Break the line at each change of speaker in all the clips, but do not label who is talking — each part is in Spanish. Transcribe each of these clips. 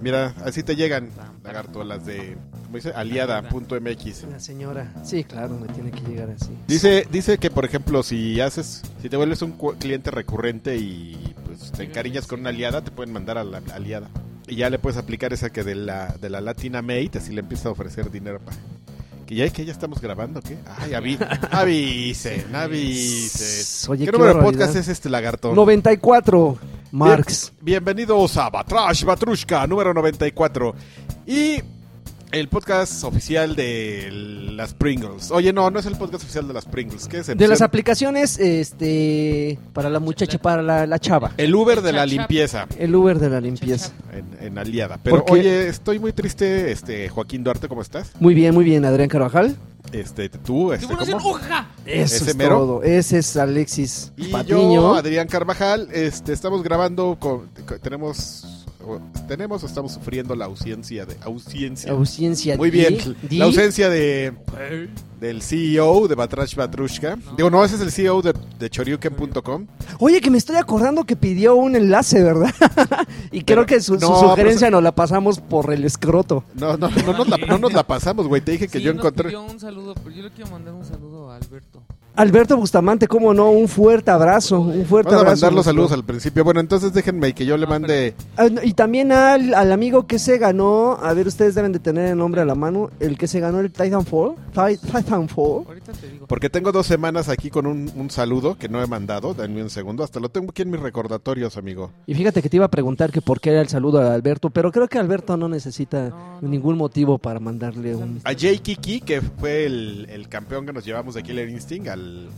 Mira, así te llegan, lagarto, las de, como dice, aliada.mx.
La señora. Sí, claro, me tiene que llegar así.
Dice, dice que, por ejemplo, si haces, si te vuelves un cu- cliente recurrente y pues, te encariñas con una aliada, te pueden mandar a la aliada. Y ya le puedes aplicar esa que de la, de la Latina Mate, así le empieza a ofrecer dinero para... Que ya, que ya estamos grabando, ¿qué? Ay, avi- avisen, avisen.
Oye,
¿Qué
qué
número de
barbaridad.
podcast es este lagarto?
94, Marx.
Bien- bienvenidos a Batrash Batrushka número 94. Y el podcast oficial de las Pringles. Oye, no, no es el podcast oficial de las Pringles. ¿Qué es el,
De las aplicaciones, este, para la muchacha, para la, la chava.
el Uber de la
Chap, chap.
limpieza
El Uber de la limpieza.
en, en Aliada? Pero
Porque-
oye, estoy muy triste, este Joaquín Duarte, ¿cómo estás?
Muy bien, muy bien, Adrián Carvajal.
Este, tú, este,
Tiburones en
¿cómo?
hoja.
Eso
¿Ese
es
mero?
todo. Ese es
Oh,
Alexis
Y yo,
Patiño.
Adrián Carvajal, este, estamos grabando con, con- tenemos o- tenemos o estamos sufriendo la ausencia de ausencia.
ausencia
Muy
di-
bien.
di-
La ausencia de del CEO de Batrash Batrushka. Digo, no, ese es el CEO de, de Choryuken.com.
Oye, que me estoy acordando que pidió un enlace, ¿verdad? y creo
Pero-
que su, su
no, pues,
sugerencia nos la pasamos por el escroto.
No, no, no, nos la, no nos la pasamos, güey. Te dije que
Sí,
yo
nos pidió
encontré.
un saludo, pero yo le quiero mandar un saludo a Alberto.
Alberto Bustamante, cómo no, un fuerte abrazo, un fuerte
Van a
abrazo.
mandar los saludos al principio. Bueno, entonces déjenme que yo le
Ah,
mande.
Ah, no, Y también al, al amigo que se ganó, a ver, ustedes deben de tener el nombre a la mano, el que se ganó el Titanfall, Ti- Titanfall.
Ahorita te digo.
Porque tengo dos semanas aquí con un, un saludo que no he mandado. Denme un segundo. Hasta lo tengo aquí en mis recordatorios, amigo.
Y fíjate que te iba a preguntar que por qué era el saludo a Alberto, pero creo que Alberto no necesita
No, no.
ningún motivo para mandarle un...
A Jay Kiki, que fue el, el campeón que nos llevamos de Killer Instinct al,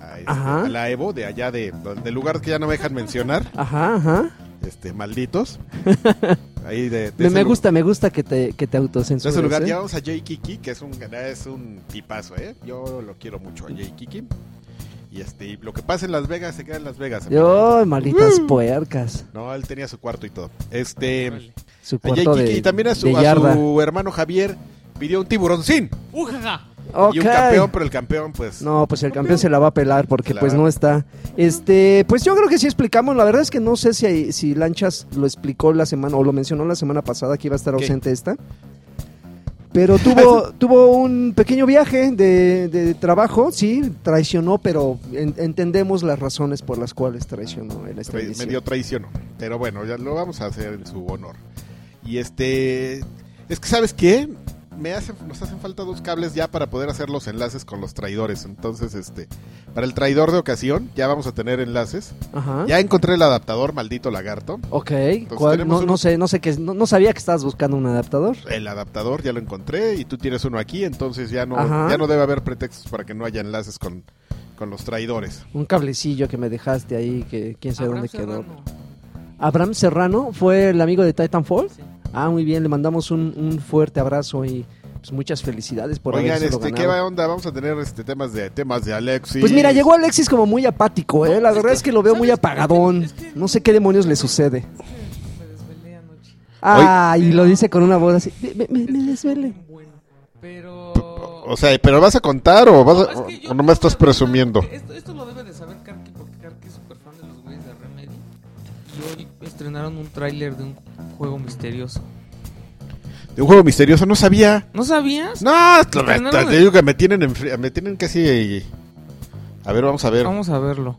a este-
Ajá.
a la Evo, de allá de, del lugar que ya no me dejan mencionar.
Ajá, ajá.
este, malditos. Ahí de, de
Me,
ese
me
lu-
gusta, me gusta que te, que te
De
autocensures.
ese lugar
¿eh?
llevamos a Jay Kiki, que es un, es un tipazo, ¿eh? Yo lo quiero mucho a Jay Kiki. Y este, y lo que pasa en Las Vegas se queda en Las Vegas. amigo.
Yo, malditas puercas.
No, él tenía su cuarto y todo. Este,
Órale.
Su
a Jay
cuarto
Kiki
de,
y también a
de
su, a
yarda.
su hermano Javier pidió un tiburoncín
Ujaja.
y un
Ok.
campeón, pero el campeón, pues.
No, pues el campeón se la va a pelar porque
Se la
pues
va.
no está. Este, pues yo creo que sí explicamos. La verdad es que no sé si, si Lanchas lo explicó la semana o lo mencionó la semana pasada que iba a estar
¿Qué?
ausente esta. Pero tuvo, tuvo un pequeño viaje de, de trabajo, sí, traicionó, pero en- entendemos las razones por las cuales traicionó en esta
me, me
edición.
dio traición. Pero bueno, ya lo vamos a hacer en su honor. Y este. Es que, ¿sabes qué? Me hacen, nos hacen falta dos cables ya para poder hacer los enlaces con los traidores. Entonces, este. Para el traidor de ocasión, ya vamos a tener enlaces.
Ajá.
Ya encontré el adaptador, maldito lagarto.
Ok, ¿cuál?
tenemos
No,
un-
no sé, no sé qué, no, no sabía que estabas buscando un adaptador.
El adaptador ya lo encontré y tú tienes uno aquí. Entonces, ya no,
Ajá.
ya no debe haber pretextos para que no haya enlaces con, con los traidores.
Un cablecillo que me dejaste ahí, que quién sabe
Abraham
dónde quedó.
Serrano.
Abraham Serrano fue el amigo de Titanfall.
Sí.
Ah, muy bien, le mandamos un, un fuerte abrazo y pues, muchas felicidades por
Oigan,
haberse
este, ¿qué va onda? Vamos a tener este temas de temas de Alexis.
Pues mira, llegó Alexis como muy apático, ¿eh? La verdad es que lo veo muy
¿sabes?
apagadón.
Es que-
No sé qué demonios le sucede.
Me desvelé anoche.
Ah, y lo dice con una voz así. Me, me- me desvele.
Bueno, pero...
O sea, ¿pero vas a contar o, vas a-
No, es que yo-
o nomás estás presumiendo?
Esto, esto lo debe de saber Karki, porque Karki es súper fan de los güeyes de Remedy. Y hoy estrenaron un tráiler de un juego misterioso.
De un juego misterioso, no sabía.
¿No sabías?
No, te-
No, no, no.
te digo que me tienen, en fri- me tienen casi... A ver, vamos a ver.
Vamos a verlo.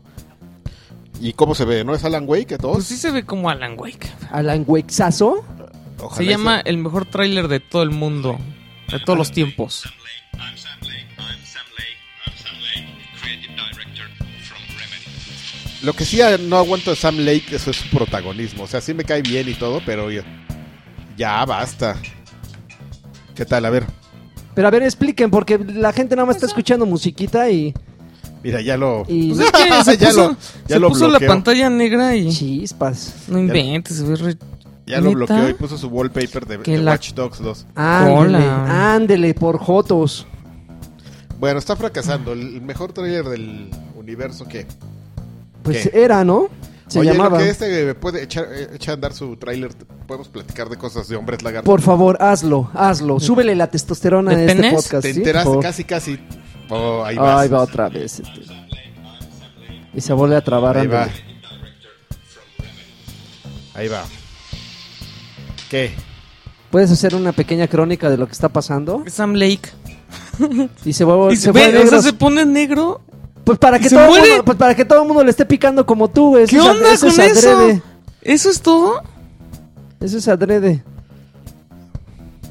¿Y cómo se ve? ¿No es Alan Wake a todos?
Pues sí se ve como Alan Wake.
Alan Wexazo.
Ojalá
Pues, Se
y
llama el mejor tráiler de todo el mundo, de todos los tiempos.
I'm Sam Lake. I'm Sam Lake. I'm Sam Lake, creative director from Remedy.
sea- Lo que sí ah, no aguanto de Sam Lake, eso es su protagonismo. O sea, sí me cae bien y todo, pero ya, ya basta. ¿Qué tal? A ver.
Pero a ver, expliquen, porque la gente nada más está escuchando musiquita y.
Mira, ya lo...
y-
Pues es que se
Ya
puso,
lo- ya
se
lo
puso la
bloqueo.
pantalla negra y
Chispas.
no inventes, se ve re-
Ya lo
¿Neta?
bloqueó y puso su wallpaper de,
Que
de
la-
Watch Dogs 2.
Ándele,
Hola.
ándele, por Jotos.
Bueno, está fracasando. El mejor tráiler del universo que...
Pues
¿Qué?
era, ¿no? Se
Oye,
llamaba.
lo que este eh, puede echar, eh, echa a andar su tráiler, t- podemos platicar de cosas de hombres lagartos.
Por favor, hazlo, hazlo. Súbele la testosterona
¿De
a este
penes?
podcast.
Te
¿sí?
enteraste
Por-
casi, casi. Oh, ahí vas.
Ahí va otra vez. este. Y se vuelve a trabar.
Ahí va.
ándale.
Ahí va. ¿Qué?
¿Puedes hacer una pequeña crónica de lo que está pasando?
Sam Lake.
Y se vuelve,
Y
Pues se
se,
vuelve
ve, o sea,
negro.
se pone negro.
Pues para
¿Y
que
se
todo el
muere?
mundo, pues para que todo el mundo le esté picando como tú, güey.
¿Qué
Eso es ad-
onda
eso es
con eso?
adrede.
¿Eso es todo?
Eso es adrede.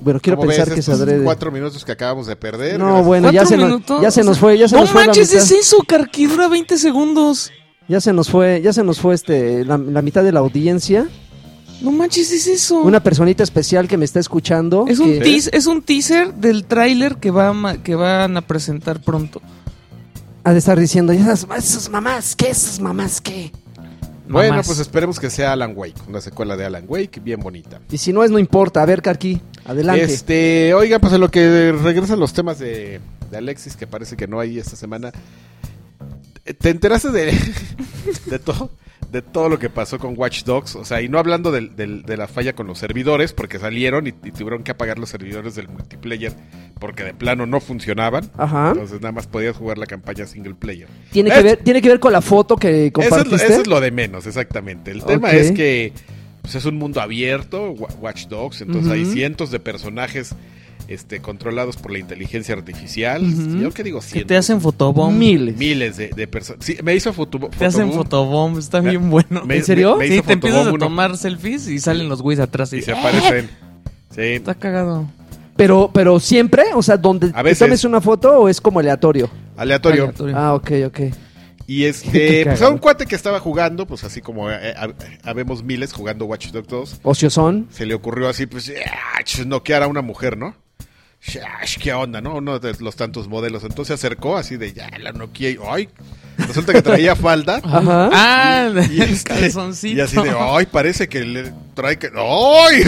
Bueno, quiero
¿Cómo ves
pensar que es
estos
adrede.
Cuatro minutos que acabamos de perder.
No,
Gracias.
bueno, ya
¿Cuatro
se, nos,
minutos?
ya se nos fue, ya se
No
nos fue
manches,
la
es
mitad.
eso, Carqui, dura 20 segundos.
Ya se nos fue, ya se nos fue este la, la mitad de la audiencia.
No manches, es eso.
Una personita especial que me está escuchando.
es, un
que-
teas- es un teaser del tráiler que, va a ma- que van a presentar pronto.
ha de estar diciendo, "Ya esas, esas mamás, ¿qué? Esas mamás, ¿qué?
Bueno,
Mamás.
pues esperemos que sea Alan Wake, una secuela de Alan Wake bien bonita.
Y si no es, no importa. A ver, Carqui, adelante.
Este, oiga, pues a lo que regresan los temas de, de Alexis, que parece que no hay esta semana. ¿Te enteraste de, de todo? De todo lo que pasó con Watch Dogs, o sea, y no hablando del- del- de, la falla con los servidores, porque salieron y, y tuvieron que apagar los servidores del multiplayer, porque de plano no funcionaban.
Ajá.
Entonces nada más podías jugar la campaña single player.
Tiene que,
Es-
ver, tiene que ver con la foto que
Eso es, lo,
compartiste.
eso es lo de menos, exactamente. El tema
Ok.
es que pues, es un mundo abierto, Wa- Watch Dogs, entonces hay
Ujú.
cientos de personajes este, controlados por la inteligencia artificial.
Ujú.
Yo que digo
Que
cientos.
te hacen fotobomb.
Miles.
Miles de, personas. Sí, me hizo foto.
Te hacen fotobomb, está
Me-
bien bueno.
me-
¿En serio?
me- me
sí,
hizo
te empiezas a
fotobomb uno.
tomar selfies y salen los güeyes atrás y,
Y se
¡Eh!
aparecen. Sí.
Está cagado.
Pero, pero siempre, o sea, donde
A
te
veces.
tomes una foto o es como aleatorio.
Aleatorio.
Aleatorio.
Ah, ok, ok.
Y
Qué
este, pues a
cagado.
un cuate que estaba jugando, pues así como eh, eh, hab- habemos miles jugando Watch Dogs 2,
Ociosón.
se le ocurrió así, pues, ¡ah! ch- noquear a una mujer, ¿no? Shash, ¿Qué onda, no? Uno de los tantos modelos. Entonces se acercó así de, ya, la noqueé. y, ¡Ay! Resulta que traía falda.
Ajá.
Ah,
Y,
el
este,
calzoncito.
y así oh, de, ¡ay! Parece que le trae que... ¡Ay!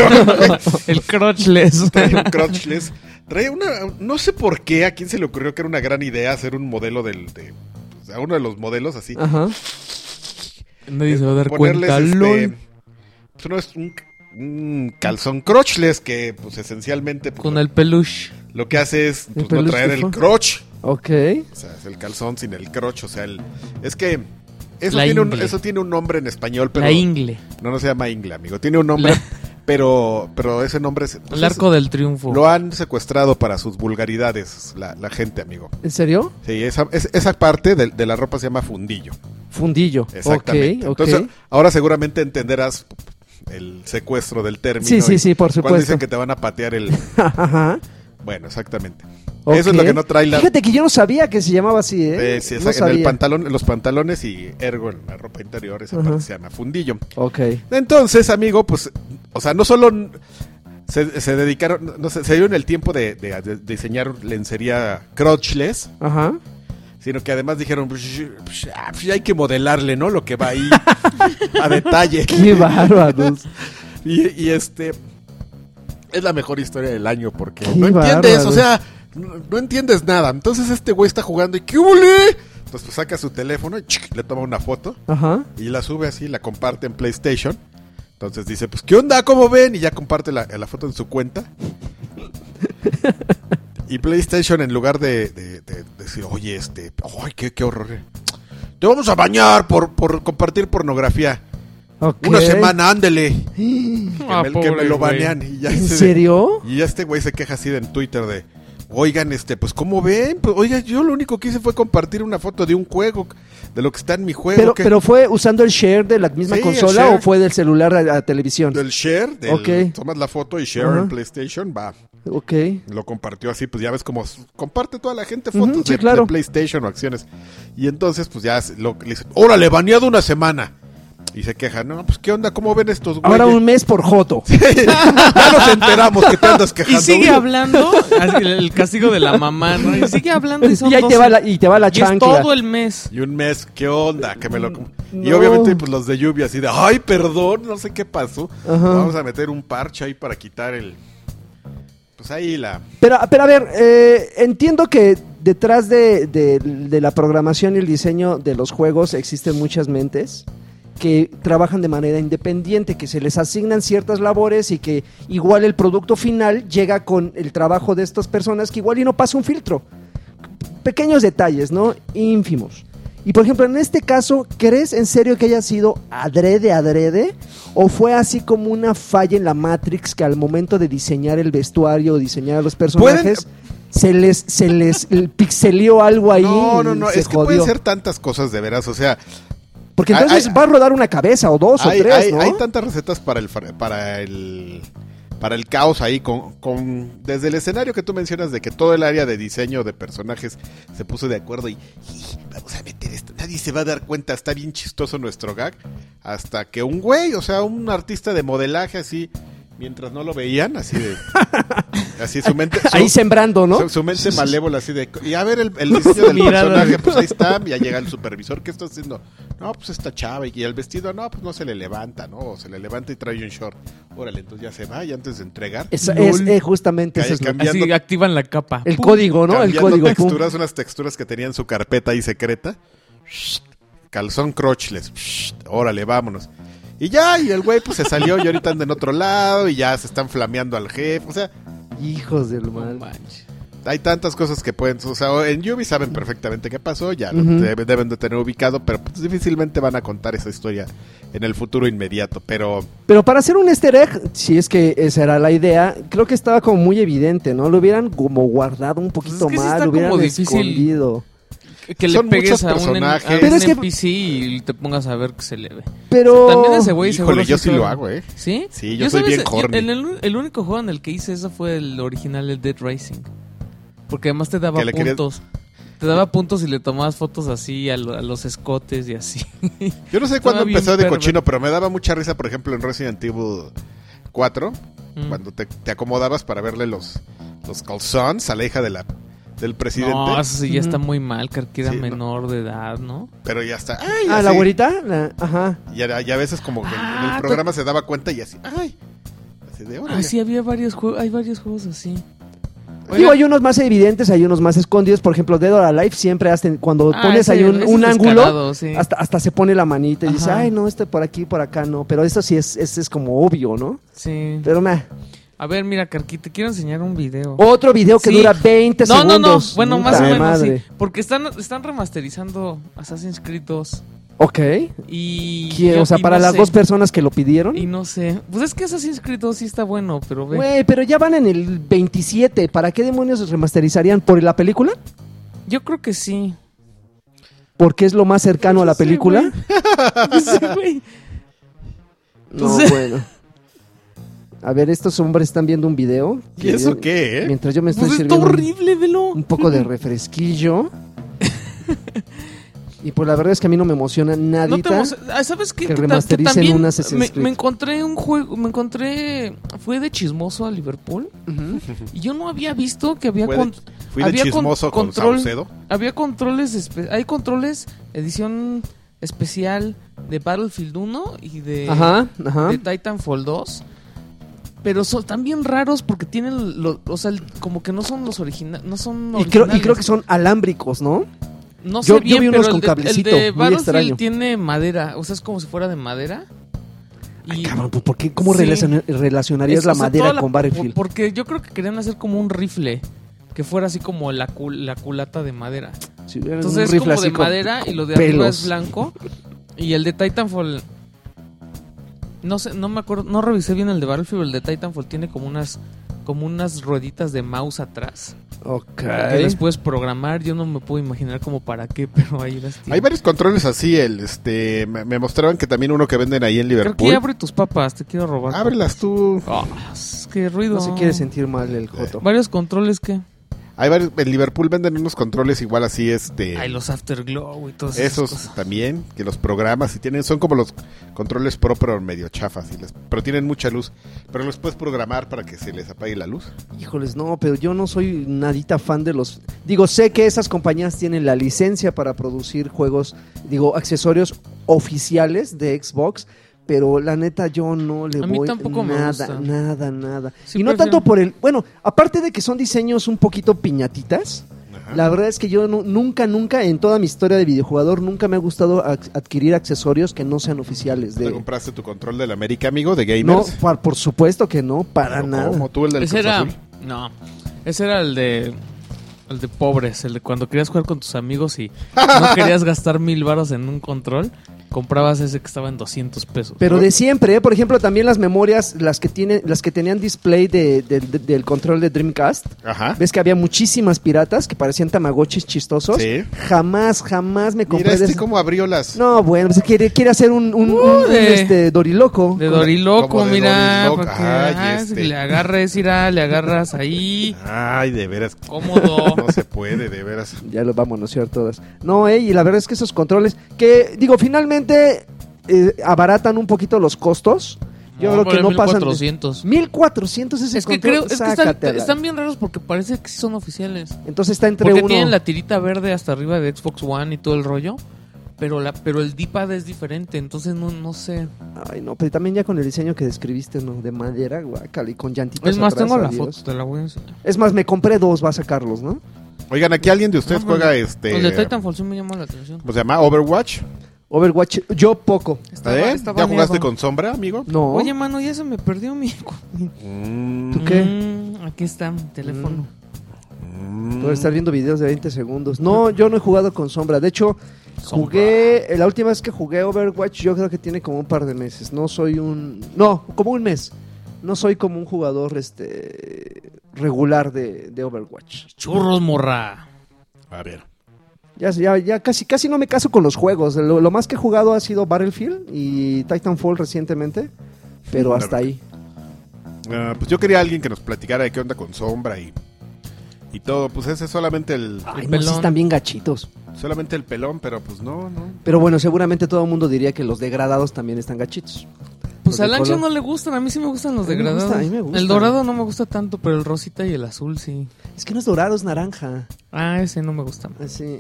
El crotchless.
trae un crotchless. Trae una... No sé por qué a quién se le ocurrió que era una gran idea hacer un modelo del... De, pues, a uno de los modelos así.
Ajá.
Nadie se va a dar
ponerles
cuenta.
este,
LOL.
pues, no es un, un calzón crotchless que pues esencialmente pues,
Con el peluche.
lo que hace es pues, no
peluche
traer
que
el
fue.
crotch.
Ok.
O sea, es el calzón sin el croch, o sea, el... Es que eso
La
tiene, un,
ingle.
eso tiene un nombre en español, pero...
La ingle.
No, no se llama ingle, amigo. Tiene un nombre,
La-
pero pero ese nombre... es- pues,
El arco del triunfo.
es- Lo han secuestrado para sus vulgaridades la, la gente, amigo.
¿En serio?
Sí, esa, es- esa parte de, de la ropa se llama fundillo.
Fundillo.
Exactamente.
Ok, ok.
Entonces, ahora seguramente entenderás el secuestro del término.
Sí, sí,
y
sí, por
Cuando dicen
supuesto.
que te van a patear el...
Ajá.
Bueno, exactamente. Eso es lo
ok.
que no trae la...
Fíjate que yo no sabía que se llamaba así, ¿eh?
Eh, sí,
no
esa- en el
sabía.
pantalón, en los pantalones y ergo en la ropa interior, esa
Ajá.
parte se llama fundillo.
Ok.
Entonces, amigo, pues, o sea, no solo n- se, se dedicaron, no sé, se dieron el tiempo de, de- de diseñar lencería crotchless,
Ajá.
sino que además dijeron, "Pues, pues, ah, pues, hay que modelarle, ¿no? Lo que va ahí a detalle.
Qué bárbaros.
Y, y este es la mejor historia del año porque
Qué
no entiendes,
bárbaro.
o sea, no, no entiendes nada. Entonces este güey está jugando y ¿qué hule? Entonces pues, saca su teléfono y chic, le toma una foto
Ajá.
y la sube así, la comparte en PlayStation. Entonces dice, pues ¿qué onda? ¿Cómo ven? Y ya comparte la, la foto en su cuenta. y PlayStation en lugar de, de- de decir, oye, este, ay, qué, qué horror. eh, Te vamos a bañar por, por compartir pornografía.
Ok.
Una semana, ándele
¿En
que,
Ah,
me, que me
pobre
lo
güey.
banean. Y ya, se-
serio?
y ya este güey se queja así de en Twitter de, oigan, este, pues ¿cómo ven? Pues, oiga, yo lo único que hice fue compartir una foto de un juego, de lo que está en mi juego.
Pero,
que-
pero fue usando el share de la misma
Sí, el
consola
share.
o fue del celular a la televisión?
Del share, del,
Ok.
tomas la foto y share en
Ajá.
PlayStation, va.
Ok.
Lo compartió así, pues ya ves como s- comparte toda la gente
Ujú,
fotos
sí,
de,
claro.
de PlayStation o acciones. Y entonces, pues ya se- lo, le dicen, órale, baneado una semana. Y se queja, no, pues ¿qué onda? ¿Cómo ven estos güeyes?
Ahora un mes por Joto.
ya nos enteramos que te andas
Y
quejando.
sigue
güey.
hablando. así, el- El castigo de la mamá, ¿no? Y sigue hablando. Y, son
Y ahí te
12.
va la, y te va la
Y es
chancla.
todo el mes.
Y un mes, ¿qué onda? Que me lo... com- Y
no.
obviamente pues los de lluvia así de, ay, perdón, no sé qué pasó.
Ajá.
Vamos a meter un parche ahí para quitar el... Pues ahí la...
Pero, pero a ver, eh, entiendo que detrás de, de- de la programación y el diseño de los juegos existen muchas mentes que trabajan de manera independiente, que se les asignan ciertas labores y que igual el producto final llega con el trabajo de estas personas que igual y no pasa un filtro. pequeños detalles, ¿no? Ínfimos. Y por ejemplo, en este caso, ¿crees en serio que haya sido adrede, adrede? ¿O fue así como una falla en la Matrix que al momento de diseñar el vestuario o diseñar a los personajes, se les, se les el pixeleó algo ahí?
no,
y
no, no,
se
es que pueden
jodió?
ser tantas cosas de veras, o sea,
Porque
Hay-
entonces
hay-
va a rodar una cabeza o dos
hay,
o tres,
hay-
¿no?
hay tantas recetas para el fra- para el para el caos ahí con, con desde el escenario que tú mencionas de que todo el área de diseño de personajes se puso de acuerdo y, "Y, vamos a meter esto, nadie se va a dar cuenta, está bien chistoso nuestro gag, hasta que un güey, o sea, un artista de modelaje así, mientras no lo veían, así de así su mente su-
Ahí sembrando, ¿no?
su, su mente malévola así de... Y a ver, el, el diseño del
Mirada.
personaje, pues ahí está, ya llega el supervisor, ¿qué está haciendo? No, pues está chava y el vestido, no, pues no se le levanta, ¿no? O se le levanta y trae un short. Órale, entonces ya se va y antes de entregar...
Esa- es,
Lol.
eh, justamente
Ahí
eso es lo-
cambiando-
Así activan la capa.
el
Pum.
código, ¿no? El
cambiando
código. pum.
texturas, unas texturas que tenían su carpeta ahí secreta. Shh, Calzón crotchless. Shh, Órale, vámonos. Y ya, y el güey pues se salió y ahorita anda en otro lado y ya se están flameando al jefe. O sea,
Hijos del
No
mal.
manches.
Hay tantas cosas que pueden. O sea, en Yubi saben perfectamente qué pasó, ya lo
Ujú.
debe- deben de tener ubicado, pero pues, difícilmente van a contar esa historia en el futuro inmediato. Pero
Pero para hacer un easter egg, si es que esa era la idea, creo que estaba como muy evidente, ¿no? Lo hubieran como guardado un poquito
Pues es que sí
más,
está
lo hubieran
como difícil.
escondido.
Que- Que le
Son
pegues
muchos
a un, en- a
personajes.
un
Pero es que- Oh,
NPC y te pongas a ver que se le ve.
Pero...
También ese güey seguro
híjole, yo sí
sabe.
lo hago, ¿eh?
¿Sí?
Sí, yo soy bien horny.
el, el- el único juego en el que hice eso fue el original, el Dead Racing. Porque además te daba
Que le querías-
puntos. Te daba puntos y le tomabas fotos así a, lo- a los escotes y así.
Yo no sé cuándo
bien
empezó de
perver-
cochino, pero me daba mucha risa, por ejemplo, en Resident Evil 4,
Mm.
cuando te, te acomodabas para verle los, los calzones a la hija de la, del presidente.
No, eso sí ya
Ujú.
está muy mal, creo que era
Sí, no.
menor de edad, ¿no?
Pero ya está. Ay,
Ah,
así.
la güerita, la- ajá.
Y, a, y a veces como que en- en
Ah,
el programa se daba cuenta y así, ay. Así de, órale.
Ah, sí, había varios juegos, hay varios juegos así. Oiga.
Digo, hay unos más evidentes, hay unos más escondidos. Por ejemplo, Dead or Alive siempre hacen, cuando
Ah,
pones
ese-
ahí un,
ese
un ángulo,
descarado, sí.
hasta, hasta se pone la manita y dice,
Ajá.
ay, no, este por aquí, por acá, no. Pero eso sí es, ese es como obvio, ¿no?
Sí.
Pero meh.
A ver, mira, Carqui, te quiero enseñar un video.
Oh,
Otro video que
Sí.
dura 20
no,
segundos.
no, no. Bueno, más o
Puta
menos
madre.
sí. Porque están, están remasterizando Assassin's Creed 2.
Ok.
Y.
¿Qué?
yo-
o sea,
y
para
no
las
sé,
dos personas que lo pidieron.
Y no sé. Pues es que Assassin's Creed 2 sí está bueno, pero ve.
Güey, pero ya van en el 27. ¿Para qué demonios los remasterizarían? ¿Por la película?
Yo creo que sí.
¿Porque es lo más cercano a Ah, la
Pues Sí,
película?
güey. Sí, güey.
No,
Pues-
bueno. A ver, estos hombres están viendo un video.
¿Y eso
yo-
qué, eh?
Mientras yo me estoy
Pues está
sirviendo un-
horrible, velo.
un poco de refresquillo. y pues la verdad es que a mí no me emociona nadita.
No te emo- Ah, ¿Sabes qué?
que
ta-
remastericen
también
un Assassin's
me,
Creed.
me encontré un juego. Me encontré. Fue de chismoso a Liverpool.
Ujú.
Y yo no había visto que había.
Fue de
con-
Fui de
Había con-
chismoso con,
control.
Saucedo.
Había controles, espe- hay controles edición especial de Battlefield 1 y de,
Ajá, ajá.
Eh, de Titanfall 2. Pero son también raros porque tienen, lo- o sea, el- como que no son los originales, no son
Y creo, y
originales.
creo que son alámbricos, ¿no?
no sé
yo- yo
bien,
vi unos
pero
con
el, de, el
cablecito,
de
muy extraño.
Battlefield tiene madera, o sea, es como si fuera de madera.
Ay,
Y-
cabrón, pues, ¿por qué? ¿cómo
Sí.
relaciona- relacionarías
Es-
la
o sea,
madera
toda la-
con Battlefield?
por- Porque yo creo que querían hacer como un rifle, que fuera así como la, cul- la culata de madera.
Si hubiera un
Entonces es
rifle
como
así
de
con-
madera y
con
lo de arriba
pelos.
es blanco. Y el de Titanfall. No sé, no me acuerdo, no revisé bien el de Battlefield, el de Titanfall tiene como unas como unas rueditas de mouse atrás.
Ok.
Que las puedes programar, yo no me puedo imaginar como para qué, pero ahí las tiene.
Hay varios controles así, el este me, me mostraban que también uno que venden ahí en
Creo que
Liverpool.
ya abre tus papas, te quiero robar.
Ábrelas tú.
Ah, es que ruido.
No se quiere sentir mal el Joto.
Varios controles que.
Hay varios, en Liverpool venden unos controles igual así,
Eh.
este
Ay, los Afterglow y todos
esos
esos.
también, que los programas y tienen, son como los controles pro pero medio chafas, y les- pero tienen mucha luz, pero los puedes programar para que se les apague la luz.
Híjoles, no, pero yo no soy nadita fan de los... Digo, sé que esas compañías tienen la licencia para producir juegos, digo, accesorios oficiales de Xbox, pero la neta yo no le
A mí
voy
tampoco me
nada,
gusta.
nada, nada.
Sí, pues,
y no
prefiero-
tanto por el... Bueno, aparte de que son diseños un poquito piñatitas,
Ajá.
La verdad es que yo nu- nunca, nunca, en toda mi historia de videojugador, nunca me ha gustado ac- adquirir accesorios que no sean oficiales.
¿Te
De...
compraste tu control del América, amigo, de
No,
gamers?
pa- por supuesto que no, para
Pero
nada.
¿cómo? ¿Tú el del
Ese
Cruz
era.
Azul?
No. Ese era el de. El de pobres, el de cuando querías jugar con tus amigos y no querías gastar mil varos en un control, comprabas ese que estaba en 200 pesos.
Pero de siempre, ¿eh? por ejemplo, también las memorias, las que tienen, las que tenían display de- de- de- del control de Dreamcast.
Ajá.
Ves que había muchísimas piratas que parecían tamagotchis chistosos.
Sí.
Jamás, jamás me compré
Mira
de
este
esas-
cómo abrió las...
No, bueno, pues quiere, quiere hacer un, un-
Uh,
un- un,
de-
este, Doriloco.
De
Como-
Doriloco,
como de
mira.
Doriloco,
porque,
ay,
ah,
este.
si le agarres, irá, le agarras ahí.
Ay, de veras.
Cómodo.
No se puede, de veras.
Ya lo vamos a todas. No, eh, y la verdad es que esos controles, que digo, finalmente eh, abaratan un poquito los costos. Yo creo que
vale
no pasan. de-
1400.
1400 ese
Es que
control.
creo, es que están,
sácatela.
están bien raros porque parece que sí son oficiales.
Entonces está entre
Porque
uno.
tienen la tirita verde hasta arriba de Xbox One y todo el rollo. Pero, la, pero el D-pad es diferente, entonces no, no sé.
Ay, no, pero también ya con el diseño que describiste, ¿no? De madera, guacal, y con llantitas.
Es más,
atrás,
tengo la
adiós.
foto, te la voy a enseñar.
Es más, me compré dos, va a sacarlos, ¿no?
Oigan, aquí alguien de ustedes
No,
juega
hombre.
este...
Los de Titanfall sí me llaman la atención.
¿Cómo se llama? Overwatch.
Overwatch, yo poco.
Estaba-
¿Eh?
estaba
¿Ya jugaste
nueva.
con sombra, amigo?
No.
Oye, mano, ya se me perdió mi...
Mm,
¿Tú qué?
Mm, aquí está, mi teléfono.
mm.
Por estar viendo videos de 20 segundos. No, yo no he jugado con sombra. De hecho,
Sombra.
jugué. eh, La última vez que jugué Overwatch, yo creo que tiene como un par de meses. No soy un. No, como un mes. No soy como un jugador este regular de, de Overwatch.
Churros, morra.
A ver.
Ya, ya, ya casi, casi no me caso con los juegos. Lo, lo más que he jugado ha sido Battlefield y Titanfall recientemente. Pero hasta ahí.
Ah, pues yo quería alguien que nos platicara de qué onda con sombra y, y todo. Pues ese es solamente el,
Ay,
El
no, sí
pelón.
están bien gachitos.
solamente el pelón, pero pues no, no.
Pero bueno, seguramente todo el mundo diría que los degradados también están gachitos. Los
Pues
de
al ancho
color.
no le gustan, a mí sí me gustan los
A mí me gusta,
degradados.
a mí me gusta.
El dorado no me gusta tanto, pero el rosita y el azul sí.
Es que no es dorado, es naranja.
Ah, ese no me gusta.
Así.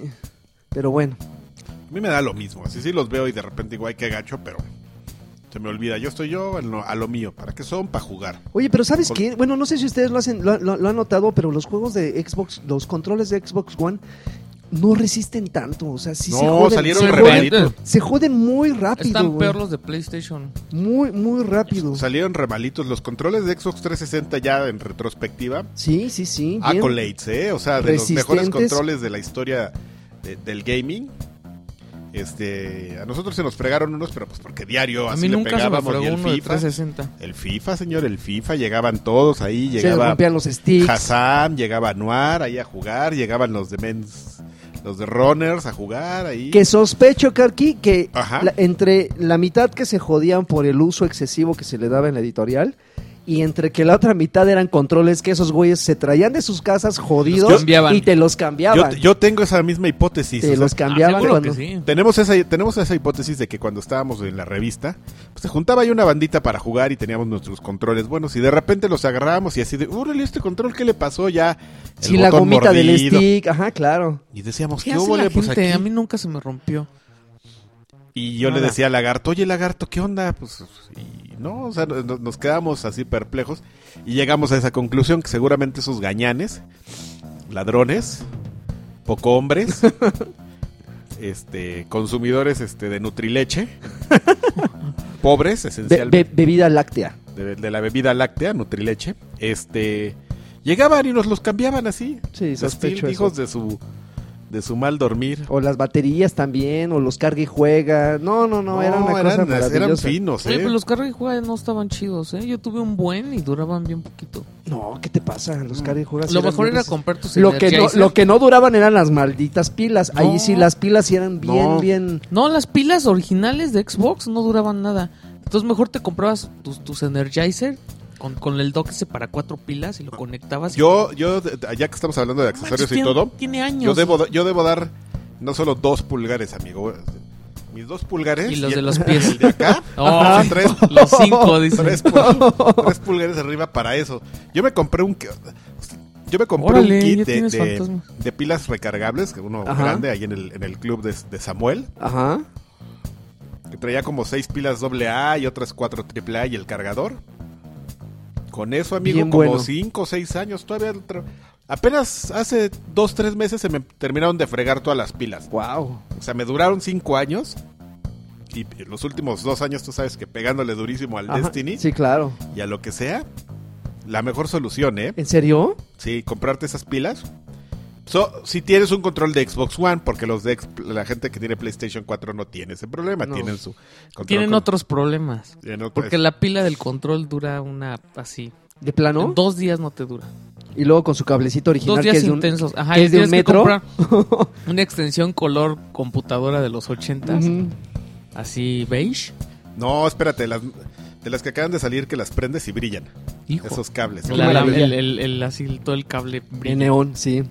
Pero bueno.
A mí me da lo mismo. Así sí los veo y de repente igual que gacho, pero se me olvida. Yo estoy yo en lo- a lo mío. ¿Para qué son? Para jugar.
Oye, pero ¿sabes
Con-
qué? Bueno, no sé si ustedes lo, hacen, lo, lo- lo han notado, pero los juegos de Xbox, los controles de Xbox One, no resisten tanto. O sea, sí se
no,
joden.
salieron
se,
Sí,
joden
remalitos.
se joden muy rápido.
Están
güey.
peor los de PlayStation.
Muy, muy rápido.
Salieron remalitos. Los controles de Xbox 360 ya en retrospectiva.
Sí, sí, sí. bien.
Accolades, ¿eh? O sea, de los mejores
Resistentes.
controles de la historia de- del gaming. Este, a nosotros se nos fregaron unos, pero pues porque diario
a
así
mí
le
nunca se me
pegábamos y
fregó
el
uno de
FIFA.
360.
El FIFA, señor, el FIFA, llegaban todos ahí,
Se les
llegaba
rompían los sticks.
Hassan, llegaba Anuar ahí a jugar, llegaban los de Men's, los de Runners a jugar ahí.
Que sospecho, Karki, que
Ajá.
la- entre la mitad que se jodían por el uso excesivo que se le daba en la editorial y entre que la otra mitad eran controles que esos güeyes se traían de sus casas jodidos
cambiaban.
y te los
yo,
cambiaban.
yo tengo esa misma hipótesis.
te
o sea,
los cambiaban
Ah, seguro
cuando...
que sí.
tenemos esa tenemos esa hipótesis de que cuando estábamos en la revista, pues se juntaba ahí una bandita para jugar y teníamos nuestros controles buenos y de repente los agarrábamos y así de, "Órale, este control qué le pasó ya." El
Sí, la
botón
gomita del
mordido.
stick, ajá, claro.
Y decíamos,
¿Qué
"¿Qué,
hace
hubo,
la
le? Pues
gente?
aquí".
A mí nunca se me rompió.
Y yo le
Nada.
decía al lagarto, oye lagarto, ¿qué onda? Pues y no, o sea, no- no- nos quedamos así perplejos y llegamos a esa conclusión que seguramente esos gañanes, ladrones, poco hombres, este, consumidores este, de nutrileche, pobres
Be-
esencialmente
be- bebida láctea.
de, de la bebida láctea, Nutrileche, este llegaban y nos los cambiaban así.
Sí,
Los
sospecho
hijos
eso.
de su de su mal dormir.
O las baterías también, o los carga y juega. No, no, no, era una cosa
eran, eran
maravillosa.
finos,
Oye,
¿eh?
pero los carga y juega no estaban chidos, ¿eh? Yo tuve un buen y duraban bien poquito.
No, ¿qué te pasa?
Mm.
Los carga y juega.
Lo
eran
mejor
bien
era
ricos.
comprar tus
Lo que, no,
Energizer.
lo que no duraban eran las malditas pilas. Ahí
No.
sí las pilas sí eran bien,
No.
bien.
No, las pilas originales de Xbox no duraban nada. Entonces mejor te comprabas tus, tus Energizer con, con el dock ese para cuatro pilas y lo conectabas. y-
Yo, yo, ya que estamos hablando de
No
accesorios
manches,
y
tiene-
todo,
Tiene años.
yo debo, yo debo dar no solo dos pulgares, amigo. Mis dos pulgares.
Y los de
el-
los pies.
el de acá.
Oh,
Ajá, tres,
Los cinco, dice.
tres pul- tres pulgares arriba para eso. Yo me compré un. ki- Yo me compré
Órale,
un
ya
kit de,
tienes
de-
fantasmas.
de pilas recargables, que uno
Ajá.
grande ahí en el, en el club de, de Samuel,
Ajá.
que traía como seis pilas AA y otras cuatro AAA y el cargador. Con eso, amigo,
Bien
como
bueno.
cinco o seis años todavía. lo tra- Apenas hace dos, tres meses se me terminaron de fregar todas las pilas.
Wow.
O sea, me duraron cinco años. Y los últimos dos años, tú sabes que pegándole durísimo al Destiny
Sí, claro.
y a lo que sea, la mejor solución, ¿eh?
¿En serio?
Sí, comprarte esas pilas So, si tienes un control de Xbox One, porque los de ex- la gente que tiene PlayStation 4 no tiene ese problema,
No.
tienen su control.
Tienen
con-
otros problemas.
tienen otro-
Porque la pila del control dura una así.
De plano.
Dos días no te dura.
Y luego con su cablecito original.
Dos
Que
días
es de un-
intensos. Ajá,
que
y
es de un
tienes que
metro.
comprar una extensión color computadora de los 80
Ujú.
Así beige.
No, espérate, las, de las que acaban de salir que las prendes y brillan.
Hijo.
Esos cables.
La- la-
maravilla.
el, el- el- así el- todo el cable
De
brilla.
neón, sí.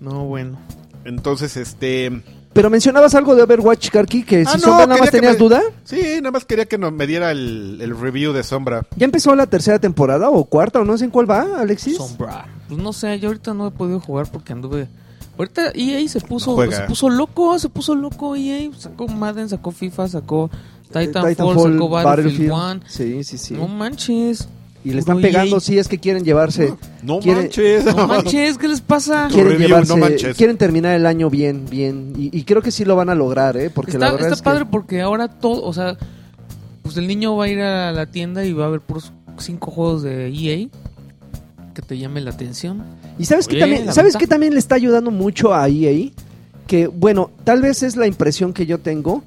No, bueno.
Entonces, este...
Pero mencionabas algo de Overwatch, Karki, que
Ah,
si
no,
Sombra nada
quería
más
que
tenías
me-
duda.
Sí, nada más quería que nos, me diera el, el review de Sombra.
¿Ya empezó la tercera temporada o cuarta o no sé en cuál va, Alexis?
Sombra. Pues no sé, yo ahorita no he podido jugar porque anduve. Ahorita EA se puso,
No juega.
se puso loco, se puso loco EA. Sacó Madden, sacó FIFA, sacó Titanfall, sacó Battlefield, One.
Sí, sí, sí.
No manches.
y le están
puro
pegando,
EA.
sí, es que quieren llevarse.
No
Quiere-
manches.
No manches, ¿qué les pasa?
Tu
Quieren
review,
llevarse,
no manches.
quieren terminar el año bien, bien. Y, y creo que sí lo van a lograr, ¿eh? Porque
está
la verdad
está
es que-
padre porque ahora todo, o sea, pues el niño va a ir a la tienda y va a ver puros cinco juegos de EA que te llame la atención.
Y sabes que
Oye,
también,
la
¿sabes
ventaja.
qué también le está ayudando mucho a EA? Que bueno, tal vez es la impresión que yo tengo,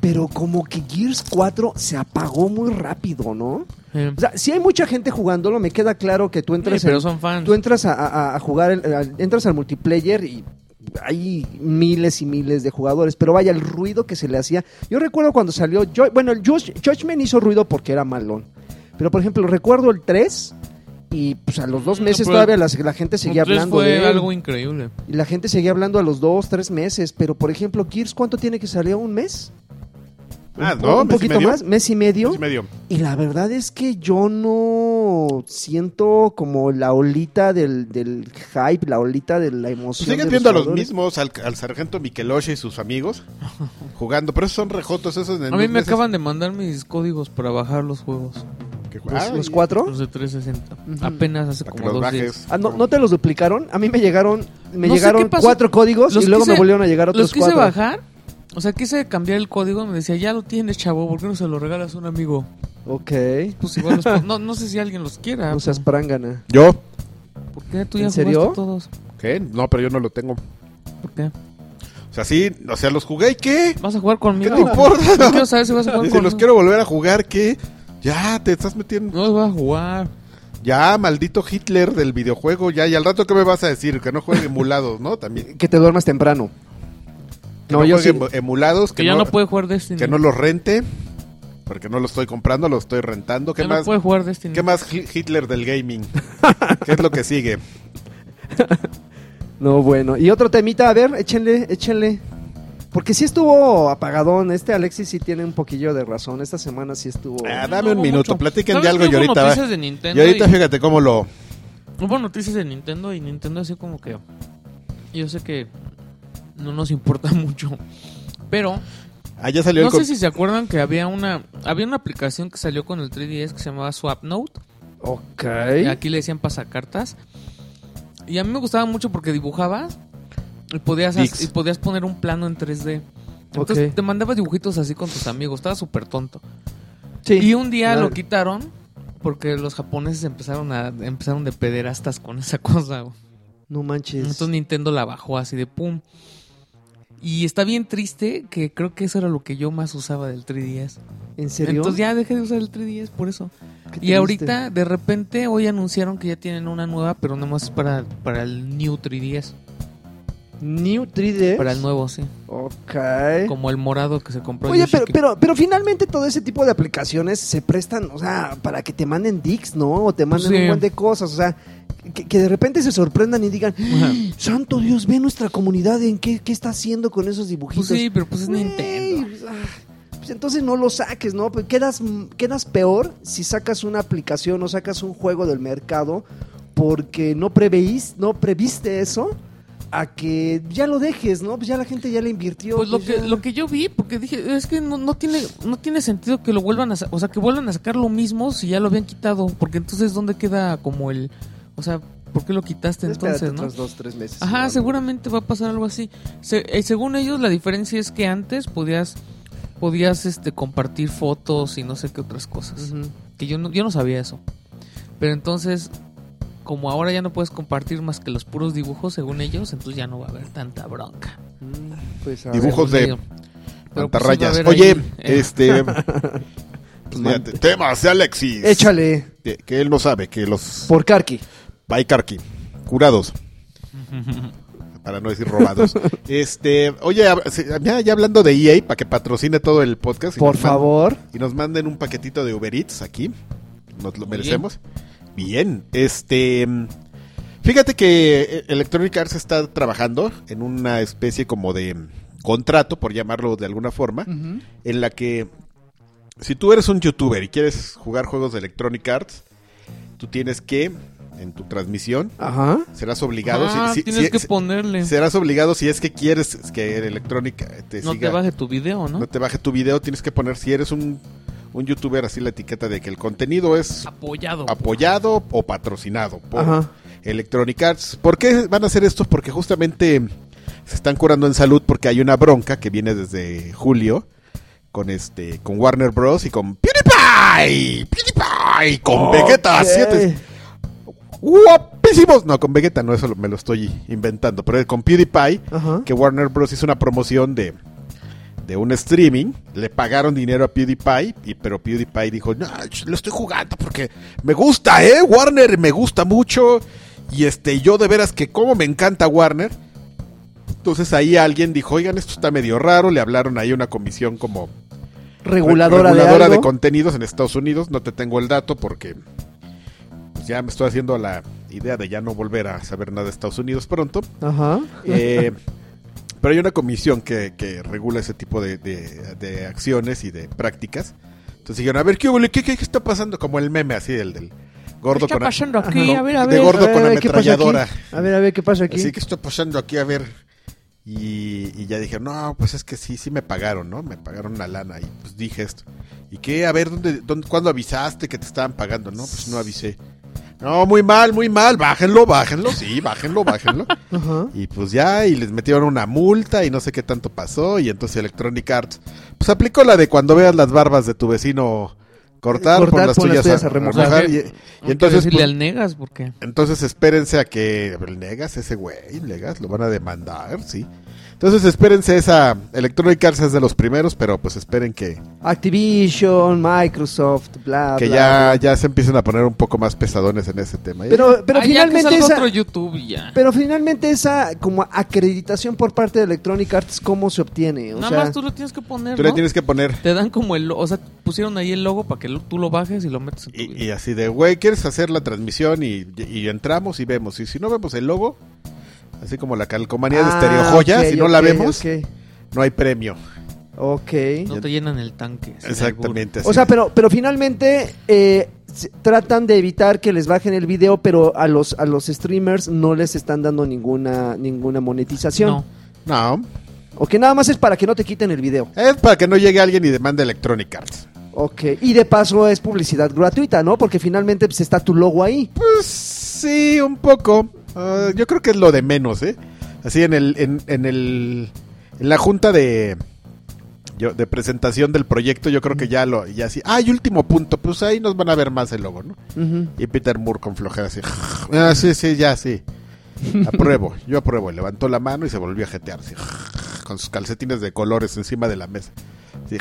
pero como que Gears 4 se apagó muy rápido, ¿no?
Eh,
O sea, si hay mucha gente jugándolo, me queda claro que tú entras,
eh, pero
en-
son fans.
tú entras a, a- a jugar, el- al- entras al multiplayer y hay miles y miles de jugadores, pero vaya el ruido que se le hacía. Yo recuerdo cuando salió, Ju- bueno, el Judge- Judgment hizo ruido porque era malón, pero por ejemplo, recuerdo el 3 y pues a los dos
No,
meses
pero-
todavía las- la gente seguía
Entonces
hablando
Pues, fue
de él.
algo increíble.
Y la gente seguía hablando a los dos, tres meses, pero por ejemplo, Gears, ¿cuánto tiene que salir? ¿Un mes?
Ah, no, pues
un, un
mes y
poquito
medio.
más, mes y medio.
Mes y medio.
Y la verdad es que yo no siento como la olita del, del hype, la olita de la emoción.
Pues sigues
de
viendo a los
jugadores.
mismos, al, al sargento Miqueloche y sus amigos jugando, pero esos son rejotos, esos de
A mí me acaban de mandar mis códigos para bajar los juegos.
¿Los, los cuatro?
Los de 360.
Ujú.
Apenas hace
Para que los
como dos
bajes.
días.
Ah, no, ¿no te los duplicaron? A mí me llegaron, me
No sé
llegaron
qué pasó.
cuatro códigos
Los
y luego me
quise-
volvieron a llegar
Los
otros
quise
cuatro.
bajar. O sea, quise cambiar el código. Me decía, ya lo tienes, chavo. ¿Por qué no se lo regalas a un amigo?
Ok,
Pues igual los- no, no sé si alguien los quiera.
no seas prángana.
¿Yo?
¿Por qué tú ya
¿En serio?
jugaste todos?
¿Qué? No, pero yo no lo tengo. O
¿Por qué?
sea, sí, o sea, los jugué y qué.
¿Vas a jugar conmigo?
¿Qué te importa?
No quiero saber si vas a jugar
Y si los
conmigo.
quiero volver a jugar, ¿qué? Ya, te estás metiendo.
No los voy a jugar.
Ya, maldito Hitler del videojuego, ya. Y al rato, ¿qué me vas a decir? Que no juegue emulados, ¿no? También.
Que te duermas temprano.
Que
No,
no,
yo
juegue
sí.
emu- emulados,
Que
que,
ya
no,
no puede jugar Destiny.
que no los rente. Porque no lo estoy comprando, lo estoy rentando. ¿Qué
Ya no
más?
puede jugar Destiny.
¿Qué más Hi- Hitler del gaming? ¿Qué es lo que sigue?
No, bueno. Y otro temita, a ver, échenle, échenle. Porque sí estuvo apagadón. Este Alexis sí tiene un poquillo de razón. Esta semana sí estuvo.
Ah,
No
dame un
hubo
minuto,
mucho.
platiquen de
¿Sabes
algo
qué?
y
Hubo
ahorita va.
noticias de
Y
Nintendo
ahorita fíjate cómo lo...
Hubo noticias de Nintendo y Nintendo así como que... Yo sé que no nos importa mucho, pero
Ah, ya salió
no
el... con-
sé si se acuerdan que había una había una aplicación que salió con el 3DS que se llamaba SwapNote.
Ok.
y Aquí le decían pasacartas. Y a mí me gustaba mucho porque dibujabas y podías,
Dicks.
y podías poner un plano en 3D. Entonces
Ok.
te mandabas dibujitos así con tus amigos, estaba súper tonto.
Sí.
Y un día
Claro.
lo quitaron porque los japoneses empezaron a empezaron de pederastas con esa cosa. güey.
No manches.
Entonces Nintendo la bajó así de pum. Y está bien triste que creo que eso era lo que yo más usaba del 3DS.
¿En serio?
Entonces ya dejé de usar el 3DS por eso.
Qué
Y
triste.
ahorita de repente hoy anunciaron que ya tienen una nueva, pero nada más para para el New 3DS,
New 3D.
para el nuevo, sí,
Ok.
como el morado que se compró
¿Eh? Oye,
Yoshi,
pero,
que-
pero, pero finalmente todo ese tipo de aplicaciones se prestan, o sea, para que te manden dicks, ¿no? O te manden
Pues Sí.
un buen de cosas, o sea, que, que de repente se sorprendan y digan, "¡Ah,
Ajá.
santo Dios, ve nuestra comunidad en qué, qué está haciendo con esos dibujitos.
Pues sí, pero pues es
Güey,
Nintendo.
pues, ah, pues entonces no lo saques, ¿no? Pues quedas, mm, quedas peor si sacas una aplicación o sacas un juego del mercado porque no preveís, no previste eso a que ya lo dejes, ¿no? Pues ya la gente ya le invirtió.
Pues lo
pues
que,
ya.
lo que yo vi, porque dije, es que no, no tiene no tiene sentido que lo vuelvan a sa- o sea, que vuelvan a sacar lo mismo si ya lo habían quitado, porque entonces ¿dónde queda como el, o sea, por qué lo quitaste
Espérate
entonces, no?
otros dos, tres meses.
Ajá,
¿no?
seguramente va a pasar algo así. Se- eh, según ellos, la diferencia es que antes podías podías este compartir fotos y no sé qué otras cosas.
Ujú.
Que yo no, yo no sabía eso. Pero entonces como ahora ya no puedes compartir más que los puros dibujos según ellos, entonces ya no va a haber tanta bronca.
Pues, a ver.
Dibujos
Según
de
ello. Pero, pues, sí va a
pantarrayas.
haber
Oye,
ahí, eh,
este. pues mira, te- temas de Alexis.
Échale
Que, que él no sabe, que los
por Karki.
Baikarki, curados. Para no decir robados. este, oye, hab- se- ya, ya hablando de EA, para que patrocine todo el podcast. y
Por
nos man-
favor.
y nos manden un paquetito de Uber Eats aquí. Nos lo
Muy
merecemos. Bien. Este. mm, Fíjate que eh, Electronic Arts está trabajando en una especie como de mm, contrato, por llamarlo de alguna forma, en la que si tú eres un youtuber y quieres jugar juegos de Electronic Arts, tú tienes que, en tu transmisión,
Ajá.
serás obligado.
ah,
si- si-
tienes
si-
que
si-
ponerle.
serás obligado si es que quieres que Electronic eh, te
no
siga
te baje tu video, ¿no?
no te baje tu video, tienes que poner, si eres un, un youtuber, así la etiqueta de que el contenido es
Apoyado.
apoyado o patrocinado por
Ajá.
Electronic Arts. ¿Por qué van a hacer esto? Porque justamente se están curando en salud porque hay una bronca que viene desde julio con este con Warner Bros y con PewDiePie, PewDiePie con Vegeta
Ok.
7. Guapísimos. No, con Vegeta no, eso lo- me lo estoy inventando, pero con PewDiePie
Ajá.
que Warner Bros. hizo una promoción de, de un streaming, le pagaron dinero a PewDiePie, y, pero PewDiePie dijo, no, ch- lo estoy jugando porque me gusta, ¿eh? Warner me gusta mucho, y este, yo de veras que como me encanta Warner. Entonces ahí alguien dijo, oigan, esto está medio raro, le hablaron ahí a una comisión como
Reguladora,
reguladora
de,
de,
algo.
contenidos en Estados Unidos. No te tengo el dato porque pues, ya me estoy haciendo la idea de ya no volver a saber nada de Estados Unidos pronto.
Ajá.
Eh, pero hay una comisión que, que regula ese tipo de, de- de acciones y de prácticas. Entonces dijeron, a ver, ¿qué, hubo? ¿Qué, qué, qué está pasando? Como el meme así, el del gordo
¿Qué está
con... a-
pasando aquí?
con-
A ver, a
de
ver.
gordo
A ver,
con
a ver, ¿qué pasa aquí?
ametralladora.
A ver, a ver, ¿qué pasa aquí?
Así que está pasando aquí, a ver. Y, y ya dijeron, no, pues es que sí, sí me pagaron, ¿no? Me pagaron una lana y pues dije esto. ¿Y qué? A ver, ¿dónde, dónde, ¿cuándo avisaste que te estaban pagando? No, pues no avisé. No, muy mal, muy mal, bájenlo, bájenlo, sí, bájenlo, bájenlo.
Ajá.
Y pues ya, y les metieron una multa y no sé qué tanto pasó. Y entonces Electronic Arts, pues aplicó la de cuando veas las barbas de tu vecino cortar,
Cortar,
por las
pon las
tuyas,
tuyas
a,
a
a
remojar.
remojar.
O
Y,
sea,
y
Hay que
entonces,
decirle
pues,
al negas porque
entonces espérense a que el negas ese güey, negas, lo van a demandar, sí. Entonces espérense esa, Electronic Arts es de los primeros, pero pues esperen que,
Activision, Microsoft, bla,
que
bla,
ya, ¿eh?
bla.
ya se empiecen a poner un poco más pesadones en ese tema. Y-
Pero, pero
Ah, ya que
finalmente
salga
esa,
otro YouTube y ya.
pero finalmente esa como acreditación por parte de Electronic Arts cómo se obtiene, o
Nada
sea,
más tú lo tienes que poner,
tú le
¿no?
tienes que poner...
Te dan como el, lo- o sea, pusieron ahí el logo para que lo- tú lo bajes y lo metas en tu
Y,
video.
y así de, güey, ¿quieres hacer la transmisión? Y, y entramos y vemos. Y si no vemos el logo, así como la calcomanía de
Ah,
Stereo Joya,
ok,
si no
ok,
la vemos,
ok,
no hay premio.
ok.
No te llenan el tanque. sin
Exactamente. así
O sea,
de-
pero pero finalmente eh, se- tratan de evitar que les bajen el video, pero a los a los streamers no les están dando ninguna ninguna monetización.
albur.
No,
O que nada más es para que no te quiten el video.
es para que no llegue alguien y demande Electronic Arts.
Ok. Y de paso es publicidad gratuita, ¿no? Porque finalmente pues, está tu logo ahí.
Pues sí, un poco. Ah, yo creo que es lo de menos, ¿eh? Así en el... En, en el en la junta de... yo- de presentación del proyecto, yo creo que ya lo... Ya sí. Ah, y último punto. Pues ahí nos van a ver más el logo, ¿no?
Ujú.
Y Peter Moore con flojera así. Ah, sí, sí, ya, sí. Apruebo, yo apruebo. Y Levantó la mano y se volvió a jetear así, Con sus calcetines de colores encima de la mesa. Así,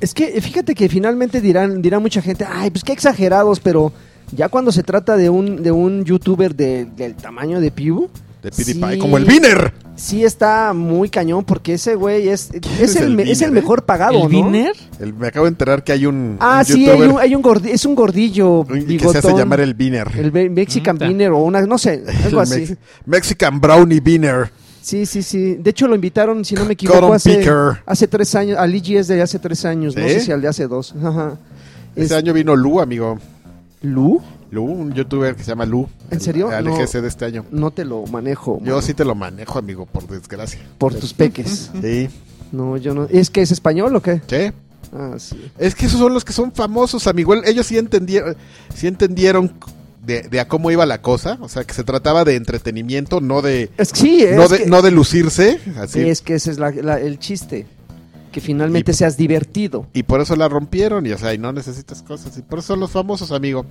Es que eh, fíjate que finalmente dirán, dirá mucha gente, ay, pues qué exagerados, pero ya cuando se trata de un, de un youtuber de- del tamaño de Pew,
de PewDiePie.
Sí.
Como el Viner.
sí está muy cañón, porque ese güey es,
es
es, el,
el
me- es
Viner,
el
eh?
mejor pagado,
¿El
¿no?
Viner?
El- me acabo de enterar que hay un,
Ah,
un
sí, hay un, hay un gordi- es un gordillo
un- que se
bigotón,
hace llamar el Viner.
el Be- Mexican
Mm, ta.
Viner o una, no sé,
El
algo así.
Mex- Mexican Brownie Viner.
Sí, sí, sí. De hecho, lo invitaron, si no me equivoco,
Cotton
hace,
picker.
hace tres años, al IGS de hace tres años, no
¿Sí?
sé si al de hace dos. Ajá.
Ese
Es-
año vino Lu, amigo.
¿Lu?
Lu, un youtuber que se llama Lu.
¿En serio?
Al
No.
EGC de este año.
No te lo manejo.
Yo
mano.
sí te lo manejo, amigo, por desgracia.
Por tus peques.
Sí.
No, yo no. ¿Es que es español o qué?
¿Sí?
Ah, sí.
Es que esos son los que son famosos, amigo. Ellos sí entendieron, sí entendieron de, de a cómo iba la cosa. O sea, que se trataba de entretenimiento, no de,
Es que sí, es,
no de,
que,
no de lucirse. Así.
es que ese es la- la- el chiste. que finalmente
Y-
seas divertido.
Y por eso la rompieron y, o sea, y no necesitas cosas. Y por eso son los famosos, amigo.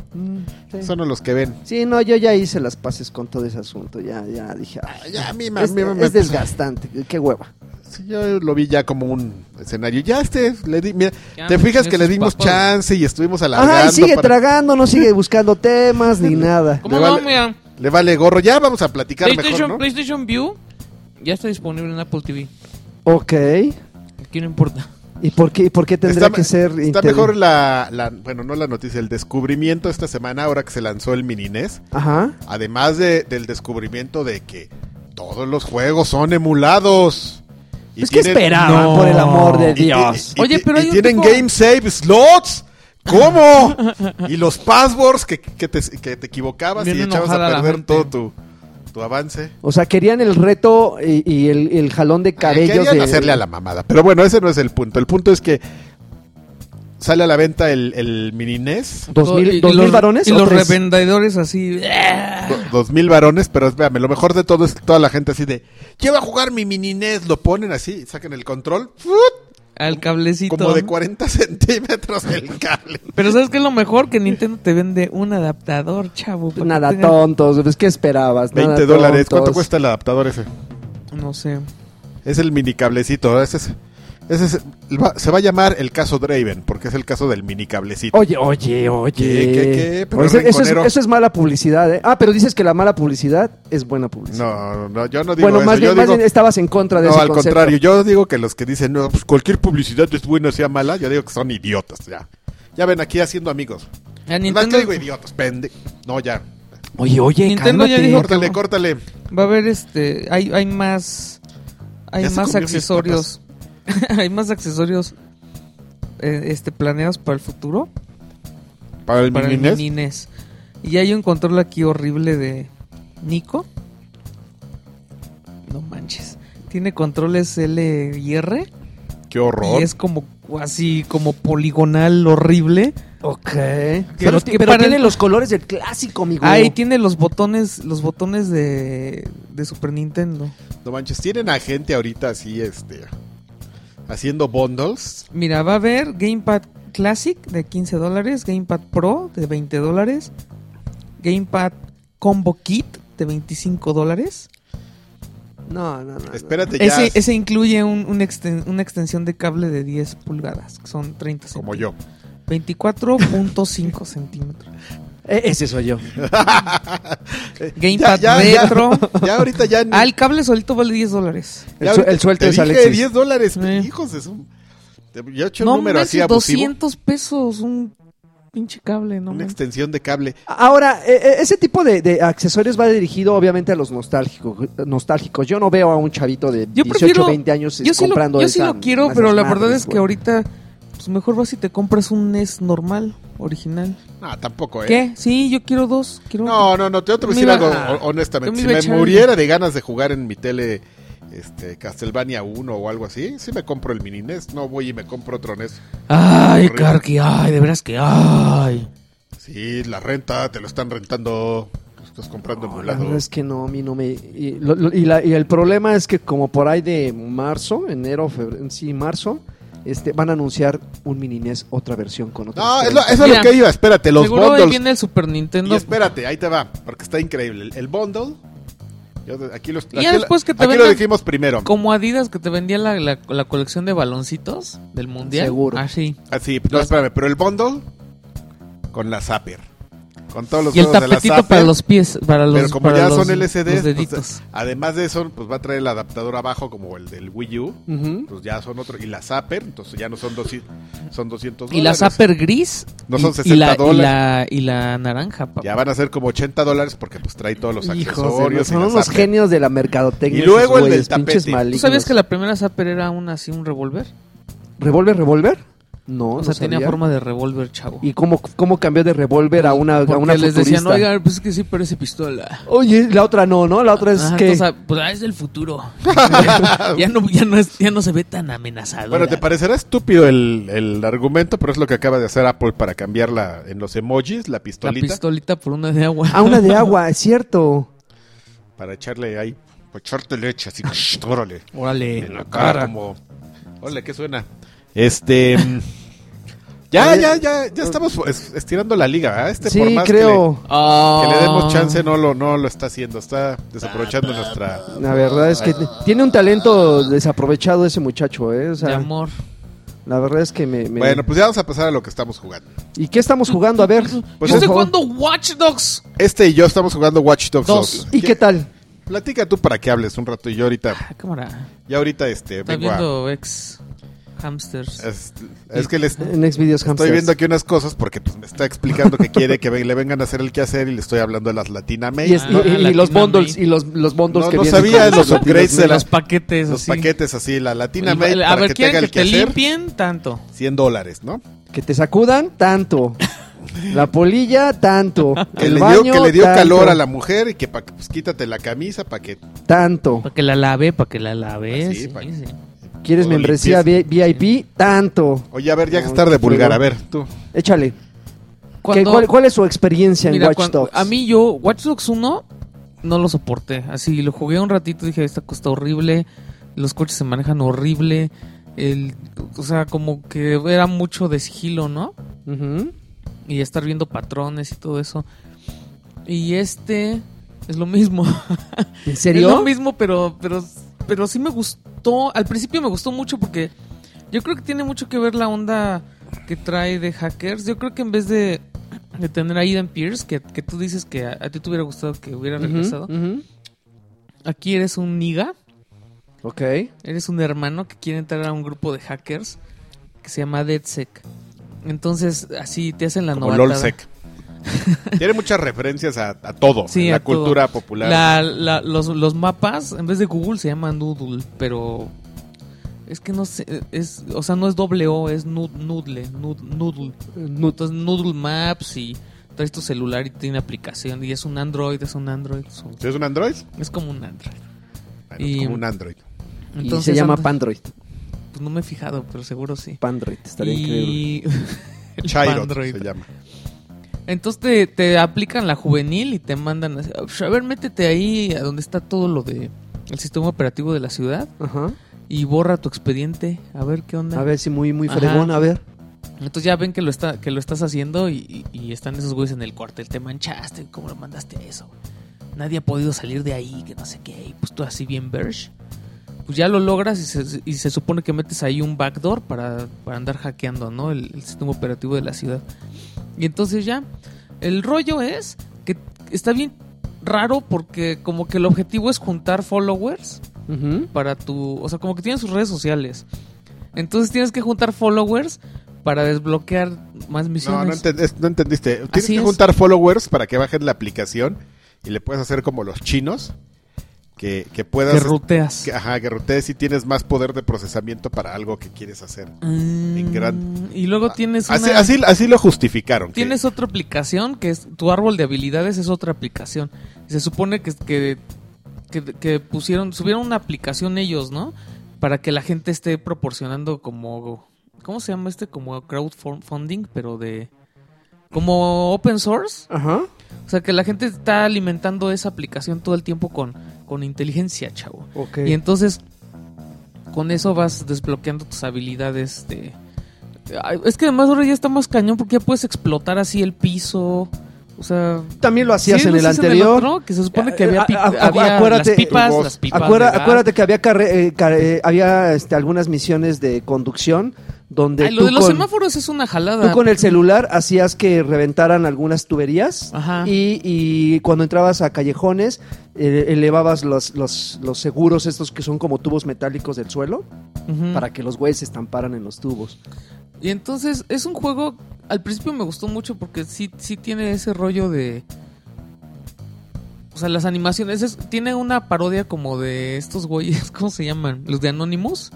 Son los que ven.
Sí, no, yo ya hice las paces con todo ese asunto. Ya, ya dije, ay,
Ya, a mí me-
es,
a mí me-
es
me-
desgastante, qué hueva.
Sí, yo lo vi ya como un escenario. Ya este, le di- mira,
Ya
te
me
fijas
chingué
que le
sus
dimos
papas.
chance y estuvimos alargando.
Ajá, y sigue
para-
tragando, no sigue buscando temas ni nada.
¿Cómo
Le
no?
vale-
Mira,
Le vale gorro. Ya vamos a platicar
PlayStation,
mejor, ¿no?
PlayStation View ya está disponible en Apple TV.
Ok.
Aquí no importa.
¿Y por qué, y por qué tendría
Está-
que ser
Está
inter-
mejor la, la- bueno, no la noticia, el descubrimiento esta semana, ahora que se lanzó el mini NES.
Ajá.
Además de- del descubrimiento de que todos los juegos son emulados. Y
Pues que
tienen-
esperaban,
No.
por el amor de
Y- y-
Dios.
y-
Oye,
y-
pero
y
hay un
tienen
tipo-
game save slots. ¿Cómo? y los passwords que, que te, que te equivocabas
Bien
y echabas a
enojada la
perder
gente.
todo tu, tu avance.
O sea, querían el reto y, y el, el jalón de cabellos
Querían
de...
hacerle a la mamada. Pero bueno, ese no es el punto. El punto es que sale a la venta el, el mini E NES.
¿Dos mil,
Y- y
dos mil
los-
varones?
Y
o
los
tres?
revendedores así. eh,
do- Dos mil varones, pero espérame, lo mejor de todo es que toda la gente así de, lleva a jugar mi mini NES, lo ponen así, sacan el control, ¡fut!
Al cablecito.
como de 40 centímetros el cable.
Pero ¿sabes qué es lo mejor? Que Nintendo te vende un adaptador, chavo. para que
Nada
tenga-
tontos, pues ¿qué esperabas?
20
Nada
dólares,
tontos.
¿cuánto cuesta el adaptador ese?
No sé.
Es el mini cablecito, ese es, ese es- va- se va a llamar el caso Draven, porque es el caso del mini cablecito.
Oye, oye, oye.
¿Qué, qué, qué? Pero
Oye, eso- eso, es,
rinconero.
eso es mala publicidad, ¿eh? Ah, pero dices que la mala publicidad es buena publicidad.
No, no, yo no digo
bueno,
eso,
más,
yo
bien, más
digo-
bien estabas en contra de
No,
ese
al
concepto.
contrario, yo digo que los que dicen, no, pues cualquier publicidad es buena, sea mala, yo digo que son idiotas, ya. Ya ven, aquí haciendo amigos.
A
Más que
Nintendo
digo idiotas, pende... No, ya.
Oye, oye,
Nintendo ya
cálmate.
dijo-
Córtale,
cabrón.
córtale.
va a haber este. Hay, hay más. Hay
Ya se
más
comió mis
accesorios. hay más accesorios. eh, este planeados para el futuro.
Para el
para el
mini NES.
mini NES. Y hay un control aquí horrible de Nico. No manches. Tiene controles L y R.
Qué horror.
Y es como así, como poligonal horrible.
Ok.
Que
Pero,
los-
ti-
que
pero
para
tiene
el-
los colores del clásico, mi güey.
Ahí Ah, tiene los botones, los botones de, de Super Nintendo.
No manches, tienen a gente ahorita así, este, haciendo bundles.
Mira, va a haber Gamepad Classic de 15 dólares, Gamepad Pro de 20 dólares, Gamepad Combo Kit de 25 dólares.
No, no, no, no.
Espérate ya,
Ese, ese incluye un- un exten- una extensión de cable de 10 pulgadas, que son 30
como
centímetros.
yo.
24.5 centímetros.
E- ese soy yo.
Gamepad
Eh, ya, ya.
Retro.
Ya ahorita ya... ni-
Ah, el cable solito vale 10 dólares.
ya
El, su-
ahorita-
el suelto
te
es
dije
Alexis.
10 dólares,
Sí.
hijos de su... te- Yo he hecho
Eh. No
un número así
manches,
abusivo.
200 pesos un pinche cable, no
Una
manches.
extensión de cable.
Ahora, e- e- ese tipo de, de accesorios va dirigido obviamente a los nostálgicos, nostálgicos. Yo no veo a un chavito de
Yo
18,
prefiero-
20 años es,
Yo sí lo,
comprando
yo sí
esa-
lo quiero,
esas
pero la
madres,
verdad es que
güey.
ahorita pues mejor vas y te compras un NES normal, original.
No, tampoco, ¿eh?
¿Qué? Sí, yo quiero dos. Quiero
No, no, no, te, yo te voy a decir
Mira,
algo
ah,
ho- honestamente.
yo me
Si
iba a
me
echar-
muriera de ganas de jugar en mi tele este, Castlevania 1 o algo así, sí me compro el mini NES. No voy y me compro otro E NES.
Ay,
Horrible.
Karki, ay, de veras que ay.
Sí, la renta, te lo están rentando. lo Estás comprando
No, la
emulado.
verdad es que no, a mí no me... Y, lo- lo- y la- y el problema es que como por ahí de marzo, enero, febrero, sí, marzo, este, van a anunciar un mini NES, otra versión con otra.
No, es lo, eso es
Mira,
lo que iba. Espérate, los
Seguro ahí
bundles.
viene el Super
Y
Nintendo.
espérate, ahí te va, porque está increíble. El, el bundle. yo te- aquí los,
Y
aquí
ya
lo-
después que te
aquí lo
vendan-
dijimos primero.
Como Adidas que te vendía la, la- la colección de baloncitos del mundial. Ah,
Seguro.
Así.
Así, Ah, no, espérame, pero el bundle con la Zapper. Con todos los
Y el
juegos de la
tapetito para
Zapper.
los pies, para los
Pero como
para
ya
los-
son LCDs,
los
pues,
deditos.
además de eso, pues va a traer el adaptador abajo como el del Wii U.
Ujú.
Pues ya son otro. Y la Zapper, entonces ya no son, 200 son 200
y la
dólares.
Zapper gris.
No
y-
son
y,
60
la, y, la,
dólares.
y la naranja, papá.
Ya van a ser como 80 dólares porque pues trae todos los
Hijos de-
accesorios. y
son
la
unos
Zapper.
genios de la mercadotecnia.
Y luego
esos
el del
güeyes, pinches
tapete. ¿Tú
¿Tú
malignos.
sabías que la primera Zapper era un, así un revólver?
¿Revólver, revólver? No,
o sea,
no
tenía
sabía.
forma de revólver, chavo.
¿Y cómo, cómo cambió de revólver a una, a
Porque
una
les decían,
futurista?
oiga, pues es que sí parece pistola.
Oye, la otra no, ¿no? La otra es
Ajá,
que...
entonces, ah, pues, ah, es del futuro. ya, no, ya, no es- ya no se ve tan amenazadora.
Bueno, te parecerá estúpido el, el argumento, pero es lo que acaba de hacer Apple para cambiarla en los emojis, la
La
pistolita,
pistolita por una de agua.
Ah, una de agua, es cierto.
pues, para echarle ahí, para echarte leche, así, órale,
Ah,
Órale.
en la cara como Hola, ¿qué suena? Este. mm, ya,
Oye,
ya, ya, ya estamos es- estirando la liga, ¿ah? Este
sí,
por más que
creo.
le- Que le,
Ah,
demos chance, no lo, no lo está haciendo. Está
Ah,
desaprovechando nuestra.
La verdad es que tiene un talento desaprovechado ese muchacho, ¿eh? O
De
sea,
amor.
la verdad es que me... me-
Bueno, pues ya vamos a pasar a lo que estamos jugando.
¿Y qué estamos jugando? A ver.
Pues
yo
por
estoy
favor.
jugando Watch Dogs.
Este y yo estamos jugando Watch Dogs
Dos.
2.
¿Y qué tal?
Platica tú para que hables un rato y yo ahorita.
Ah, cámara.
Ya ahorita este.
Estás
vengo a-
viendo ex hamsters.
es, es que les
En Xvideos
estoy
eh, Hamsters.
viendo aquí unas cosas porque pues, me está explicando que quiere que ve- le vengan a hacer el quehacer y le estoy hablando de las Latina Mail.
Y, es- y-
Ah,
y- y
Latina
los bundles,
Mail.
y los, los bundles
No,
que
no
vienen
sabía
con
los
los
upgrades
Latina
de la-
los paquetes
los
así.
paquetes así, la Latina
El-
Mail
el- a
para
ver,
que te haga
¿quieren
el
que te
quehacer,
limpien tanto?
100 dólares, ¿no?
Mail. Que te sacudan tanto. La polilla, tanto.
Que
El
le dio,
baño,
que le dio
tanto.
calor a la mujer y que pa- pues, quítate la camisa para que
Tanto.
Para que la lave, para que la lave.
Ah, sí,
sí,
para que-
sí.
¿Quieres
todo
membresía
limpieza.
vi- VIP? Tanto.
Oye, a ver, ya que
No,
estar de
pero-
vulgar, a ver, tú.
Échale. ¿Qué-
Cuando-
cuál, cuál es su experiencia en
mira,
Watch
cuando-
Dogs?
A mí yo, Watch Dogs 1 no lo soporté. Así lo jugué un ratito, dije, esta cosa está horrible. Los coches se manejan horrible. El, o sea, como que era mucho de sigilo, ¿no?
Ujú.
Y estar viendo patrones y todo eso. Y este es lo mismo.
¿En
Es lo
serio?
mismo, pero, pero, pero sí me gustó. Al principio me gustó mucho porque yo creo que tiene mucho que ver la onda que trae de hackers. Yo creo que en vez de, de tener a Eden Pierce, que, que tú dices que a, a ti te hubiera gustado que hubiera
Ujú,
regresado,
ujú.
aquí eres un niga,
Ok.
eres un hermano que quiere entrar a un grupo de hackers que se llama DedSec. Entonces, así te hacen la
Como
novatada.
LOLSEC. Tiene muchas referencias a, a todo,
Sí,
en la
a todo.
cultura popular.
La- la- los, los mapas, en vez de Google, se llaman Noodle, pero es que no sé, es, o sea, no es doble O, es nu- Noodle, nu- Noodle. Entonces, Noodle Maps y traes tu celular y tiene aplicación y es un Android, es un Android, es, un-
¿Sí ¿Es un Android?
es como un Android.
Bueno,
Y-
como un Android.
y se llama
ando-
Pandroid.
pues, no me he fijado, pero seguro sí.
Pandroid, estaría increíble.
y... el
Chirot
Pandroid.
se llama.
Entonces te, te aplican la juvenil y te mandan así, a ver, métete ahí a donde está todo lo de el sistema operativo de la ciudad
Ajá.
y borra tu expediente, a ver qué onda.
A ver si muy, muy
Ajá.
fregón, a ver.
Entonces ya ven que lo está, que lo estás haciendo y, y- y están esos güeyes en el cuartel, te manchaste, ¿cómo lo mandaste a eso? güey? Nadie ha podido salir de ahí, que no sé qué, y pues tú así bien verge. Pues ya lo logras y se, y se supone que metes ahí un backdoor para, para andar hackeando, ¿no? El, el sistema operativo de la ciudad. Y entonces ya, el rollo es que está bien raro porque como que el objetivo es juntar followers
Ujú.
para tu. O sea, como que tienen sus redes sociales. Entonces tienes que juntar followers para desbloquear
No,
más
no,
misiones.
enten- es- no entendiste. Tienes
Así
que
es.
juntar followers para que bajes la aplicación y le puedes hacer como los chinos, que, que puedas...
que ruteas.
este
Ah,
que- ajá, que rotees y tienes más poder de procesamiento para algo que quieres hacer.
Mm,
en gran- Ah,
Y luego tienes
Así,
una-
así, así lo justificaron. que-
Tienes otra aplicación que es tu árbol de habilidades es otra aplicación. Se supone que, que, que, que pusieron, subieron una aplicación ellos, ¿no? Para que la gente esté proporcionando como, ¿cómo se llama este? Como crowdfunding, pero de, como open source.
Ajá.
O sea, que la gente está alimentando esa aplicación todo el tiempo con, con inteligencia, chavo.
Ok.
Y entonces, con eso vas desbloqueando tus habilidades de... Ay, Es que además ahora ya está más cañón porque ya puedes explotar así el piso. O sea...
También lo hacías
sí,
en
lo
el
hiciste
anterior.
¿no? Que se supone que
Eh,
había,
a-
pi-
a- a-
había
acuérdate-
las pipas,
Vos-
las pipas de
Acuera-
gas.
acuérdate que había carre- eh, car- eh, había este, algunas misiones de conducción donde
Ay, lo
tú
de los
con-
semáforos es una jalada.
Tú con el celular hacías que reventaran algunas tuberías
Ajá.
y, y cuando entrabas a callejones eh, elevabas los, los- los seguros estos que son como tubos metálicos del suelo
Ujú.
para que los güeyes se estamparan en los tubos.
Y entonces es un juego, al principio me gustó mucho porque sí, sí tiene ese rollo de... O sea, las animaciones, es- tiene una parodia como de estos güeyes, ¿cómo se llaman? Los de Anonymous,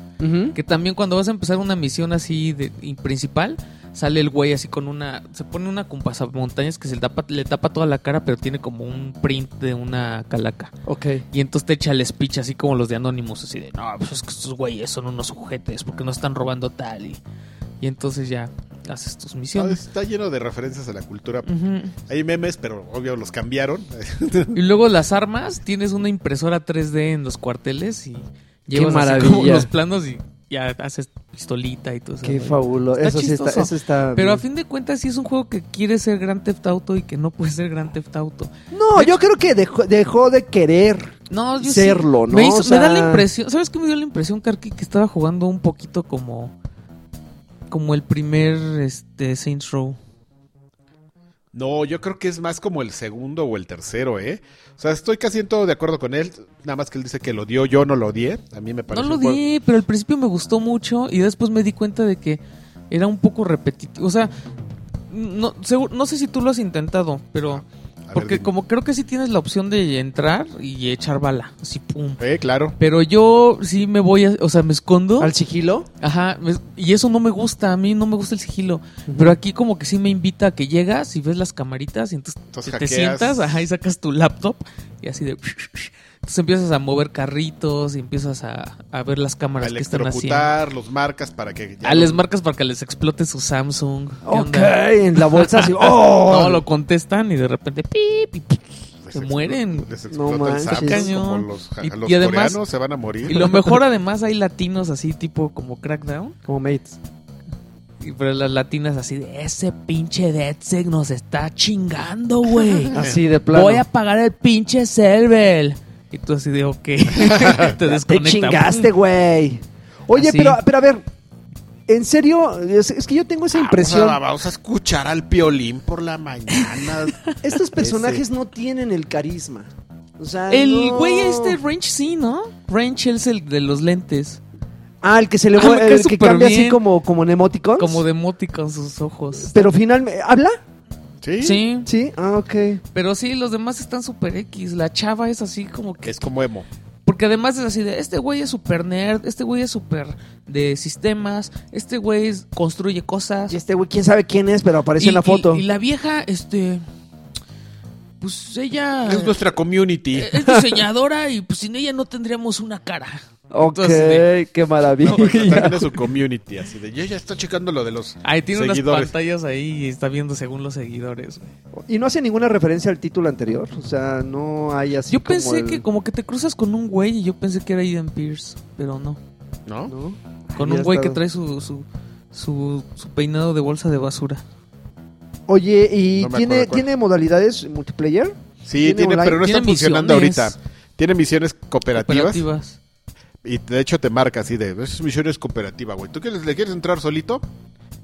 que también cuando vas a empezar una misión así de y principal, sale el güey así con una... Se pone una con pasamontañas que se le tapa, le tapa toda la cara, pero tiene como un print de una calaca.
Ok.
Y entonces te echa el speech así como los de Anonymous, así de, no, pues es que estos güeyes son unos juguetes porque no están robando tal y... Y entonces ya haces tus
No,
misiones.
está lleno de referencias a la cultura.
Ujú.
Hay memes, pero obvio los cambiaron.
Y luego las armas, tienes una impresora 3D en los cuarteles y llevas así
maravilla.
como los planos y ya haces pistolita y todo eso.
Qué
rollo.
fabuloso.
Está
Eso sí está,
chistoso.
eso está.
Pero a
bien.
fin de cuentas sí es un juego que quiere ser Grand Theft Auto y que no puede ser Grand Theft Auto.
No, yo creo que dejó, dejó de querer.
No, yo sí-
Serlo, ¿no?
Me, hizo-
O sea-
me da la impresión, ¿sabes qué me dio la impresión, Karki? Que estaba jugando un poquito como como el primer este, Saints Row.
No, yo creo que es más como el segundo o el tercero, ¿eh? O sea, estoy casi en todo de acuerdo con él. Nada más que él dice que lo dio, yo no lo odié. A mí me
No
parece.
lo
un juego-
di, pero al principio me gustó mucho y después me di cuenta de que era un poco repetitivo. O sea, no, seguro- no sé si tú lo has intentado,
Ah,
pero...
A ver,
Porque
dime.
como creo que sí tienes la opción de entrar y echar bala, así pum.
Eh, claro.
Pero yo sí me voy, a- o sea, me escondo.
¿Al sigilo?
Ajá, me- y eso no me gusta, a mí no me gusta el sigilo. Pero aquí como que sí me invita a que llegas y ves las camaritas y entonces,
Entonces
te, te
hackeas.
sientas, ajá, y sacas tu laptop y así de... Entonces empiezas a mover carritos y empiezas a, a ver las cámaras que están haciendo.
Electrocutar, los marcas para que. ya
Ah, les
no-
marcas para que les explote su Samsung. ¿Qué
Ok,
onda?
en la bolsa así. ¡Oh!
No, lo contestan y de repente... pip, y pip.
les
se
explo-
mueren.
Les
No
explota el
manches.
Samsung,
Cañón.
como los, ja-
Y-
los
y además-
coreanos se van a morir.
Y lo mejor además hay latinos así tipo como Crackdown.
Como mates.
Y pero las latinas así de ese pinche DedSec nos está chingando, güey.
Así de plano.
Voy a pagar el pinche server. Y tú así de ok. te
Te
desconecta.
chingaste, güey. Oye,
Así.
pero, pero a ver. En serio, es, es que yo tengo
Ah, pues
esa impresión.
Vamos a, Ah, pues, vamos a escuchar al piolín por la mañana.
Estos personajes no tienen el carisma. O sea,
El
no.
güey este Range sí, ¿no? Range es el de los lentes.
Ah, el que se le
Ah,
mueve,
me cae
el que
súper
cambia así
bien.
como, como en emoticons.
Como de moti con sus ojos.
Pero finalmente. ¿Habla?
¿Sí?
Sí,
Sí. Ah, ok.
pero sí, los demás están super X. La chava es así como que
Es como emo.
Porque además es así de, este güey es super nerd, este güey es super de sistemas, este güey es- construye cosas.
Y este güey, quién sabe quién es, pero aparece
Y-
en la
y-
foto.
Y, la vieja, este, pues ella
Es nuestra community.
Eh, es diseñadora y pues sin ella no tendríamos una cara.
ok,
Entonces,
qué maravilla.
No,
pues,
porque también es su community. Así de, yo ya estoy checando lo de los.
Ahí tiene unas
Seguidores.
pantallas ahí y está viendo según los seguidores. güey.
y no hace ninguna referencia al título anterior. O sea, no hay así.
Yo
como
pensé
el-
que como que te cruzas con un güey y yo pensé que era Eden Pierce, pero no.
¿No?
¿no?
Con
Había
un güey que
estado-
trae su, su, su, su peinado de bolsa de basura.
Oye, ¿y
No me
tiene,
acuerdo cuál.
¿tiene modalidades multiplayer?
Sí,
Tiene
tiene,
online.
pero no
Tiene
están funcionando
misiones.
ahorita. Tiene misiones cooperativas.
Operativas.
Y de hecho te marca así de, esas misiones cooperativa, güey. ¿Tú quieres, le quieres entrar solito?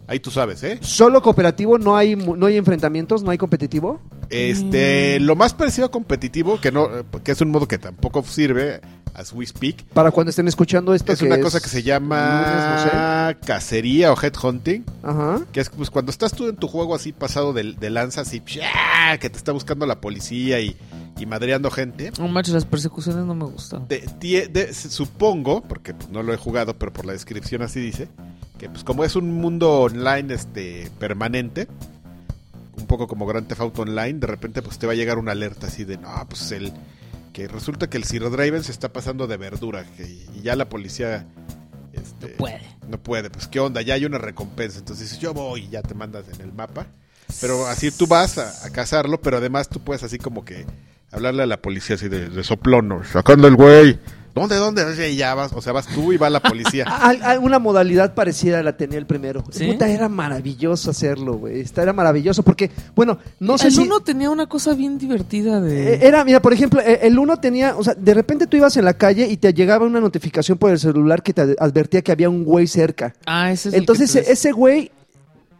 Ahí tú sabes, ¿eh?
¿Solo cooperativo? ¿No hay, mu- no hay enfrentamientos? ¿No hay competitivo?
Este, lo más parecido a competitivo, que no, eh, que es un modo que tampoco sirve, as we speak,
Para cuando estén escuchando esto.
es una cosa que se llama cacería o headhunting,
Ajá.
que es pues, cuando estás tú en tu juego así pasado de, de lanza, así, ¡pshá! que te está buscando la policía y, y madreando gente.
No manches, las persecuciones no me gustan.
de- tie- de- se- supongo, porque pues, no lo he jugado, pero por la descripción así dice, que pues como es un mundo online este permanente, un poco como Grand Theft Auto Online, de repente pues te va a llegar una alerta así de, no, pues el que resulta que el Zero Driven se está pasando de verdura que- y ya la policía este,
No puede.
no puede, pues qué onda, ya hay una recompensa, entonces dices, yo voy y ya te mandas en el mapa. Pero así tú vas a, a cazarlo, pero además tú puedes así como que hablarle a la policía así de, de soplón, sacando el güey. ¿Dónde, dónde? Y ya vas, o sea, vas tú y va la policía.
Al- al- una modalidad parecida la tenía el primero.
¿Sí?
Puta, era maravilloso hacerlo, güey. Esta era maravilloso porque, bueno, no sé
el
si...
uno tenía una cosa bien divertida
Eh,
de.
Era, mira, por ejemplo, eh, el uno tenía, o sea, de repente tú ibas en la calle y te llegaba una notificación por el celular que te ad- advertía que había un güey cerca.
ah, ese es el
Entonces,
que tú
e-
dices.
ese güey,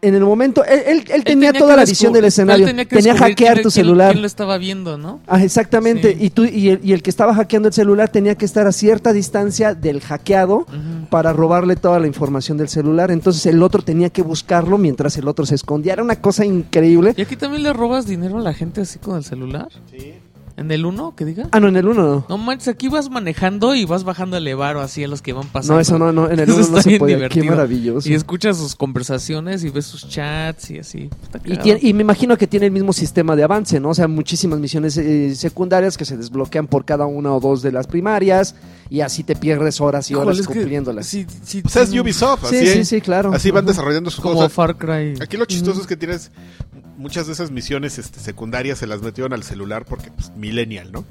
en el momento, él, él- él
Él
tenía,
que
toda la
descub-
visión del
él
escenario. Tenía,
que descubrir
hackear
quién-
tu
quién-
celular.
quién lo estaba viendo, ¿no?
Ah, exactamente.
Sí.
Y, tú, y, el, y el que estaba hackeando el celular tenía que estar a cierta distancia del hackeado
Ujú.
para robarle toda la información del celular. Entonces, el otro tenía que buscarlo mientras el otro se escondía. Era una cosa increíble.
Y aquí también le robas dinero a la gente así con el celular. En el uno, que diga.
Ah, no, en el uno no.
No manches, aquí vas manejando y vas bajando el evaro así a los que van pasando.
No, eso no, no. En el
Eso
uno no
está
se
bien
podía. Qué
divertido.
maravilloso.
Y escuchas sus conversaciones y ves sus chats y así. Está
Y,
cagado.
tiene- y me imagino que tiene el mismo sistema de avance, ¿no? O sea, muchísimas misiones eh, secundarias que se desbloquean por cada una o dos de las primarias y así te pierdes horas y
Híjole,
horas
es que
cumpliéndolas.
sí,
O
sí,
sea, Pues es
tiene un-
Ubisoft, así,
sí, sí,
¿eh?
sí, claro.
así van
Ajá.
desarrollando sus
Como
cosas.
Far Cry.
Aquí lo chistoso es que tienes muchas de esas misiones este, secundarias se las metieron al celular porque pues millennial, ¿no?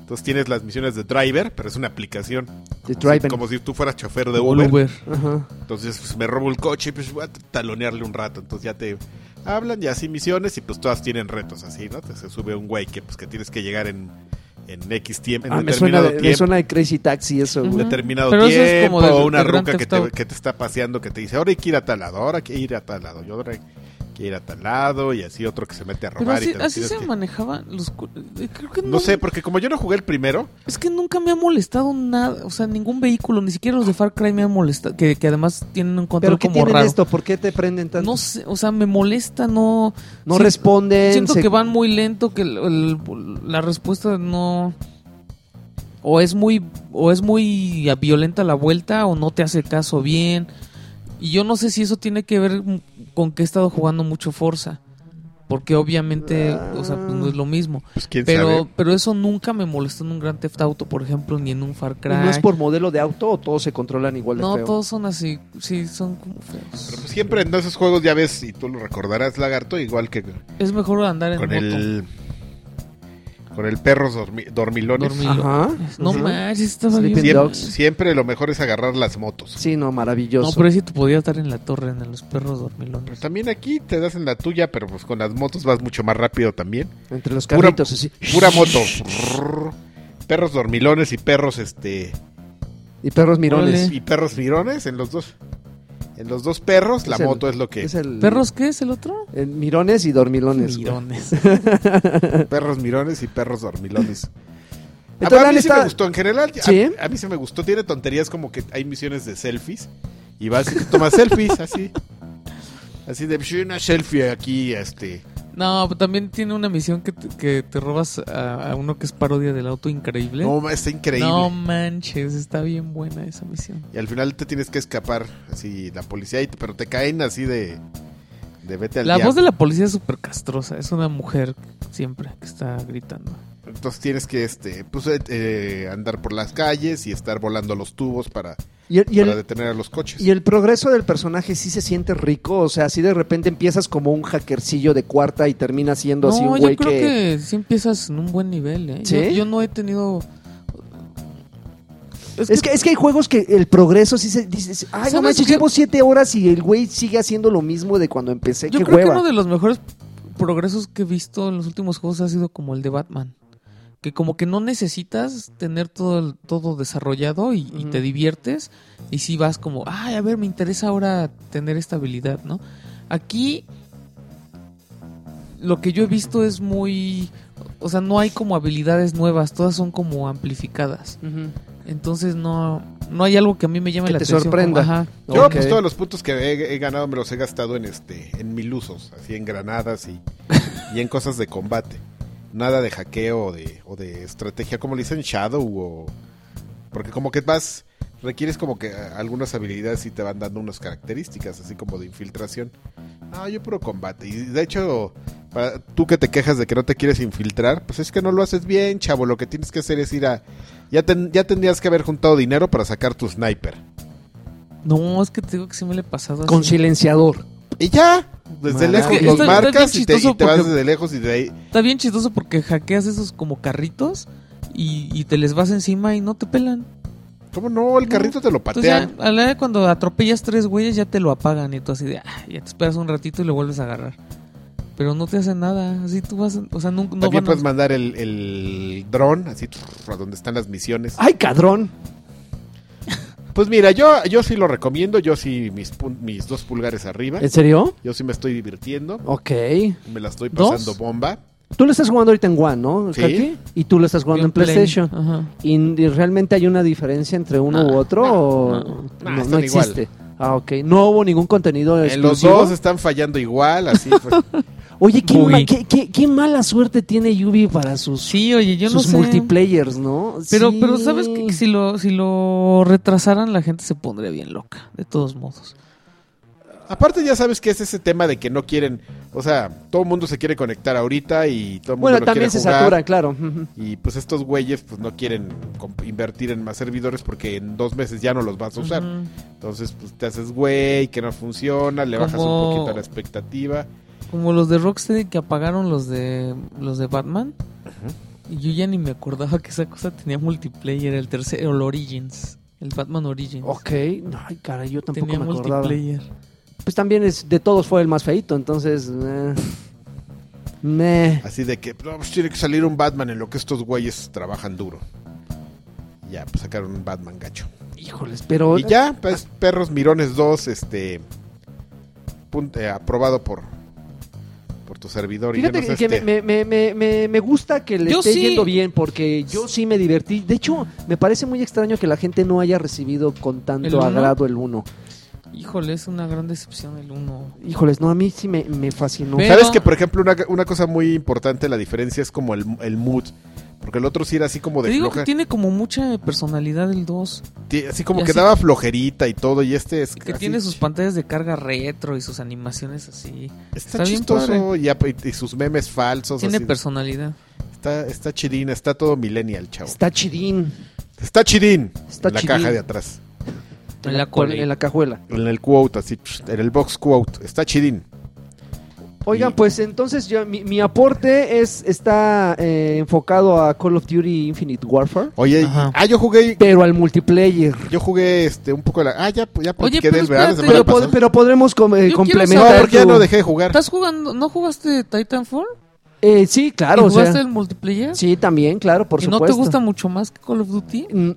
Entonces tienes las misiones de driver, pero es una aplicación.
De
Como si,
Driven.
como si tú fueras chofer de
Como el
Uber.
Uber.
Ajá.
Entonces pues, me robo el coche y pues voy a talonearle un rato. Entonces ya te hablan y así misiones y pues todas tienen retos así, ¿no? Entonces, se sube un güey que pues que tienes que llegar en, en X tiempo, en
Ah, me, suena
determinado
de, me
tiempo.
suena de Crazy Taxi eso,
Ujú.
güey.
determinado
Pero eso es
tiempo,
como del-
una
del Grand
ruca que
Theft
te,
Auto.
que te está paseando, que te dice, ahora hay que ir a tal lado, ahora hay que ir a tal lado, y ahora hay que ir a tal lado, y así otro que se mete a
Pero
robar. y
así,
te lo
así
tienes
se
que-
manejaban los... cu- eh, Creo que no,
No sé, porque como yo no jugué el primero,
Es que nunca me ha molestado nada, o sea, ningún vehículo, ni siquiera los de Far Cry me han molestado, que, que además tienen un control
¿Pero qué
como
tienen
raro.
esto? ¿Por qué te prenden tanto?
No sé, o sea, me molesta, no...
No
sí,
responden.
Siento
se-
que van muy lento, que el- el- la respuesta no... O es muy o es muy violenta la vuelta o no te hace caso bien. Y yo no sé si eso tiene que ver con que he estado jugando mucho Forza. Porque obviamente, o sea, pues no es lo mismo.
pues quién
Pero,
sabe.
pero eso nunca me molestó en un Grand Theft Auto, por ejemplo, ni en un Far Cry.
¿No es por modelo de auto o todos se controlan igual de
No,
feo?
todos son así. Sí, son como
Pero,
feos.
pues, siempre en esos juegos ya ves, y tú lo recordarás, Lagarto, igual que
Es mejor andar en
con
moto.
el... Con el perro dormi- dormilones. Ah,
Dormilón.
Ajá.
No
Ujú.
manches, estaba
Sleeping
bien.
Dogs.
Siempre lo mejor es agarrar las motos.
Sí, no, maravilloso.
No, pero ese te podía estar en la torre, en los perros
Pues
dormilones.
también aquí te das en la tuya, pero pues con las motos vas mucho más rápido también.
Entre los
Pura-
carritos, así.
Pura moto. perros dormilones y perros este
Y perros mirones.
Órale.
y perros mirones en los dos. En los dos perros la
Es el-
moto es lo que
Es el-
¿Perros qué es el otro?
el mirones y dormilones. güey.
Mirones.
perros mirones y perros dormilones. A-
Entonces,
a mí
la
sí
neta-
me gustó en general. a-
¿Sí?
A, mí sí me gustó. Tiene tonterías como que hay misiones de selfies y vas y te tomas selfies así. Así de "Sí, una selfie aquí este
No, pero también tiene una misión que te, que te robas a, a uno que es parodia del auto increíble.
No, está increíble.
No manches, está bien buena esa misión.
Y al final te tienes que escapar, así la policía, y te- pero te caen así de, de vete al
La voz
diablo.
de la policía es súper castrosa. Es una mujer siempre que está gritando.
Entonces tienes que este, pues, eh, eh, andar por las calles y estar volando los tubos para,
Y el, y el-
para detener a los coches.
y el progreso del personaje sí se siente rico. O sea, si de repente empiezas como un hackercillo de cuarta y terminas siendo así
No,
un
yo
güey
creo
que...
que... sí empiezas en un buen nivel, ¿eh?
¿Sí?
Yo, yo no he tenido...
Es que, es que hay juegos que el progreso sí se dice, ay, no
¿Sabes
manches,
qué?
llevo siete horas y el güey sigue haciendo lo mismo de cuando empecé.
yo
Qué
creo que
hueva.
uno de los mejores progresos que he visto en los últimos juegos ha sido como el de Batman. Que como que no necesitas tener todo, el- todo desarrollado y, y
Ujú.
te diviertes. Y si vas como, ay, a ver, me interesa ahora tener esta habilidad, ¿no? Aquí lo que yo he visto es muy... O sea, no hay como habilidades nuevas, todas son como amplificadas. Entonces no, no hay algo que a mí me llame
Que
la
te
atención.
sorprenda.
como, ajá.
Yo,
Ok.
pues todos los puntos que he, he ganado me los he gastado en este, en mil usos, así en granadas y, y en cosas de combate. Nada de hackeo o de, o de estrategia, como le dicen Shadow o porque como que vas, requieres como que eh, algunas habilidades y te van dando unas características, así como de infiltración. Ah, yo puro combate. Y de hecho, para- tú que te quejas de que no te quieres infiltrar, pues es que no lo haces bien, chavo. Lo que tienes que hacer es ir a... Ya, ten- ya tendrías que haber juntado dinero para sacar tu sniper.
No, es que te digo que sí me le he pasado
Con
así.
silenciador.
Y ya, desde
Maravilla.
lejos
Es que
los
está-
está bien
marcas y te, y
chistoso
te vas
porque-
desde lejos y de ahí.
Está bien chistoso porque hackeas esos como carritos y, y te les vas encima y no te pelan.
¿Cómo no? El
No.
carrito te lo
Entonces
patean.
ya, a la hora de cuando atropellas tres güeyes ya te lo apagan y tú así de, ah, ya te esperas un ratito y le vuelves a agarrar. Pero no te hacen nada, así tú vas, o sea, nunca no
También
van
puedes
a...
mandar el, el dron, así, trrr, a donde están las misiones.
Ay, cadrón.
Pues mira, yo, yo sí lo recomiendo, yo sí mis, pun- mis dos pulgares arriba.
¿En serio?
Yo sí me estoy divirtiendo,
Ok.
me la estoy
¿Dos?
pasando bomba.
Tú lo estás jugando ahorita en One, ¿no?
Sí.
Kaki? Y tú lo estás jugando
Yo
en PlayStation.
play. Ajá.
¿Y, y realmente hay una diferencia entre uno
No,
u otro
no,
o
no, no.
No,
no,
están
no existe? Ah, ok. No hubo ningún contenido
En los
exclusivo.
dos están fallando igual, así. pues.
Oye, qué, ma-
Uy.
qué- qué- qué mala suerte tiene Yubi para sus,
Sí, oye, yo
sus
no sé.
multiplayers, ¿no?
Pero,
Sí.
pero sabes que si lo, si lo retrasaran la gente se pondría bien loca, de todos modos.
Aparte ya sabes que es ese tema de que no quieren, o sea, todo el mundo se quiere conectar ahorita y todo el mundo
Bueno,
lo
también
quiere
se
jugar.
satura, claro. Ujú.
Y pues estos güeyes pues no quieren comp- invertir en más servidores porque en dos meses ya no los vas a Pues usar.
Ujú.
Entonces pues te haces güey, que no funciona, le bajas
Como-
un poquito la expectativa.
Como los de Rocksteady que apagaron los de los de Batman. Yo ya ni me acordaba que esa cosa tenía multiplayer, el tercero, el Origins, el Batman Origins.
Ok, no, ay, caray, yo Oh, tampoco
tenía
me acordaba.
multiplayer.
Pues también es, de todos fue el más feito, entonces. eh, meh.
Así de que no, pues, tiene que salir un Batman en lo que estos güeyes trabajan duro. Ya, pues sacaron un Batman gacho.
Híjoles, pero.
Y ya, pues, Perros Mirones 2, este. pun- eh, aprobado por. Por tu servidor. y
Fíjate
yo no sé,
que
este,
me, me- me- me- me gusta que le
Yo
esté
sí.
yendo bien porque yo sí me divertí. De hecho, me parece muy extraño que la gente no haya recibido con
¿El
tanto
uno?
agrado el 1.
Híjole, es una gran decepción el 1.
Híjoles, no, a mí sí me, me fascinó.
Pero-
Sabes que, por ejemplo, una, una cosa muy importante, la diferencia es como el, el mood. Porque el otro sí era así como
Te
de
digo
floja.
que tiene como mucha personalidad el 2.
ti- Así como
y
que
así-
daba flojerita y todo. Y este es.
Y que
así-
tiene sus pantallas de carga retro y sus animaciones así.
Está,
está bien
chistoso y, ap- y sus memes falsos.
Tiene
así.
personalidad.
Está, está chidín, está todo millennial, chavo.
Está chidín
Está chidín.
Está
en la
chidín.
caja de atrás.
En
en
la
la, cua-
cole.
en la cajuela.
En el quote, así. En el box quote. Está chidín.
Oigan,
Y-
pues entonces yo, mi, mi aporte es está eh, enfocado a Call of Duty Infinite Warfare,
Oye, y-
Ajá.
ah, yo jugué.
pero al multiplayer.
Yo jugué este un poco la. Ah, ya, ya platiqué
pero
del verano,
espérate.
semana
Pero,
pasada.
pod- pero podremos com- eh,
quiero
complementar.
No, porque ya
tu-
no dejé de jugar.
¿Estás jugando? ¿No jugaste Titanfall?
Eh, sí, claro.
¿Y
o sea,
¿Jugaste el multiplayer?
Sí, también, claro, por
¿Y
supuesto.
no te gusta mucho más que Call of Duty?
Mm,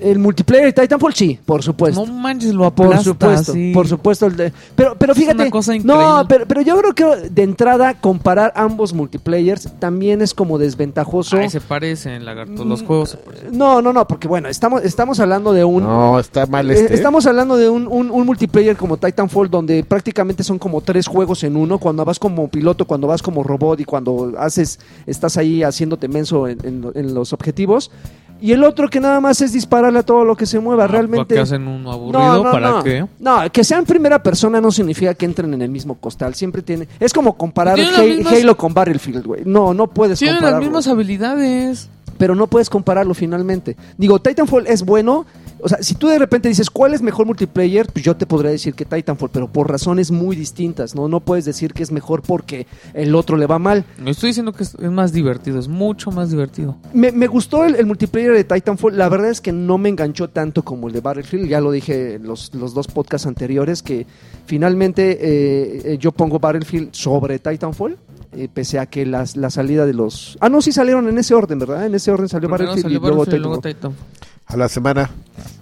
El multiplayer de Titanfall, sí, por supuesto.
No manches, lo
por
aplasta.
supuesto,
así.
por supuesto. el de- Pero, pero
Es
fíjate,
una cosa increíble.
no, pero, pero yo creo que de entrada comparar ambos multiplayers también es como desventajoso.
Ay, se parecen, lagarto. Los
Mm,
juegos se parecen.
No, no, no, porque bueno, estamos, estamos hablando de un...
No, está mal
eh,
este.
Estamos hablando de un, un- un multiplayer como Titanfall donde prácticamente son como tres juegos en uno, cuando vas como piloto, cuando vas como robot y cuando haces, estás ahí haciéndote menso en, en lo- en los objetivos. Y el otro que nada más es dispararle a todo lo que se
Ah,
mueva, realmente...
¿Para qué hacen uno aburrido? ¿Para
no.
qué?
No, que sean primera persona no significa que entren en el mismo costal. Siempre tiene. Es como comparar
Tienen
Ha-
las mismas-
Halo con Battlefield, güey. No, no puedes
Tienen las
compararlo.
mismas habilidades.
Pero no puedes compararlo finalmente. Digo, Titanfall es bueno. O sea, si tú de repente dices cuál es mejor multiplayer, pues yo te podría decir que Titanfall, pero por razones muy distintas, ¿no? No puedes decir que es mejor porque el otro le va mal.
No estoy diciendo que es es más divertido, es mucho más divertido.
Me, me gustó el, el multiplayer de Titanfall. La verdad es que no me enganchó tanto como el de Battlefield. Ya lo dije en los, los dos podcasts anteriores que finalmente eh, eh, yo pongo Battlefield sobre Titanfall. eh, pese a que las, la salida de los... Ah, no, sí salieron en ese orden, ¿verdad? En ese orden salió
Primero
Battlefield
salió
y luego
Battlefield y luego
Titanfall.
Titanfall.
A la semana.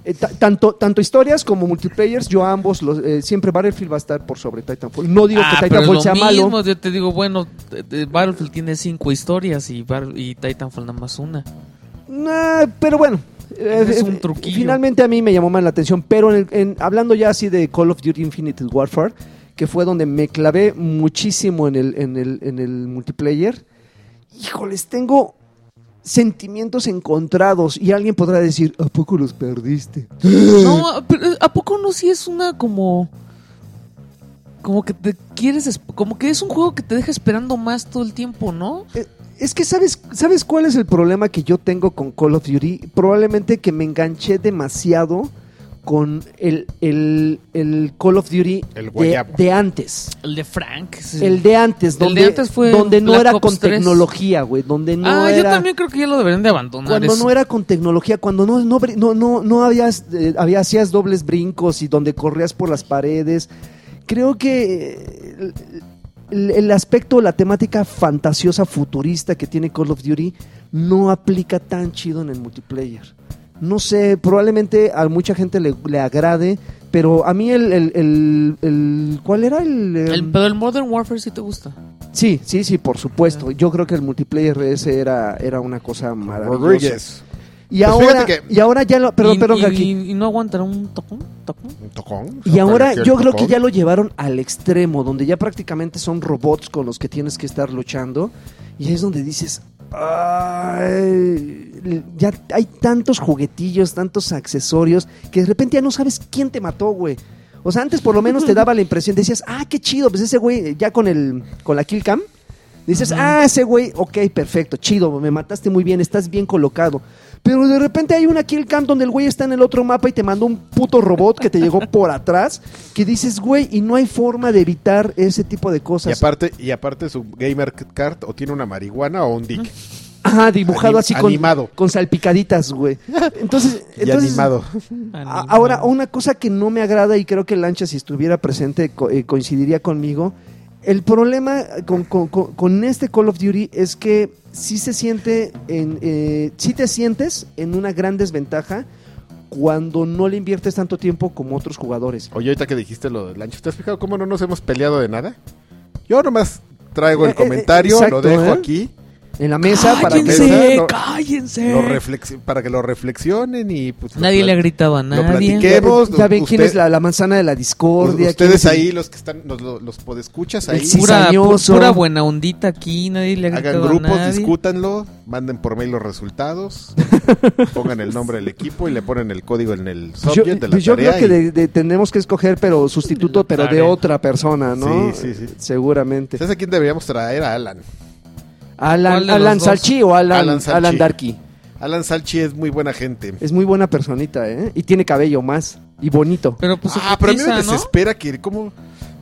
Eh, ta- tanto, tanto historias como multiplayers, yo ambos, los, eh, siempre Battlefield va a estar por sobre Titanfall. No digo
Ah,
que
pero es
Titanfall
lo
sea malo.
mismo, Yo te digo, bueno, eh, eh, Battlefield tiene cinco historias y, Bar- y Titanfall nada más una.
Nah, pero bueno. eh,
Es
eh,
un truquillo.
Finalmente a mí me llamó más la atención, pero en el- en- hablando ya así de Call of Duty Infinite Warfare, que fue donde me clavé muchísimo en el, en el, en el multiplayer, híjoles, tengo sentimientos encontrados y alguien podrá decir, ¿a poco los perdiste?
No, pero eh, ¿a poco no sí es una como... Como que te quieres... esp- Como que es un juego que te deja esperando más todo el tiempo, ¿no?
Es que sabes, ¿sabes cuál es el problema que yo tengo con Call of Duty? Probablemente que me enganché demasiado con el, el, el Call of Duty
El
de,
guayabo.
de antes.
El de Frank. sí.
El de antes,
El de
donde,
antes fue
donde no
Black
era
Ops
con
3.
tecnología, güey. Donde no
ah, yo
era.
también creo que ya lo deberían de abandonar.
Cuando
eso.
no era con tecnología, cuando no, no, bri- no, no, no habías, eh, había- hacías dobles brincos y donde corrías por las paredes. Creo que eh, el, el- el aspecto, la temática fantasiosa, futurista que tiene Call of Duty no aplica tan chido en el multiplayer. No sé, probablemente a mucha gente le, le agrade, pero a mí el, el, el- el- ¿Cuál era el...? eh,
El- pero el Modern Warfare sí te gusta.
Sí, sí, sí, por supuesto. Yo creo que el multiplayer ese era, era una cosa maravillosa.
Rodríguez.
Y
Pues
ahora,
fíjate que-
y ahora ya lo, perdón,
y,
perdón,
y-
Kaki.
y no aguantará un tocón, tocón.
Un tocón.
Y ahora
Apareció el
yo creo que
tocón.
ya lo llevaron al extremo, donde ya prácticamente son robots con los que tienes que estar luchando. Y es donde dices, "Ay, ya hay tantos juguetillos, tantos accesorios, que de repente ya no sabes quién te mató, güey. O sea, antes por lo menos te daba la impresión, decías, ah, qué chido, pues ese güey ya con, el, con la kill cam. Dices, ah, ese güey, ok, perfecto, chido, me mataste muy bien, estás bien colocado. Pero de repente hay una kill cam donde el güey está en el otro mapa y te mandó un puto robot que te llegó por atrás, que dices, güey, y no hay forma de evitar ese tipo de
Y
cosas.
aparte, y aparte su gamer card o tiene una marihuana o un dick.
Ajá, dibujado
Ani-
así con,
animado.
con salpicaditas, güey. Entonces,
Y
entonces
animado.
a- ahora, una cosa que no me agrada y creo que Lancha, si estuviera presente, co- eh, coincidiría conmigo. El problema con, con- con- con este Call of Duty es que sí se siente en, eh, sí te sientes en una gran desventaja cuando no le inviertes tanto tiempo como otros jugadores.
Oye, ahorita que dijiste lo del lancho, ¿te has fijado cómo no nos hemos peleado de nada? Yo nomás traigo
Eh,
el
eh,
comentario, lo
exacto,
dejo
¿eh?
aquí,
En la mesa para que
Cállense, pensar,
¡Cállense!
no-
¡Cállense!
Eh.
lo reflex- para que lo reflexionen y pues... lo
Nadie
plat-
le gritaba a
lo
nadie.
platiqué. Queremos,
ya ven quién
usted-
es la, la manzana de la discordia. quién es
Ustedes
el-
ahí, los que están, los, los, los podescuchas ahí,
El sí-
Pura,
cizañoso.
pu- pura buena ondita aquí, nadie le ha gritado
hagan
a
grupos,
nadie.
discútanlo, manden por mail los resultados, pongan el nombre del equipo y le ponen el código en el
Pues yo,
subject de la
pues yo
tarea
creo que
y-
de- de- tenemos que escoger, pero sustituto, pero de
Tarea.
otra persona, ¿no?
Sí, sí, sí.
Seguramente.
Este, ¿Sabes a quién deberíamos traer? A Alan.
¿Cuál
Alan,
de los
Alan
dos?
Salchi o Alan,
Alan
Alan,
Salchi.
Darky.
Alan Salchi es muy buena gente.
Eh,
Es muy buena personita, ¿eh? Y tiene cabello más. Y bonito.
Pero pues
ah, pero a mí me
putiza, ¿no?
desespera que como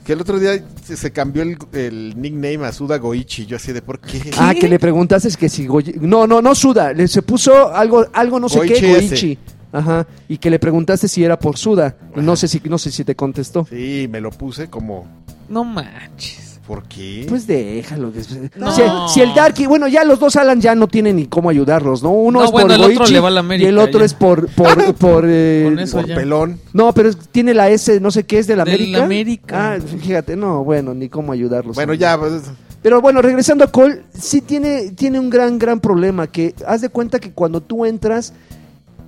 que el otro día se, se cambió el, el nickname a Suda Goichi, yo así de por qué.
Ah, que le preguntaste es que si Goyi- No, no, no suda. Le se puso algo, algo no sé
Goichi
qué,
ese.
Goichi. Ajá. Y que le preguntaste si era por suda. No sé si, no sé si te contestó.
Sí, me lo puse como
No manches.
¿por qué?
Pues déjalo. que-
No.
Si, si el Darky, bueno, ya los dos Alan ya no tienen ni cómo ayudarlos, ¿no? Uno
No,
es
bueno,
por
el otro
Goichi
le va a la América,
y el otro
ya.
es por por, por, eh,
Con eso
por
ya.
pelón.
no, pero es- tiene la S, no sé qué es de la
Del
América.
América.
Ah, fíjate, no, bueno, ni cómo ayudarlos.
Bueno, ya pues,
Pero bueno, regresando a Cole, sí tiene tiene un gran gran problema que haz de cuenta que cuando tú entras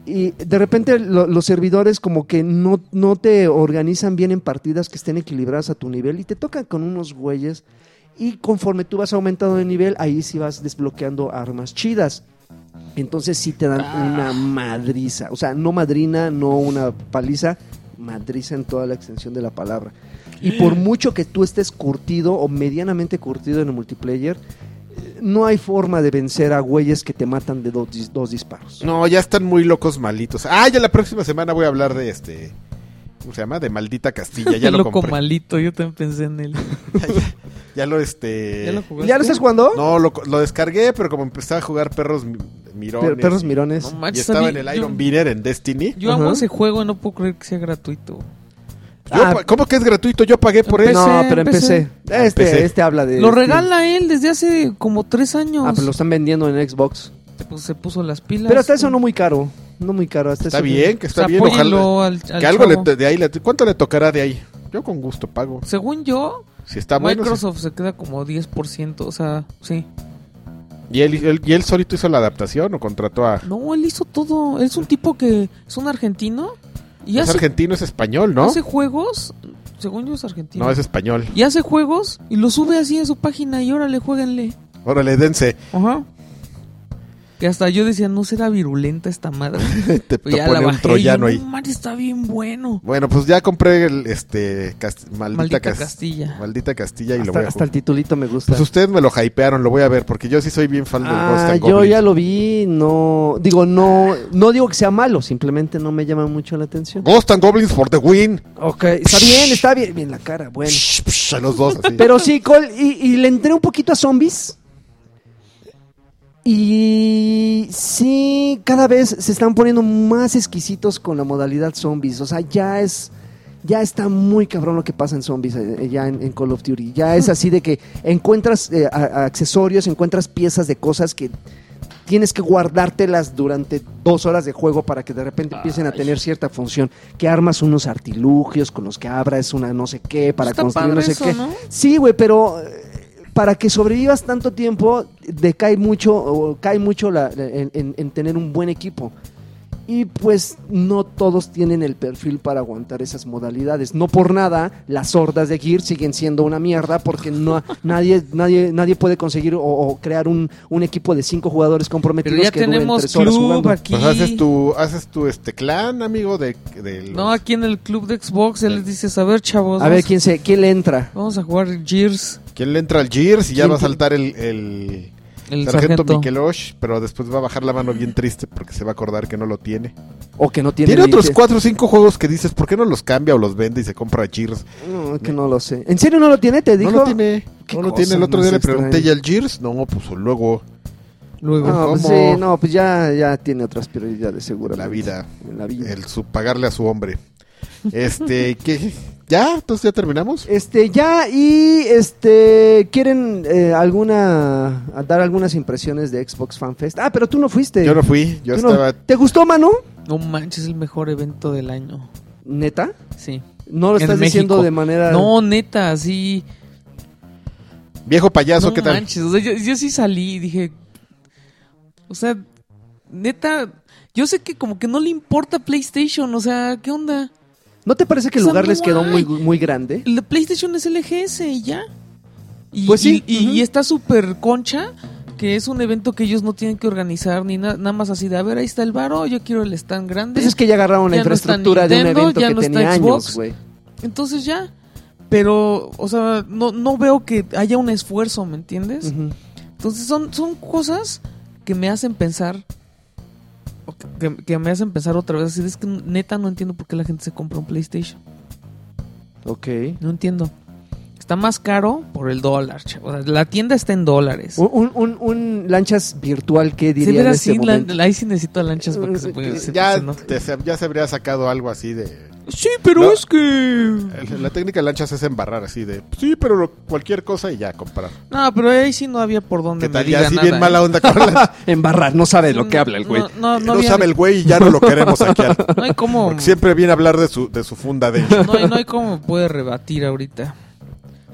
y de repente lo- los servidores como que no, no te organizan bien en partidas que estén equilibradas a tu nivel y te tocan con unos güeyes y conforme tú vas aumentando de nivel, ahí sí vas desbloqueando armas chidas. Entonces sí te dan una madriza. O sea, no madrina, no una paliza, madriza en toda la extensión de la palabra. Y por mucho que tú estés curtido o medianamente curtido en el multiplayer, eh, no hay forma de vencer a güeyes que te matan de dos, dis- dos disparos.
no, ya están muy locos malitos. Ah, ya la próxima semana voy a hablar de este ¿cómo se llama? De Maldita Castilla, ya
Qué
lo
loco
compré.
malito, yo también pensé en él.
Ya lo este
¿Ya lo jugaste?
¿Ya lo estás jugando?
No, lo, lo descargué, pero como empecé a jugar perros mi- mirones.
Per- Perros
y-
mirones.
No
Y
manches, a
estaba
mí-
en el
yo-
Iron Beater en Destiny.
Yo
Ajá.
amo ese juego, no puedo creer que sea gratuito.
Yo
Ah.
pa- ¿Cómo que es gratuito? Yo pagué por
Empecé.
eso.
no, pero empecé.
empecé.
Este,
Ah, Empecé.
este habla de.
Lo
Steam.
regala él desde hace como tres años.
Ah, pero lo están vendiendo en Xbox.
Pues se puso las pilas.
Pero hasta eso no muy caro. No muy caro. Hasta
Está
eso
bien, que
O
está
sea,
bien. Ojalá
pues, apóyenlo al- al
que algo le
chavo.
to- de ahí. le- ¿Cuánto le tocará de ahí? Yo con gusto pago.
Según yo,
Si está bueno. sí.
Microsoft se queda como 10%, o sea, sí.
¿Y, él, él- ¿Y él solito hizo la adaptación o contrató a.?
No, él hizo todo. Es un tipo que es un argentino y
Es
hace,
argentino, es español, ¿no?
hace juegos. Según yo es argentino.
No, es español.
Y hace juegos y lo sube así en su página y órale, jueguenle.
Órale, dense.
Ajá. Que hasta yo decía, no será virulenta esta madre.
Te, te
Pues ya
pone
la
un
bajé. y
troyano
yo,
ahí.
"No mames, está bien bueno.
Bueno, pues ya compré el este cast- maldita,
Maldita
Cas-
Castilla.
Maldita Castilla y lo voy
Hasta,
a
hasta el
jugar.
titulito me gusta.
Pues ustedes me lo hypearon, lo voy a ver, porque yo sí soy bien fan del Ghost
Ah,
and
yo
Goblins.
ya lo vi, no digo no no digo que sea malo, simplemente no me llama mucho la atención.
Ghost and Goblins for the win.
Ok, está bien, está bien, bien la cara, bueno.
Psh, psh, a los dos, así.
Pero sí, Cole, y, y le entré un poquito a zombies. Y sí, cada vez se están poniendo más exquisitos con la modalidad zombies. O sea, ya es. Ya está muy cabrón lo que pasa en zombies, eh, eh, ya en, en Call of Duty. Ya es así de que encuentras eh, a- a accesorios, encuentras piezas de cosas que tienes que guardártelas durante dos horas de juego para que de repente empiecen a tener cierta función. Que armas unos artilugios con los que abras una no sé qué para
Está
construir no
padre
sé
eso,
qué.
¿no?
Sí, güey, pero eh, para que sobrevivas tanto tiempo, decae mucho, o cae mucho la- la- en, en- en tener un buen equipo. Y pues no todos tienen el perfil para aguantar esas modalidades. No por nada las hordas de Gear siguen siendo una mierda porque no, nadie, nadie, nadie puede conseguir o, o crear un, un equipo de cinco jugadores comprometidos
Pero ya
que duren
tenemos
tres horas
club
jugando.
aquí.
Pues haces tu, haces tu este clan, amigo, de, de los-
No, aquí en el club de Xbox él les dices, a ver, chavos.
A ver
vamos-
quién se, quién le entra.
Vamos a jugar Gears,
¿Quién le entra al Gears y ya
¿Quién
va a
te-
saltar el, el
el
sargento,
sargento.
Mikelosh, pero después va a bajar la mano bien triste porque se va a acordar que no lo tiene.
O que no tiene.
Tiene, otros
licencia.
cuatro o cinco juegos que dices, ¿por qué no los cambia o los vende y se compra Gears?
No, que no lo sé. ¿En serio no lo tiene? Te dijo.
No lo tiene,
¿Qué
no lo
cosa
tiene. El otro
más
día le pregunté
extraña?
ya al Gears, no, pues luego
Luego,
No, pues
¿cómo?
sí, no, pues ya, ya tiene otras prioridades, seguro.
La vida.
En la vida.
El su pagarle a su hombre. Este, ¿qué? ¿Ya? ¿Entonces ya terminamos?
Este, ya, y este, ¿quieren eh, alguna, a dar algunas impresiones de Xbox Fan Fest? Ah, pero tú no fuiste.
Yo no fui, yo
Tú no-
estaba...
¿Te gustó, Manu?
No manches, es el mejor evento del año.
¿Neta?
Sí.
No lo
En
estás diciendo
México.
de manera...
No, neta, sí.
Viejo payaso,
no
¿qué tal?
manches, o sea, yo, yo sí salí y dije. O sea, neta, yo sé que como que no le importa PlayStation, o sea, ¿qué onda?
¿No te parece que el
Está
lugar les quedó muy,
guay.
muy grande?
El de PlayStation es LGS y ya. Y,
Pues sí,
y- y-
ujú.
y está súper concha, que es un evento que ellos no tienen que organizar ni na- nada más así de, a ver, ahí está el varo, yo quiero el stand grande.
Pues es que ya agarraron la
Ya no está
infraestructura de un
Nintendo,
evento
ya
que
no está
tenía
Xbox.
años, güey.
Entonces ya. Pero, o sea, no, no veo que haya un esfuerzo, ¿me entiendes?
Ujú.
Entonces son, son cosas que me hacen pensar. o que- Que, que me hacen pensar otra vez. Así de, es que neta no entiendo por qué la gente se compra un PlayStation.
Ok.
No entiendo. Está más caro por el dólar. chavo. O sea, la tienda está en dólares.
Un, un, un- un lanchas virtual, ¿qué
Sí,
diría en
veras,
este
sí, la-
momento?
ahí sí necesito lanchas para que se pueda. se-
Ya,
se note.
te- se- ya se habría sacado algo así de...
Sí, pero
No.
es que.
La técnica de lanchas es embarrar así de... Sí, pero lo- cualquier cosa y ya comprar.
No, pero ahí sí no había por dónde.
¿Qué
me
tal?
diga
Ya así
nada,
bien
¿eh?
mala onda con la...
Embarrar, no sabe lo que habla el güey.
No, no, no
No,
había-
sabe el güey y ya no lo queremos aquí.
no hay cómo.
Porque siempre viene a hablar de su, de su funda de...
No hay, no hay cómo puede rebatir ahorita.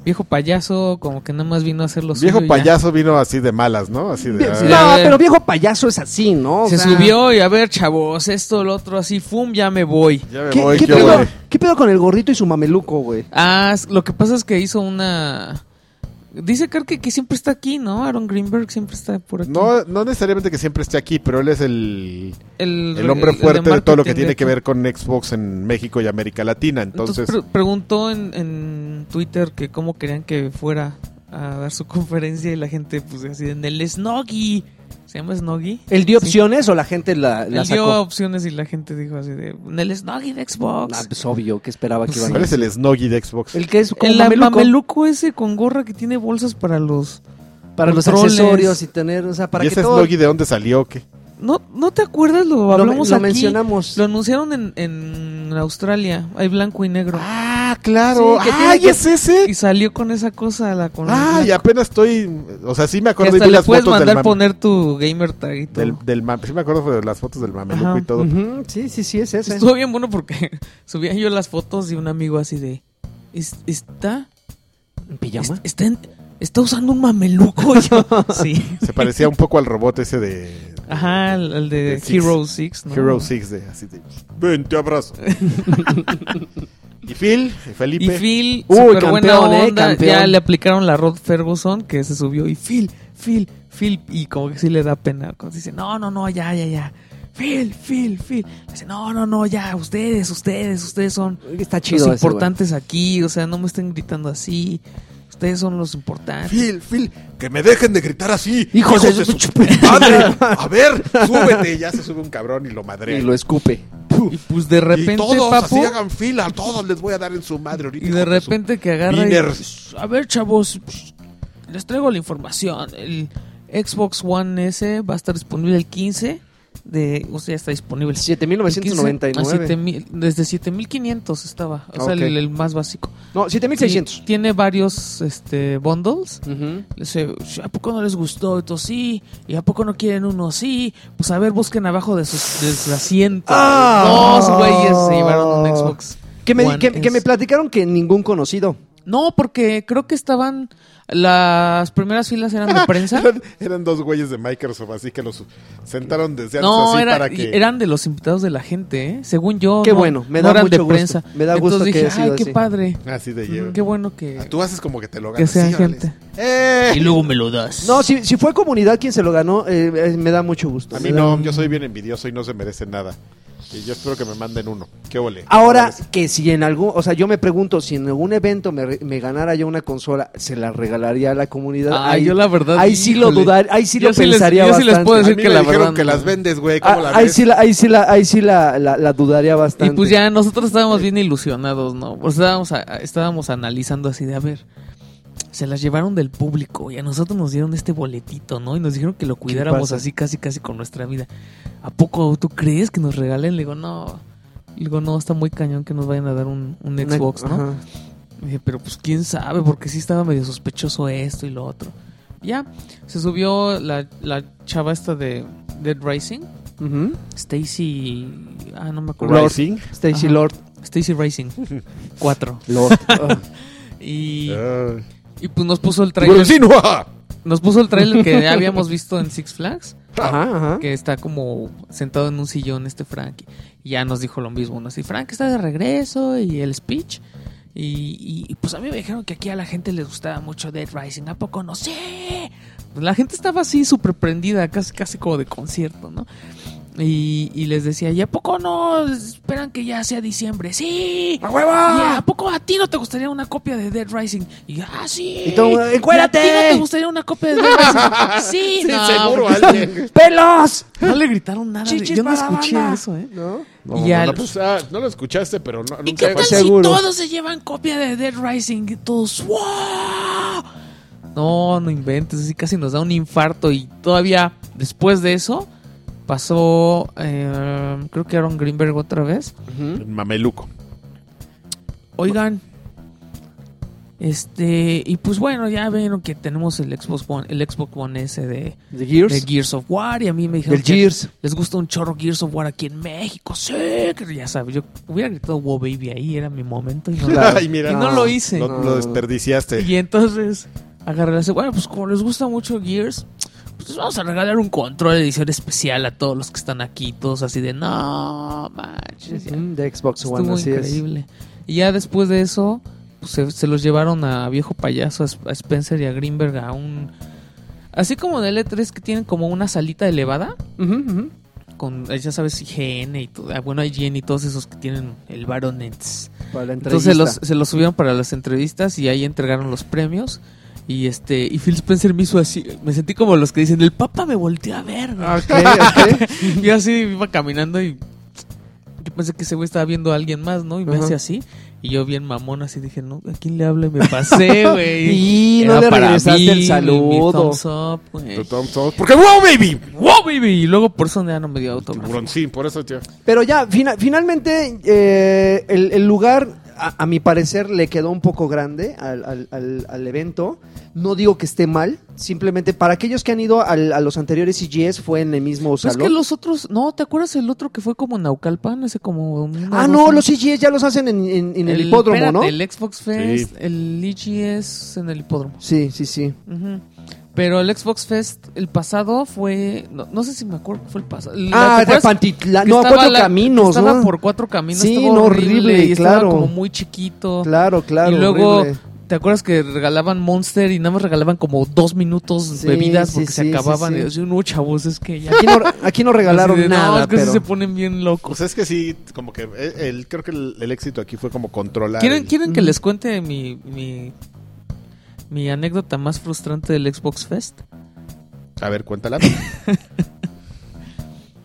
Viejo payaso, como que nada más vino a hacer los
Viejo payaso vino así de malas, ¿no? Así de...
Sí,
"Ah,
No,
a ver.
pero viejo payaso es así, ¿no? O
Se
sea,
subió y a ver, chavos, esto, lo otro, así, fum, ya me voy.
ya me
¿Qué,
voy,
qué
yo
pedo,
voy".
qué pedo con el gorrito y su mameluco, güey?
Ah, s- lo que pasa es que hizo una. Dice Kark que, que siempre está aquí, ¿no? Aaron Greenberg siempre está por aquí.
No, no necesariamente que siempre esté aquí, pero él es el,
el,
el hombre
el
fuerte de todo lo que
marketing
tiene
de
que
aquí.
ver con Xbox en México y América Latina.
Entonces,
Entonces,
pre- preguntó en, en Twitter que cómo querían que fuera a dar su conferencia y la gente, pues así, en el Snoggy. ¿Se llama Snoggy?
Eh,
¿El dio
Sí.
opciones o la gente la, la
Él dio
sacó?
opciones y la gente dijo así de en el Snoggy de
Ah,
Xbox.
pues obvio, que esperaba que
Sí.
iban a
¿cuál es el Snoggy de Xbox?
El que es como
el
mameluco,
mameluco. ese con gorra que tiene bolsas para los
para los
controles.
accesorios y tener, o sea, para
¿Y
que
ese
todo
Snoggy de dónde salió? o ¿Qué?
No no te acuerdas lo
lo,
hablamos
lo
aquí.
mencionamos.
Lo anunciaron en, en Australia, hay blanco y negro.
Ah, claro.
Sí, que tiene
¡Ay,
que-
es ese!
Y salió con esa cosa la con
Ah, y
la-
apenas estoy. O sea, sí me
que
acuerdo y
hasta
vi
le
las
puedes
fotos del,
mandar
mam-
poner tu gamer tag y todo.
del, del mam- Sí me acuerdo de las fotos del mameluco
Ajá.
y todo.
Ujú, Sí, sí, sí, es ese.
Estuvo bien bueno porque subía yo las fotos y un amigo así de "¿Es- está
¿En pijama?
est- está en- está usando un mameluco Y yo, sí.
Se parecía un poco al robot ese de.
Ajá, el, el de,
De Six.
Hero 6, ¿no?
Hero 6 de así de. Ven, te abrazo. y Phil, y Felipe.
Y Phil,
Uy,
super
campeón,
buena
eh,
onda,
campeón.
ya le aplicaron la Rod Ferguson que se subió y Phil, Phil, Phil y como que sí le da pena, como dice, "No, no, no, ya, ya, ya." Phil, Phil, Phil. Le Dice, "No, no, no, ya, ustedes, ustedes, ustedes son
Está chido
los
ese, güey.
importantes aquí, o sea, no me estén gritando así. Ustedes son los importantes."
Phil, Phil, que me dejen de gritar así.
Hijos de su-
madre. A ver,
Súbete, y ya se sube un cabrón y lo madrea.
Y lo escupe.
Y pues de repente,
y todos así
papu,
hagan fila, a todos les voy a dar en su madre ahorita.
y de
hijo su-
repente que agarra y,
Wieners.
a ver, chavos, pues, les traigo la información. El Xbox One S va a estar disponible el 15 de, o sea, ya está disponible. El
ah,
15 a
7.999.
7000, desde 7500 estaba, o sea,
Ok.
el, el más básico.
No, 7.600.
Y Tiene varios este bundles.
Ujú.
Les dice, ¿a poco no les gustó? Esto sí. ¿Y a poco no quieren uno? Sí. Pues a ver, busquen abajo de sus, de sus asientos.
Ah.
Dos güeyes se llevaron un Xbox.
Que me,
One
que-
S.
que me platicaron que ningún conocido.
No, porque creo que estaban. Las primeras filas eran de prensa.
Eran, eran dos güeyes de Microsoft, así que los sentaron
pues,
desde antes
No,
así
era-
para que.
eran de los invitados de la gente, ¿eh? según yo.
Qué
no-
bueno, me
no
da
eran
mucho
de
gusto.
prensa.
Me da gusto
Entonces
que
dije,
haya
ay,
sido
qué
así".
padre.
Así de
Mm,
llevo.
Qué bueno que.
Ah, Tú haces como que te lo
Que
ganas.
sea
sí, órale.
gente.
¡Eh!
Y luego me lo das.
No, si, si fue comunidad quien se lo ganó, eh, eh, me da mucho gusto.
A
Me
mí
da-
no, yo soy bien envidioso y no se merece nada. Y yo espero que me manden uno. ¿Qué ole?
Ahora,
Órale.
que si en algún, o sea, yo me pregunto, si en algún evento me, re- me ganara yo una consola, ¿se la regalaría a la comunidad?
Ah, yo la verdad,
Ahí sí lo
híjole.
dudaría, ahí sí
Yo
lo
sí les-
pensaría
yo sí les
bastante.
puedo
A mí
decir que
me
la
dijeron
verdad
que
no.
las vendes, güey. ¿Cómo
Ah,
la
ahí
ves?
sí la, ahí sí la, ahí sí la, la- la dudaría
Y
bastante.
pues ya nosotros estábamos bien ilusionados, ¿no? Pues estábamos, a- estábamos analizando así de, a ver, se las llevaron del público y a nosotros nos dieron este boletito, ¿no? Y nos dijeron que lo cuidáramos
pasa?
así casi casi con nuestra vida. ¿A poco tú crees que nos regalen? Le digo, no. Le digo, no, está muy cañón que nos vayan a dar un, un
Una-
Xbox, ¿no?
ajá.
Y dije, pero pues quién sabe, porque sí estaba medio sospechoso esto y lo otro. Y Ya, se subió la, la chava esta de Dead Rising,
Ujú.
Stacy. Ah, no me acuerdo.
Rising.
Stacy
Ajá.
Lord.
Stacy Rising 4.
Lord. Ah.
Y,
Ah.
y pues nos puso el trailer.
¡Tiburoncino!
Nos puso el trailer que ya habíamos visto en Six Flags.
Ajá, ajá.
Que está como sentado en un sillón este Frank. Y ya nos dijo lo mismo. ¿no? Así, Frank está de regreso y el speech. Y, y- y, pues a mí me dijeron que aquí a la gente les gustaba mucho Dead Rising. ¿A poco no? sé la gente estaba así súper prendida, casi, casi como de concierto, ¿no? Y, y les decía, ¿y a poco no? Esperan que ya sea diciembre. ¡Sí!
¡A huevo!
¿Y a poco a ti no te gustaría una copia de Dead Rising? Y yo, ah, sí.
Y todo el mundo, "Encuérate".
¿Y a ti no te gustaría una copia de Dead Rising? sí,
Sí,
no,
seguro
hombre.
alguien.
¡Pelos!
No le gritaron nada. de-
Chichis
yo no
para la
escuché
banda.
eso, ¿eh?
¿No?
y al-
No, pues, ah, no lo escuchaste, pero no,
¿Y
nunca
qué tal
fue-
seguro.
si todos se llevan copia de Dead Rising? Y todos, ¡wow! No, no inventes, así casi nos da un infarto. Y todavía después de eso, pasó, eh, creo que Aaron Greenberg otra vez.
Mameluco.
Oigan, este, y pues bueno, ya vieron que tenemos el Xbox One, el Xbox One S de,
The Gears.
de Gears of War. Y a mí me dijeron
Del
que
Gears.
les gusta un chorro Gears of War aquí en México. Sí, que ya sabes, yo hubiera gritado wow baby ahí, era mi momento. Y no lo
Claro.
Ay, mira.
y no lo hice.
Lo, lo desperdiciaste.
Y entonces agarré la bueno, pues como les gusta mucho Gears, pues les vamos a regalar un control de edición especial a todos los que están aquí, todos así de no manches. ya".
Ujú, De Xbox
Estuvo
One, así es.
increíble. Y ya después de eso, pues, se, se los llevaron a viejo payaso, a Sp- a Spencer y a Greenberg a un. Así como en el E3 que tienen como una salita elevada,
Ujú, ujú.
con eh, ya sabes, IGN y todo, ah, bueno, IGN y todos esos que tienen el Baronets.
Para la entrevista.
Entonces los, se los subieron para las entrevistas y ahí entregaron los premios. Y este y Phil Spencer me hizo así, me sentí como los que dicen, el papa me volteó a ver. güey".
Ok, Ah, ok.
Yo así iba caminando y yo pensé que ese güey estaba viendo a alguien más, ¿no? Y me
Ajá.
hace así. Y yo bien mamón así dije, no, ¿a quién le hablo? Y me pasé, güey.
Y no
Era
le
para
regresaste
mí,
el saludo.
mi thumbs up, güey.
Tu Tom Tom- Porque wow, baby.
¡Wow, baby! Y luego por eso ya no me dio autógrafo.
Tiburoncín, por eso, tío.
Pero ya, fina- finalmente, eh, el, el lugar, a, a mi parecer, le quedó un poco grande al, al- al- al evento. No digo que esté mal, simplemente para aquellos que han ido al- a los anteriores CGS fue en el mismo
Pero es
salón.
Pues que los otros, no, ¿te acuerdas el otro que fue como Naucalpan? Ese como. una
Ah,
cosa?
no, los CGS ya los hacen en, en- en el, hipódromo,
espérate,
¿no?
El Xbox Fest, el EGS en el hipódromo.
Sí, sí, sí.
Ujú. Pero el Xbox Fest, el pasado fue. No, no sé si me acuerdo, que fue el pasado.
Ah, de
Pantinos
Pantitlán. No, cuatro caminos,
Estaba
¿no?
por cuatro caminos.
Sí,
estaba
no,
horrible.
horrible,
y estaba
claro.
como muy chiquito.
Claro, claro.
y luego,
horrible.
¿te acuerdas que regalaban Monster y nada más regalaban como dos minutos
Sí,
bebidas
sí,
porque se
sí, sí,
acababan?
sí.
Y yo, no, chavos, es que ya.
Aquí no, aquí no regalaron
Así de, no,
nada,
es que sí
pero-
se ponen bien locos.
Pues es que sí, como que eh, el, creo que el, el éxito aquí fue como controlar.
¿Quieren,
el-
¿quieren que
Ujú.
les cuente mi, mi, mi anécdota más frustrante del Xbox Fest?
A ver, cuéntala.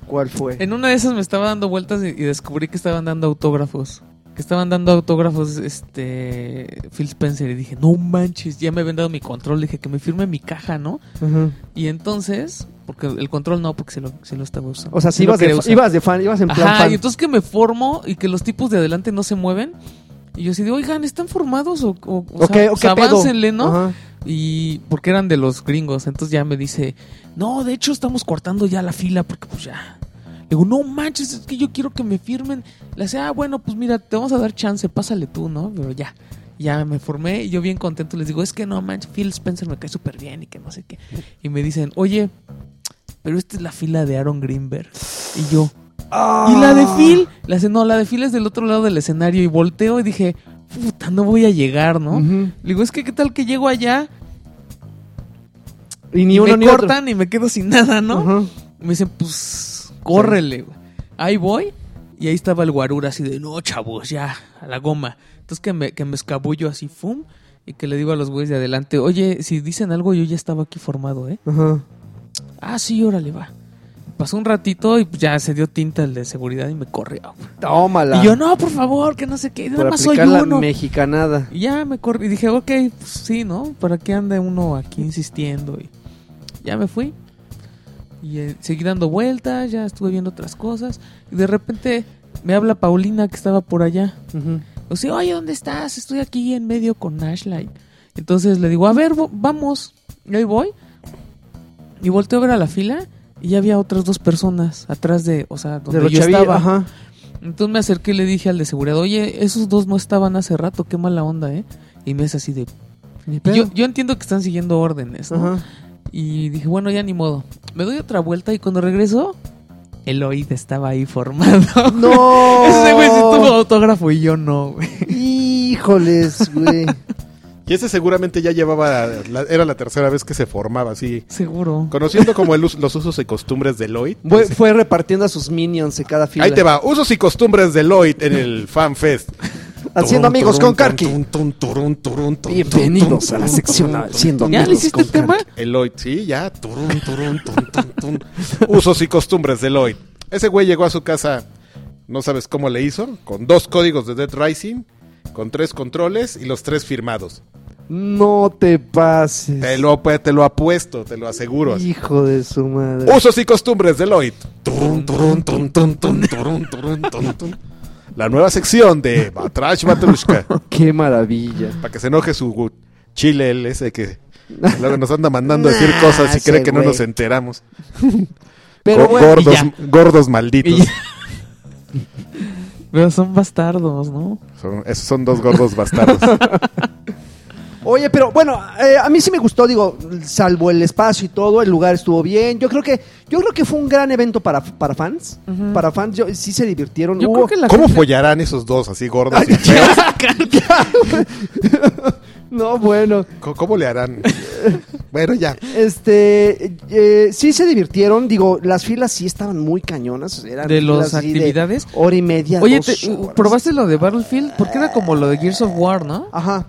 ¿Cuál fue?
En una de esas me estaba dando vueltas y, y descubrí que estaban dando autógrafos. Que estaban dando autógrafos este Phil Spencer y dije, no manches, ya me habían dado mi control, dije que me firme mi caja, ¿no?
Ujú.
Y entonces, porque el control no, porque se lo, se lo estaba usando.
O sea, si
Sí lo
ibas, de,
quería
fa-
usar.
ibas de fan, ibas en plan
Ajá,
fan.
y entonces que me formo y que los tipos de adelante no se mueven. Y yo así de, oigan, ¿están formados? O, o, o
Ok,
sea,
ok,
o sea,
pedo.
aváncenle, ¿no?
Ajá.
y porque eran de los gringos, entonces ya me dice, no, de hecho estamos cortando ya la fila porque pues ya. Le digo, no manches, es que yo quiero que me firmen. Le hace, ah, bueno, pues mira, te vamos a dar chance, pásale tú, ¿no? Pero ya, ya me formé y yo bien contento les digo, es que no manches, Phil Spencer me cae súper bien y que no sé qué. Y me dicen, oye, pero esta es la fila de Aaron Greenberg. Y yo, ¿y la
Ah.
de Phil? Le hace, no, la de Phil es del otro lado del escenario y volteo y dije, puta, no voy a llegar, ¿no?
Ujú.
Le digo, es que qué tal que llego allá
Y ni
y
uno ni
me cortan y me quedo sin nada,
otro.
¿no?
Ajá.
Me dicen, pues, córrele, güey. Ahí voy. Y ahí estaba el guarura así de, no, chavos, ya, a la goma. Entonces que me, que me escabullo así, fum, y que le digo a los güeyes de adelante, oye, si dicen algo, yo ya estaba aquí formado, ¿eh?
Ajá.
Ah, sí, órale, va. pasó un ratito y pues, ya se dio tinta el de seguridad y me corrió.
Tómala.
Y yo, no, por favor, que no sé qué, nada
por
más soy
aplicar la
uno.
mexicanada.
Y ya me corrí. Y dije, ok, pues sí, ¿no? ¿Para qué anda uno aquí insistiendo? Y ya me fui. Y eh, seguí dando vueltas, ya estuve viendo otras cosas. Y de repente me habla Paulina que estaba por allá. O sea, oye, ¿dónde estás? Estoy aquí en medio con Ashlight. Entonces le digo, a ver, vo- vamos. Y ahí voy. Y volteo a ver a la fila. Y ya había otras dos personas atrás de, o sea, donde
De los
yo
chavillos,
estaba.
ajá.
Entonces me acerqué y le dije al de seguridad, oye, esos dos no estaban hace rato, qué mala onda, ¿eh? Y me hace así de...
pedo.
Yo, yo entiendo que están siguiendo órdenes, ¿no?
Ajá.
Y dije, bueno, ya ni modo. Me doy otra vuelta y cuando regreso, el oído estaba ahí formado.
No.
Ese güey sí tuvo autógrafo y yo no, güey.
Híjoles, güey.
Y ese seguramente ya llevaba, la- era la tercera vez que se formaba, así.
Seguro.
Conociendo como el us- los usos y costumbres de Lloyd.
Fue, fue repartiendo a sus minions en cada fila.
Ahí te va, usos y costumbres de Lloyd en el Fan Fest.
Haciendo amigos con Karki.
Bienvenidos
Bienvenidos a la sección Haciendo
¿Ya
amigos
le hiciste
con
el tema?
Karki.
El Lloyd, sí, ya. Usos y costumbres de Lloyd. Ese güey llegó a su casa, no sabes cómo le hizo, con dos códigos de Dead Rising, con tres controles y los tres firmados.
No te pases.
Te lo, ap- te lo apuesto, te lo aseguro. así.
Hijo de su madre.
Usos y costumbres de Lloyd. La nueva sección de Batrash Batrushka.
Qué maravilla.
Para que se enoje su gu- chile el ese que luego nos anda mandando a decir cosas y
Nah,
cree
ese
que no
güey.
nos enteramos.
Pero
Go-
bueno,
gordos,
y
gordos malditos.
Y- Pero son bastardos, ¿no?
Son- esos son dos gordos bastardos.
Oye, pero bueno, eh, a mí sí me gustó, digo, salvo el espacio y todo, el lugar estuvo bien. Yo creo que, yo creo que fue un gran evento para, para fans.
Ujú.
Para fans, yo, sí se divirtieron.
Yo
Hubo-
creo que la
¿Cómo
gente-
follarán esos dos así gordos y feos?
No, bueno.
¿Cómo, cómo le harán? Bueno, ya.
Este, eh, sí se divirtieron, digo, las filas sí estaban muy cañonas. Eran
De
filas
las
así
actividades.
hora y media.
Oye,
dos
te-
horas.
¿probaste lo de Battlefield? Porque era como lo de Gears of War, ¿no?
Ajá.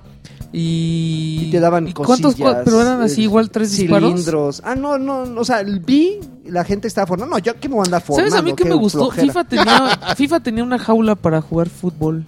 Y,
Y te daban
¿y cuántos
cosillas,
cua- Pero eran así
eh,
igual tres disparos.
cilindros. Ah, no, no, no, o sea, vi la gente estaba formando. No, yo que me voy a andar formando.
¿Sabes a mí que
qué
me gustó?
flojera.
FIFA tenía, FIFA tenía una jaula para jugar fútbol.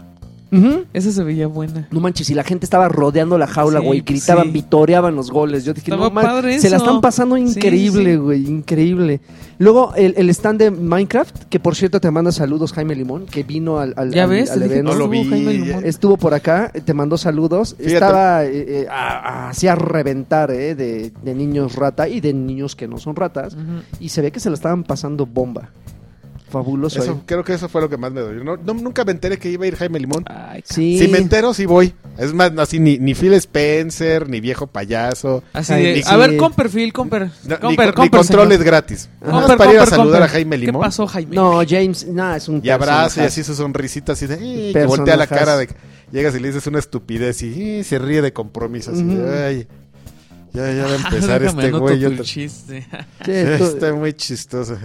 Ujú.
Esa se veía buena.
No manches, y la gente estaba rodeando la jaula,
Sí, pues
güey. gritaban,
sí.
vitoreaban los goles. Yo dije,
Estaba
no man-
padre
se la
eso.
están pasando
sí.
increíble, güey. Increíble. Luego, el, el stand de Minecraft, que por cierto te manda saludos, Jaime Limón, que vino al, al,
¿Ya
al-
ves?
al
Te dije,
evento.
no lo
estuvo
vi.
Jaime Lumón.
Estuvo por acá, eh, te mandó saludos.
Fíjate.
Estaba eh, eh, a- a- así a reventar eh, de, de niños rata y de niños que no son ratas.
Ujú.
Y se ve que se la estaban pasando bomba. Fabuloso. eh.
Eso- creo que eso fue lo que más me dolió. No- no- nunca me enteré que iba a ir Jaime Limón.
Ay,
Sí.
Si me entero, sí voy. Es más, así ni, ni Phil Spencer, ni viejo payaso.
Así
Ay,
de,
ni-
a ver, con perfil, con per-
No, ni,
Comper,
co- ni
comper,
controles
señor.
gratis. Nada más
Comper,
para ir a
comper,
saludar a
comper.
Jaime Limón.
¿Qué pasó, Jaime?
No, James, nada, es un
Y abraza y
personajazo.
así su sonrisita así de... "Eh", que
Personajazo.
voltea la cara de... Llegas y le dices una estupidez y "Eh", se ríe de compromiso. Así de,
Ujú.
"Ay, ya, ya va a
Ah,
empezar
déjame
este
anoto
güey.
tu
otra-
chiste.
Sí, esto-
Está muy chistoso.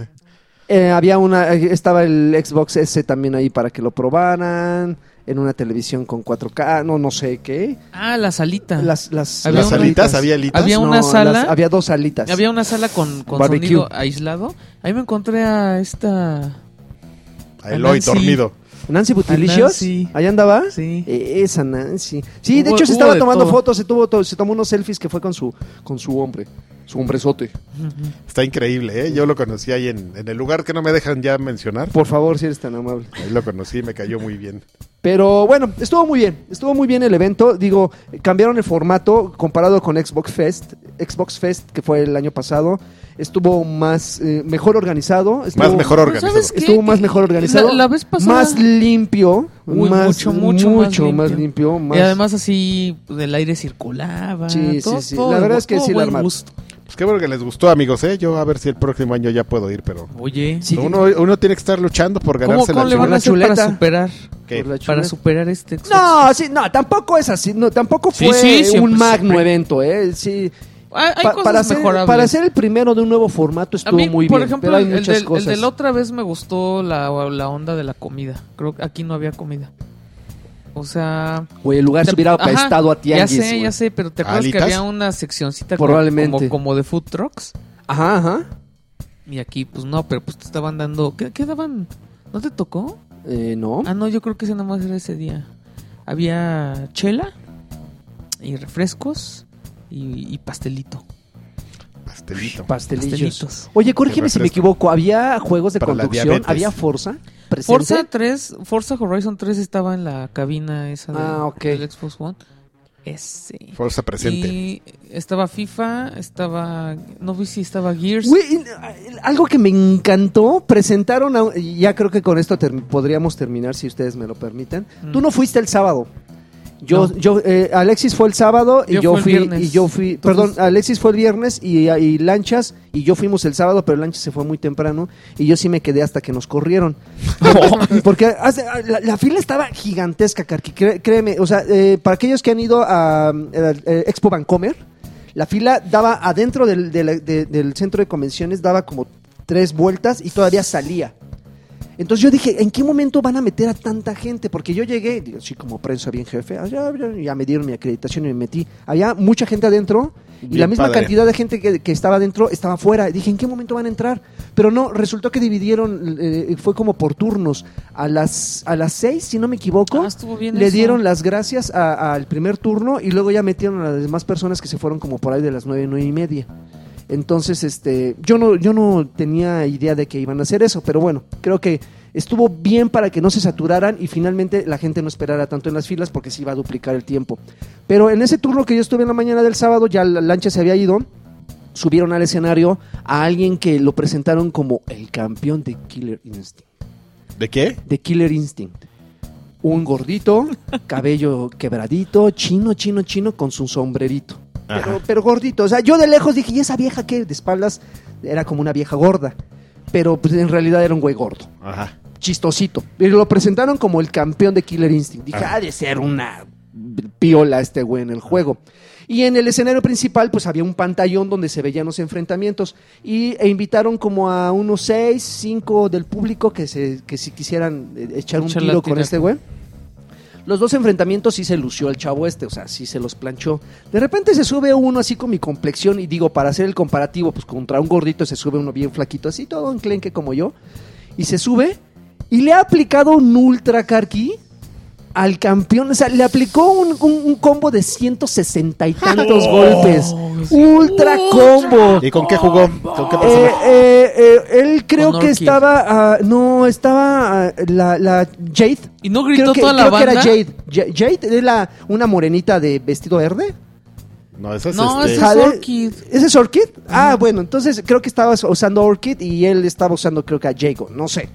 Eh, había una, eh, estaba el Xbox S también ahí para que lo probaran, en una televisión con 4K, no, no sé qué.
Ah, la salita.
Las, las,
Había
¿Las
una-
alitas? ¿Había alitas?
Había
No,
una sala.
las- había dos alitas.
Había una sala con, con
Barbecue.
sonido aislado. Ahí me encontré a esta.
A Eloy
Nancy.
dormido.
Nancy Butilicios,
Nancy.
allá andaba.
Sí.
Eh, Esa Nancy. Sí, de
Hubo-
hecho se
hubo
estaba
de
tomando
todo.
fotos, se, tuvo to- se tomó unos selfies que fue con su, con su hombre, su hombrezote.
Está increíble, ¿eh? Yo lo conocí ahí en, en el lugar que no me dejan ya mencionar.
Por favor, si eres tan amable.
Ahí lo conocí y me cayó muy bien.
Pero bueno, estuvo muy bien, estuvo muy bien el evento. Digo, cambiaron el formato comparado con Xbox Fest, Xbox Fest que fue el año pasado, estuvo más eh, mejor organizado, estuvo,
Más mejor
Pero,
organizado.
¿sabes qué?
estuvo más mejor organizado,
La, la vez pasada.
más limpio,
Uy,
más
mucho, mucho,
mucho
más
más
limpio.
limpio, más-
Y además así pues, el aire circulaba.
Sí,
todo-
sí, sí.
todo
La
de
verdad
bu-
es que
todo
sí la
buen
armaron.
gusto.
Pues qué bueno que les gustó, amigos, ¿eh? Yo a ver si el próximo año ya puedo ir, pero...
Oye.
Sí,
Uno, uno tiene que estar luchando por
¿Cómo,
ganarse
cómo
la
le
chuleta.
van a
chuleta.
hacer para
Chuleta.
superar?
¿Qué?
por la chula.
Para superar este Xbox?
No, sí, no, tampoco es así, no, tampoco
Sí,
fue
sí, siempre,
un magno
siempre.
evento, eh, sí.
Ah, hay
Pa-
cosas
para, ser,
mejorables.
para ser el primero de un nuevo formato
A
estuvo
mí,
muy
por
bien,
ejemplo,
pero hay
el,
muchas
del, el
cosas.
de la otra vez me gustó la, la onda de la comida. Creo que aquí no había comida. O sea...
Güey, el lugar
te-
se hubiera
ajá,
apestado a tianguis.
Ya sé,
güey.
ya sé, pero ¿te acuerdas
¿Alitas?
que había una seccioncita como-
Probablemente.
Como, como de food trucks?
Ajá, ajá.
Y aquí, pues no, pero pues te estaban dando. ¿Qué, qué daban? ¿No te tocó?
Eh, no.
Ah, no, yo creo que ese nada más era ese día. Había chela y refrescos y, y pastelito.
Pastelito.
Pastelitos.
Pastelitos.
Oye, corrígeme si me
refresco.
equivoco. ¿Había juegos de
Para la
conducción?
diabetes.
¿Había Forza? ¿Presente?
Forza 3, Forza Horizon 3 estaba en la cabina esa de-
Ah, ok.
del Xbox One. Ese.
Fuerza presente.
Y estaba FIFA, estaba. No vi si estaba Gears.
Güey, y- eh, algo que me encantó, presentaron, a, y ya creo que con esto term- podríamos terminar si ustedes me lo permiten.
Mm.
Tú no fuiste el sábado. Yo,
No.
yo, eh, Alexis fue el sábado y
Yo
yo,
fui el
fui,
viernes.
y yo fui,
Tú
perdón,
fuiste.
Alexis fue el viernes y, y Lanchas y yo fuimos el sábado, pero Lanchas se fue muy temprano y yo sí me quedé hasta que nos corrieron. Porque hace- la, la fila estaba gigantesca, Carqui, cré- créeme, o sea, eh, para aquellos que han ido a mm, el- el Expo Vancomer, la fila daba adentro del, de la- de- del centro de convenciones, daba como tres vueltas y todavía salía. Entonces yo dije, ¿en qué momento van a meter a tanta gente? Porque yo llegué, digo, sí, como prensa bien jefe, ah, ya, ya, ya me dieron mi acreditación y me metí. Había mucha gente adentro y
Bien
la misma
padre.
cantidad de gente que, que estaba adentro estaba afuera. Y dije, ¿en qué momento van a entrar? Pero no, resultó que dividieron, eh, fue como por turnos. A las, a las seis, si no me equivoco,
Ah, estuvo bien
le
eso.
dieron las gracias a- al primer turno y luego ya metieron a las demás personas que se fueron como por ahí de las nueve, nueve y media. Entonces, este, yo no, yo no tenía idea de que iban a hacer eso, pero bueno, creo que estuvo bien para que no se saturaran y finalmente la gente no esperara tanto en las filas porque se iba a duplicar el tiempo. Pero en ese turno que yo estuve en la mañana del sábado, ya la lancha se había ido, subieron al escenario a alguien que lo presentaron como el campeón de Killer Instinct
¿De qué?
de Killer Instinct. Un gordito, cabello quebradito, chino, chino, chino, con su sombrerito. Pero,
Ajá.
pero gordito. O sea, yo de lejos dije, ¿y esa vieja qué? De espaldas era como una vieja gorda. Pero pues, en realidad era un güey gordo,
Ajá.
chistosito. Y lo presentaron como el campeón de Killer Instinct. Dije,
Ajá.
ha de ser una piola este güey en el juego. Y en el escenario principal, pues había un pantallón donde se veían los enfrentamientos. Y, e invitaron como a unos seis, cinco del público que, se, que si quisieran eh, echar un
Echar la
tiro con
tira.
este güey. Los dos enfrentamientos sí se lució el chavo este, o sea, sí se los planchó. De repente se sube uno así con mi complexión y digo, para hacer el comparativo, pues contra un gordito se sube uno bien flaquito, así todo enclenque como yo. Y se sube y le ha aplicado un ultra carqui al campeón. O sea, le aplicó un, un- un combo de 160 y tantos golpes.
sí.
Ultra combo.
¿Y con qué jugó? ¿Con qué
Eh,
personaje?
eh, eh, él creo
Honor
que
Kid.
estaba. ah, no, estaba ah, la, la Jade.
Y no gritó
creo que,
toda la
creo que
banda.
era Jade. Ja- Jade es la, una morenita de vestido verde.
No, eso es
No,
este.
ese es
Jade-
Orchid.
¿Ese es Orchid? Ah, bueno, entonces creo que estaba usando Orchid y él estaba usando, creo que a Jago, no sé.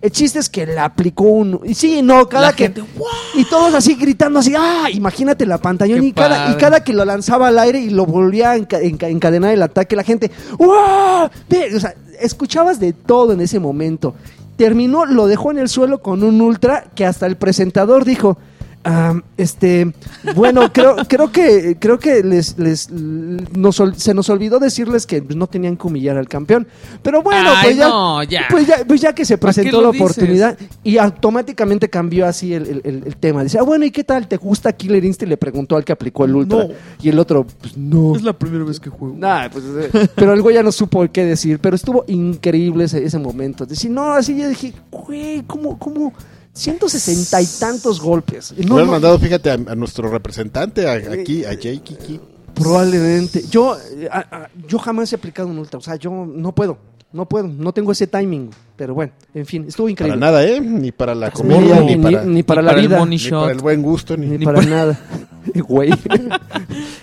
El chiste es que le aplicó un. Y sí, no, cada
La
que.
gente, ¡guau!
Y todos así gritando así, ah, imagínate la pantalla.
Qué
Y cada, y
padre.
cada que lo lanzaba al aire y lo volvía a enca- enca- encadenar el ataque, la gente, ¡guau! Ve, O sea, escuchabas de todo en ese momento. Terminó, lo dejó en el suelo con un ultra que hasta el presentador dijo. "Ah, este, bueno, creo, creo que, creo que les, les, l- nos ol- se nos olvidó decirles que pues, no tenían que humillar al campeón. Pero bueno,
Ay,
pues, ya,
no, ya.
pues ya, pues ya que se
¿Para qué
presentó
lo
la
dices?
oportunidad, y automáticamente cambió así el, el- el- el tema. Dice, ah, bueno, ¿y qué tal? ¿Te gusta Killer Instinct? Le preguntó al que aplicó el Ultra.
No.
Y el otro, pues no.
la primera vez que juego.
Nah, pues, eh, pero el güey ya no supo qué decir. Pero estuvo increíble ese, ese momento. Decir, no, así yo dije, güey, ¿cómo, cómo? 160 y tantos golpes.
Le
No,
hubieran
no,
mandado, fíjate, a, a nuestro representante a- aquí, a Jay Kiki.
Probablemente. Yo, eh, ah, ah, yo jamás he aplicado un Ultra. O sea, yo no puedo. No puedo. No tengo ese timing. Pero bueno, en fin, estuvo
Para
increíble.
nada, ¿eh? Ni para la
Ni,
comedia, ni,
ni-
para,
ni para
ni
la
para el
vida.
money
ni para el buen gusto. Ni...
Ni, para nada. Güey.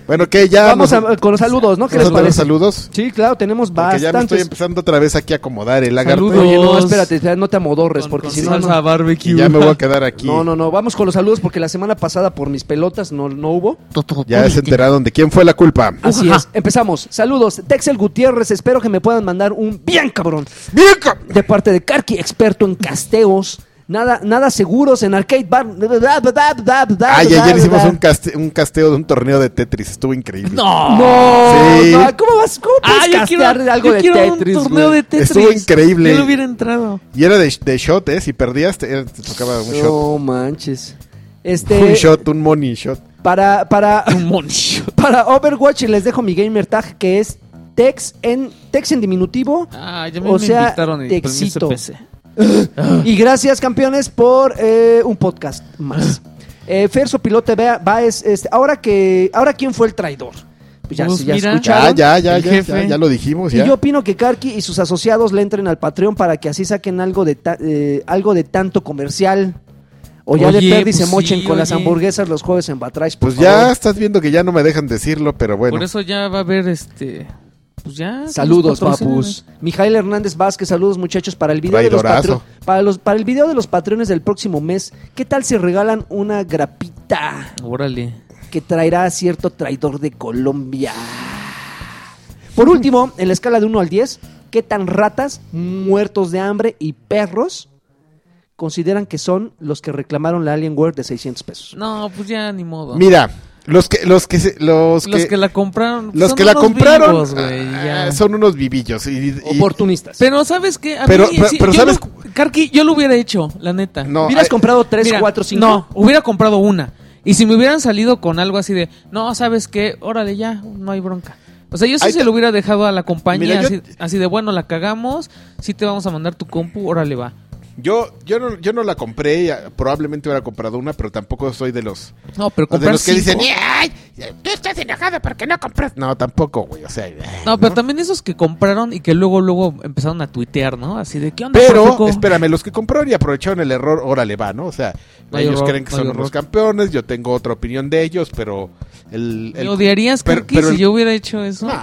Bueno, que ya.
Vamos
nos-
a- con los saludos, ¿no?
¿Vamos
¿Qué les
a poner
parece?
saludos?
Sí, claro, tenemos
Porque ya me estoy
bastantes.
empezando otra vez aquí a acomodar el lagarto.
Saludos.
Oye, no, espérate, ya no te amodorres,
Con,
Pues porque
con
si no.
salsa
No.
Y
barbecue.
ya me voy a quedar aquí.
no, no, no, vamos con los saludos porque la semana pasada por mis pelotas no, no hubo.
Ya se enteraron de quién fue la culpa.
Así es, empezamos. Saludos, Texel Gutiérrez, espero que me puedan mandar un bien cabrón. De parte de Karki, experto en casteos. Nada, nada seguros en arcade bar.
Ay,
Ay,
ayer hicimos un, caste- un casteo de un torneo de Tetris. Estuvo increíble.
No.
No,
Sí.
no, ¿cómo vas? ¿Cómo puedes
Ah, yo quiero,
castear algo
yo
de
quiero
Tetris?
un torneo
güey?
de Tetris.
Estuvo increíble.
Yo no hubiera entrado.
Y era de, de shot, ¿eh? Si perdías, te, era- te tocaba un shot.
No manches. Este,
Un shot, un money shot.
Para, para,
Un monillo.
para Overwatch les dejo mi gamer tag que es Tex en Tex en diminutivo.
Ah, ya me,
O
me
sea,
invitaron y
Texito.
permiso PC.
Y gracias, campeones, por eh, un podcast más. Eh, Ferso Pilote va, va es, este, ahora que ahora quién fue el traidor. Pues ya,
Pues
ya
mira.
Ya,
escucharon.
Ah, ya, ya,
El
ya,
jefe.
ya, ya lo dijimos.
Y
Ya.
yo opino que Karki y sus asociados le entren al Patreon para que así saquen algo de ta- eh, algo de tanto comercial. O ya de
Oye,
perdi
pues
se
sí,
mochen con las
oye.
hamburguesas los jueves en Batrash. por
Pues ya
favor.
estás viendo que ya no me dejan decirlo, pero bueno.
Por eso ya va a haber este. Pues ya. que
Saludos,
nos patrocinen.
papus. Mijael Hernández Vázquez, saludos muchachos para el video de los
Traidorazo.
patro- para los para el video de los patrones del próximo mes. ¿Qué tal si regalan una grapita
Órale.
que traerá a cierto traidor de Colombia? Por último, en la escala de 1 al 10, ¿qué tan ratas, muertos de hambre y perros consideran que son los que reclamaron la Alienware de 600 pesos?
No, pues ya ni modo.
Mira, los que, los que, se- los
los que,
que,
la compraron. pues
los
son
que la
unos
compraron
vivos, güey,
ah,
ya.
son unos vivillos. y- y-
Oportunistas.
Pero sabes qué, a
Pero-
mí,
pero-
sí,
pero
yo
¿sabes?
lo- Karki, yo lo hubiera hecho, la neta.
no,
¿Hubieras
ay,
comprado 3,
Mira,
4, 5?
No, hubiera comprado una. Y si me hubieran salido con algo así de, no, sabes qué, órale ya, no hay bronca. O sea, yo sí
Ahí
se
te-
lo hubiera dejado a la compañía,
Mira, yo-
así, así de, bueno, la cagamos, sí te vamos a mandar tu compu, órale va.
yo, yo no, yo no la compré, ya, probablemente hubiera comprado una, pero tampoco soy de los,
No, pero
de
comprar
los que
cinco.
dicen, "Ay, tú estás enojado porque no compras. No, tampoco, güey, o sea. ay,
No, pero también esos que compraron y que luego, luego empezaron a tuitear, ¿no? Así de, ¿qué onda?
Pero,
Profeco?"
espérame, los que compraron y aprovecharon el error, órale va, ¿no? O sea,
No hay
ellos
error,
creen que
no hay
son
error.
los campeones, yo tengo otra opinión de ellos, pero el,
¿Me
el-
odiarías,
pero-
Karki,
pero
si
el-
yo hubiera hecho eso?
No,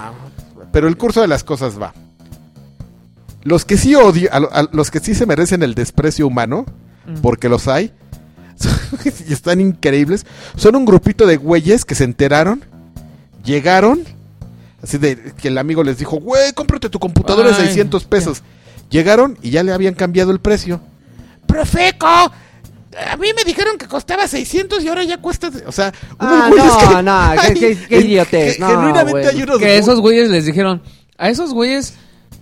pero el curso de las cosas va. Los que sí odio, a, lo- a los que sí se merecen el desprecio humano,
Mm.
porque los hay, son- y están increíbles, son un grupito de güeyes que se enteraron, llegaron, así de que el amigo les dijo, güey, cómprate tu computadora de
Ay,
600 pesos. Llegaron y ya le habían cambiado el precio. Profeco, a mí me dijeron que costaba 600 y ahora ya cuesta... O sea, unos
Ah,
güeyes
no,
que-
no, qué-
Ay,
qué- qué
gen-
idiotez,
gen-
no,
Genuinamente
güey.
hay unos
Que esos güeyes les dijeron, a esos güeyes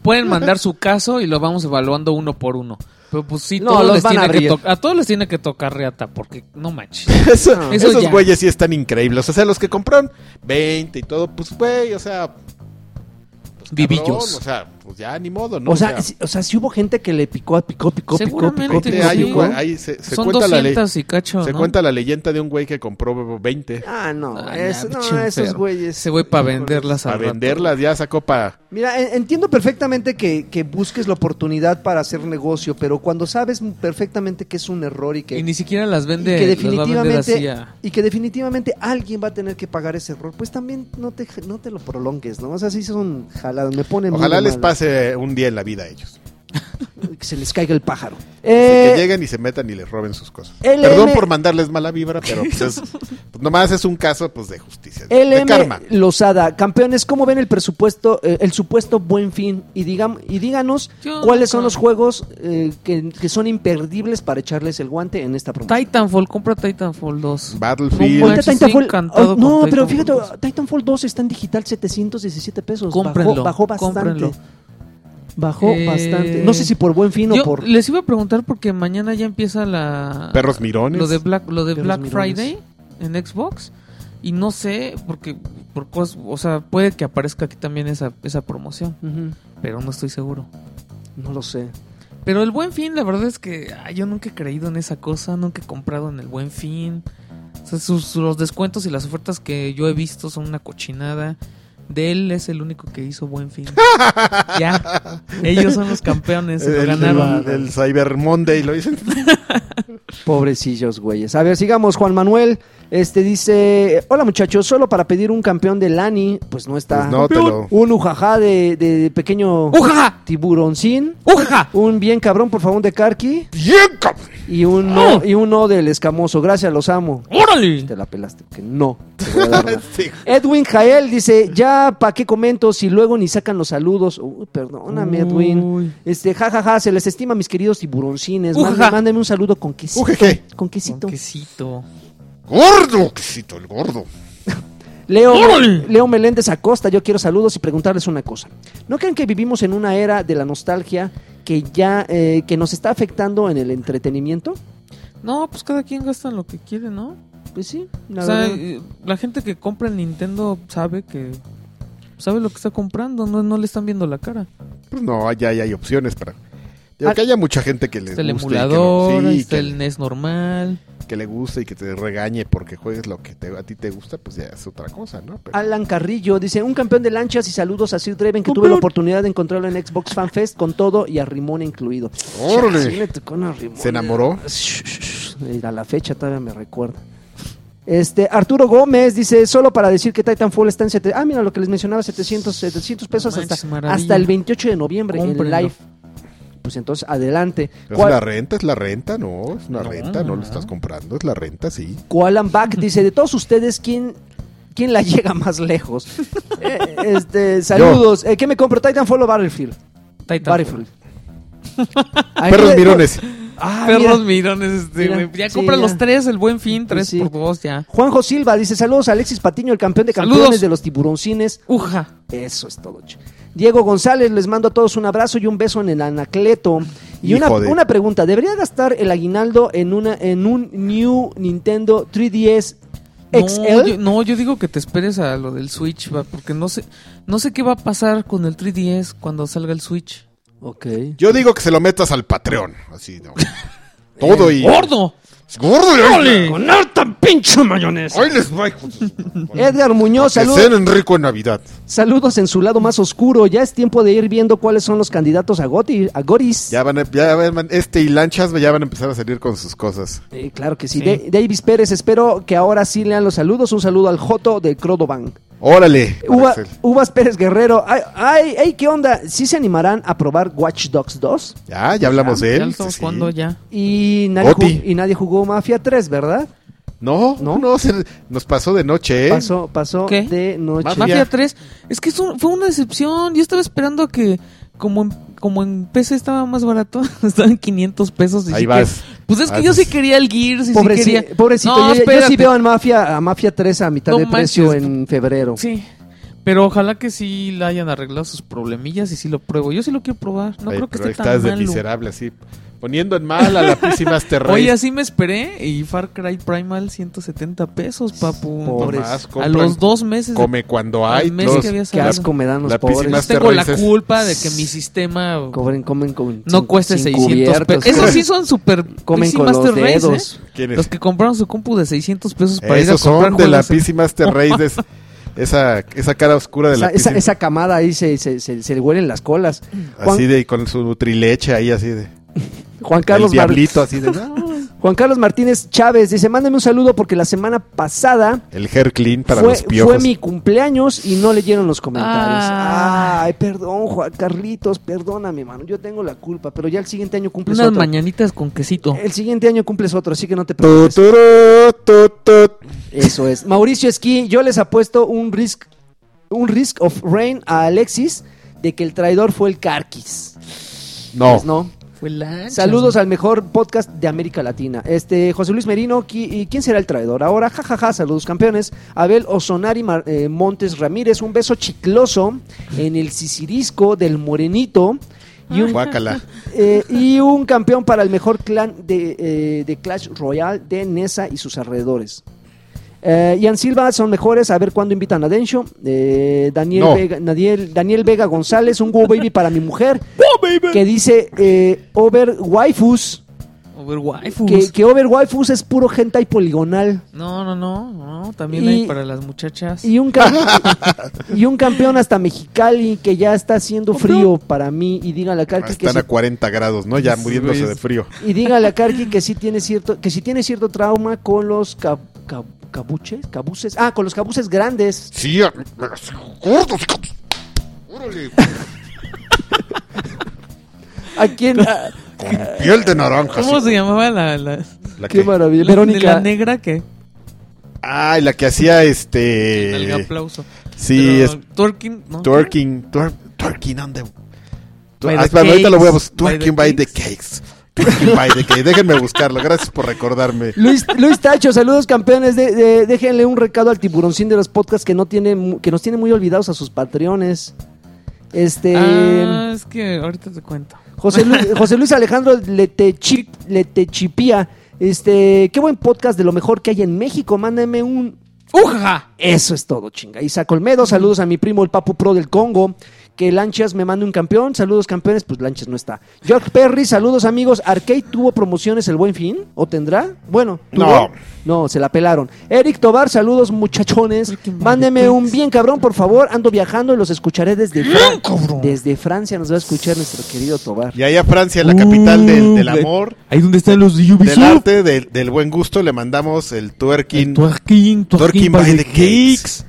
pueden mandar su caso y lo vamos evaluando uno por uno. Pero pues sí,
No,
todos
los
les
van a
tiene que
reír.
to- a todos les tiene que tocar reata, porque no manches.
Eso-
No.
Ah. Eso
esos
ya.
güeyes sí están increíbles. O sea, los que compraron 20 y todo, pues güey, o sea. pues, cabrón,
Vivillos.
o sea, pues ya ni modo, ¿no?
O sea, si- o sea, si hubo gente que le picó, picó, picó, picó, picó,
Seguramente,
Este,
picó,
hay un
picó.
güey- ahí se, se
Son
cuenta la ley.
200 y cacho,
Se
¿no?
cuenta la leyenda de un güey que compró 20
Ah, no,
Ah,
es-
ya,
no,
pinche
esos
enfermo.
güeyes.
Ese güey para venderlas al
para
rato.
venderlas, ya sacó para.
Mira, en- entiendo perfectamente que, que busques la oportunidad para hacer negocio, pero cuando sabes perfectamente que es un error y que,
Y ni siquiera las
y
vende,
que
las va a vender así
definitivamente
a-
y que definitivamente alguien va a tener que pagar ese error, pues también no te no te lo prolongues, ¿no? O sea, sí son jaladas, me ponen muy
Ojalá
de
les
malas.
pase un día en la vida a ellos.
que se les caiga el pájaro.
Así
Eh,
que lleguen y se metan y les roben sus cosas.
LM.
Perdón por mandarles mala vibra, pero pues, es- pues, nomás es un caso pues de justicia. De
LM
karma.
Lozada, campeones, ¿cómo ven el presupuesto, eh, el supuesto buen fin? Y, digam, y díganos
Yo
cuáles son
nunca-
los juegos eh, que, que son imperdibles para echarles el guante en esta promoción.
Titanfall, compra Titanfall 2.
Battlefield.
No
Ahorita
manches,
Titanfall-
estoy encantado
oh,
con
no, pero
Titanfall
fíjate,
2.
Titanfall 2 está en digital 717 pesos.
Cómprenlo,
bajó, bajó bastante.
cómprenlo.
Bajó
Eh,
bastante. No sé si por buen fin o
Yo
por.
les iba a preguntar porque mañana ya empieza la...
Perros mirones.
Lo de Black, lo de
Perros
Black
mirones.
Friday en Xbox. Y no sé, porque por cos- o sea, puede que aparezca aquí también esa, esa promoción,
Ujú,
pero no estoy seguro.
No lo sé.
Pero el buen fin, la verdad es que ah, yo nunca he creído en esa cosa, nunca he comprado en el buen fin. O sea, sus- los descuentos y las ofertas que yo he visto son una cochinada. Dell es el único que hizo buen fin. ya, ellos son los campeones, se lo
El,
ganaron.
el- el Cyber Monday lo dicen. pues,
Pobrecillos, güeyes. A ver, sigamos. Juan Manuel este dice: Hola muchachos, solo para pedir un campeón de Lani. Pues no está.
Pues no, te lo-
Un ujajá de, de pequeño
¡Ujaja!
tiburoncín.
¡Ujaja!
Un bien cabrón, por favor, de Karki.
Bien, cabrón.
Y un no,
¡Oh!
y un no del escamoso. Gracias, los amo.
¡Órale!
Te la pelaste, que no. te voy a dar una.
Sí.
Edwin Jael dice, ya pa' qué comento si luego ni sacan los saludos. Uy, perdóname,
Mm.
Edwin.
Uy.
Este, jajaja, se les estima mis queridos tiburoncines.
Ujaja.
Mándenme, mándenme un saludo con quesito.
Ujeje.
Con quesito.
Con quesito.
Gordo, quesito, el gordo.
Leo,
¡Órale!
Leo Meléndez Acosta, yo quiero saludos y preguntarles una cosa. ¿No creen que vivimos en una era de la nostalgia que ya, eh, que nos está afectando en el entretenimiento?
No, pues cada quien gasta lo que quiere, ¿no?
Pues sí, la
o sea,
verdad.
eh, la gente que compra el Nintendo sabe que sabe lo que está comprando, no, no le están viendo la cara.
Pues no, allá hay, hay opciones para. Digo,
Ah,
que haya mucha gente que le
Está el
guste. y que no-
emulador,
sí,
ahí está
que-
el NES normal.
que le guste y que te regañe porque juegues lo que te- a ti te gusta, pues ya es otra cosa, ¿no? Pero-
Alan Carrillo dice, un campeón de lanchas y saludos a Sir Draven que tuve la oportunidad de encontrarlo en Xbox Fan Fest con todo y a Rimón incluido.
¡Órale!
Sí, le tocó una Rimón.
¿Se enamoró?
Shh, shh, shh. A la fecha todavía me recuerda. Este, Arturo Gómez dice, solo para decir que Titanfall está en... sete- Ah, mira lo que les mencionaba, 700, 700 pesos
No
hasta,
manches, maravilla.
hasta el 28 de noviembre
Cómprenlo.
en live. Pues entonces, adelante.
¿Es
¿Cuál-
la renta? ¿Es la renta? No, es una
No,
renta, no
no.
lo estás comprando, es la renta, sí.
Koalan Back dice, de todos ustedes, ¿quién, quién la llega más lejos? Eh, este, saludos. Eh, ¿Qué me compro, Titanfall o Battlefield?
Titanfall.
Battlefield. Ahí
Perros
le-
mirones.
Ah, mira.
Perros mirones, este,
Mira,
güey. Ya
sí,
compra
ya. Pues
los tres, el buen fin, tres
sí.
por dos, ya.
Juanjo Silva dice, saludos a Alexis Patiño, el campeón de campeones
Saludos.
de los tiburoncines.
Uja.
Eso es todo. che. Diego González, les mando a todos un abrazo y un beso en el anacleto. Y una,
Hijo de-
una pregunta, ¿debería gastar el aguinaldo en, una, en un New Nintendo 3DS XL?
No yo, no, yo digo que te esperes a lo del Switch, va, porque no sé, no sé qué va a pasar con el 3DS cuando salga el Switch.
Ok.
Yo digo que se lo metas al Patreon, así, no. Todo y...
¡Gordo!
¡Gordo! ¡Ay,
Con harta pinche mayonesa.
ay, les va! hijo de-
Edgar Muñoz,
Que
salud-
sean rico en Navidad.
saludos en su lado más oscuro. Ya es tiempo de ir viendo cuáles son los candidatos a, Goti, a Goris.
Ya van, a- ya van- este y lanchas ya van a empezar a salir con sus cosas.
Eh, claro que sí.
Sí.
Da- Davis Pérez, espero que ahora sí lean los saludos. Un saludo al Joto de Crodobank.
Órale.
Uva-
Axel.
Uvas Pérez Guerrero. Ay, ay, ay, ¿qué onda? ¿Sí se animarán a probar Watch Dogs 2?
Ya, ya hablamos de
Ya
él.
lo
sí,
estamos
sí.
jugando ya.
Y nadie,
Goti.
ju- y nadie jugó Mafia 3, ¿verdad?
No,
¿No?
no, se- nos pasó de noche, ¿eh?
Pasó, pasó
¿Qué?
de noche.
Mafia.
Mafia 3. Es que es un- fue una decepción. Yo estaba esperando que, como en, como en PC estaba más barato, estaban 500 pesos. y
Ahí
sí
vas.
que- pues es que
Ah,
yo sí
pues-
quería el Gears. Y
Pobreci-
sí quería...
Pobrecito,
No,
yo- yo, sí
espérate.
veo a Mafia, a Mafia 3 a mitad
No
de precio
manches.
en febrero.
Sí. Pero ojalá que sí la hayan arreglado sus problemas y sí lo pruebo. Yo sí lo quiero probar. No
Ay,
creo que
pero
esté
ahí estás
tan
de
malo.
miserable, así. Poniendo en mal a la PC Master Race.
Oye, así me esperé y Far Cry Primal 170 pesos, papu.
Pobres.
Nomás
A
compran,
los dos meses. de-
Come cuando
al
hay.
mes
todos-
que había
Qué
salido.
asco me dan los
La
pobres.
piscina-
Tengo la
Terrorices.
culpa de que mi sistema
Cobren, comen con.
no
sin-
cueste
sin
600
cubiertos,
pesos. Esos
comen-
sí son super
Comen
PC
con los
Master Race,
dedos.
¿eh?
¿Quién es?
Los que compraron su compu de 600 pesos para ir a
Esos
comprar
son de la
juegos en-
PC Master Race. es- esa, esa cara oscura de la
Esa, esa-
PC.
esa camada ahí se, se, se- se le huelen las colas. Juan,
Así de, con su nutrileche ahí, así de.
Juan Carlos
el
Mar-
diablito, así de. "No".
Juan Carlos Martínez Chávez dice: Mándame un saludo porque la semana pasada
El hair clean para
fue,
los piojos.
fue mi cumpleaños y no leyeron los comentarios.
Ah.
Ay, perdón, Juan Carlitos, perdóname, mano. Yo tengo la culpa, pero ya el siguiente año cumples
unas
otro.
mañanitas con quesito.
El siguiente año cumples otro, así que no te
Tu,
preocupes.
turu, tu, tu.
Eso es. Mauricio Esquí, yo les apuesto un risk, un risk of rain a Alexis de que el traidor fue el Carquis.
No.
Pues no.
Fue lanchas,
Saludos
¿no?
al mejor podcast de América Latina. Este, José Luis Merino, qui- ¿y quién será el traidor? Ahora, jajaja, saludos campeones. Abel Osonari Mar- eh, Montes Ramírez, un beso chicloso en el sisirisco del Morenito. Y un,
Guácala.
eh, y un campeón para el mejor clan de, eh, de Clash Royale de Nesa y sus alrededores. Eh, Ian Silva son mejores, a ver cuándo invitan a Densho. Eh, Daniel,
No.
Vega, Daniel, Daniel Vega González, un Wow Baby para mi mujer,
¡Oh,
que dice eh, Over Waifus,
Over waifus.
que, que Over Waifus es puro hentai poligonal.
No, no, no, no. También
Y-
hay para las muchachas.
Y un, cam- y un campeón hasta Mexicali que ya está haciendo frío para mí. Y díganle a Karki que
Están
se
a 40 grados, ¿no? Ya
Sí,
muriéndose
güey.
de frío.
Y dígale a Karki que sí tiene cierto, que sí tiene cierto trauma con los cab- cab- cabuches, cabuces, ah, con los cabuces grandes.
Sí, a- gordos. hijo de- Órale,
¿A quién? Ah,
con piel de naranja.
¿Cómo
sí.
se llamaba la, la,
La
qué
que,
maravilla.
la-
Eh, Verónica.
la negra que?
ay, la que hacía
El
este.
aplauso.
Sí,
Pero
es
Twerking, ¿no?
Twerking, twer- twerking on the. Tu-
By the
Ah, espérame, ahorita lo voy a
cakes,
buscar. Twerking by the cakes. Twerking by the cakes. Déjenme buscarlo. Gracias por recordarme.
Luis, Luis Tacho, saludos campeones. De- de- déjenle un recado al tiburoncín de los podcasts que no tiene, mu- que nos tiene muy olvidados a sus patreones. Este
Ah, es que ahorita te cuento.
José, Luis, José Luis Alejandro Letechi- Letechipía. Este, qué buen podcast de lo mejor que hay en México. Mándame un
¡Ujaja!
Eso es todo, chinga. Isaac Olmedo, saludos a mi primo el Papu Pro del Congo. Que Lanchas me mande un campeón. Saludos, campeones. Pues Lanchas no está. George Perry, saludos, amigos. Arcade tuvo promociones el buen fin. ¿O tendrá? Bueno, ¿tuvo?
No.
No, se la pelaron. Eric Tobar, saludos, muchachones. Mándeme un bien cabrón, por favor. Ando viajando y los escucharé desde Francia. Desde Francia nos va a escuchar nuestro querido Tobar.
Y allá a Francia, la capital del, del
Uh,
amor,
Ahí donde están los de
del
Ubisoft.
arte, del, del buen gusto, le mandamos el twerking.
Twerking,
Twerking
twerking by, the
cakes.
cakes.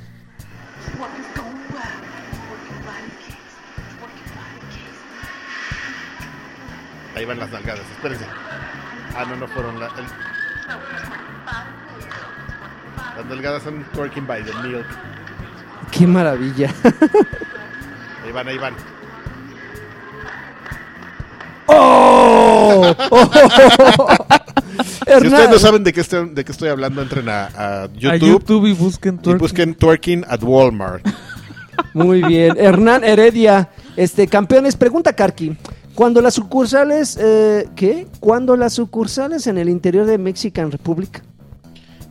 Ahí van las nalgadas, espérense. Ah, no, no fueron la- el- Las nalgadas son twerking by the milk.
Qué maravilla.
Ahí van, ahí van.
¡Oh! ¡Oh!
Si
Hernán.
ustedes no saben de qué estoy, de qué estoy hablando, entren a, a YouTube,
A YouTube y busquen
y
twerking.
busquen twerking at Walmart.
Muy bien. Hernán Heredia, este campeones, pregunta Karki. Cuando las sucursales, eh, ¿qué? Cuando las sucursales en el interior de Mexican Republic.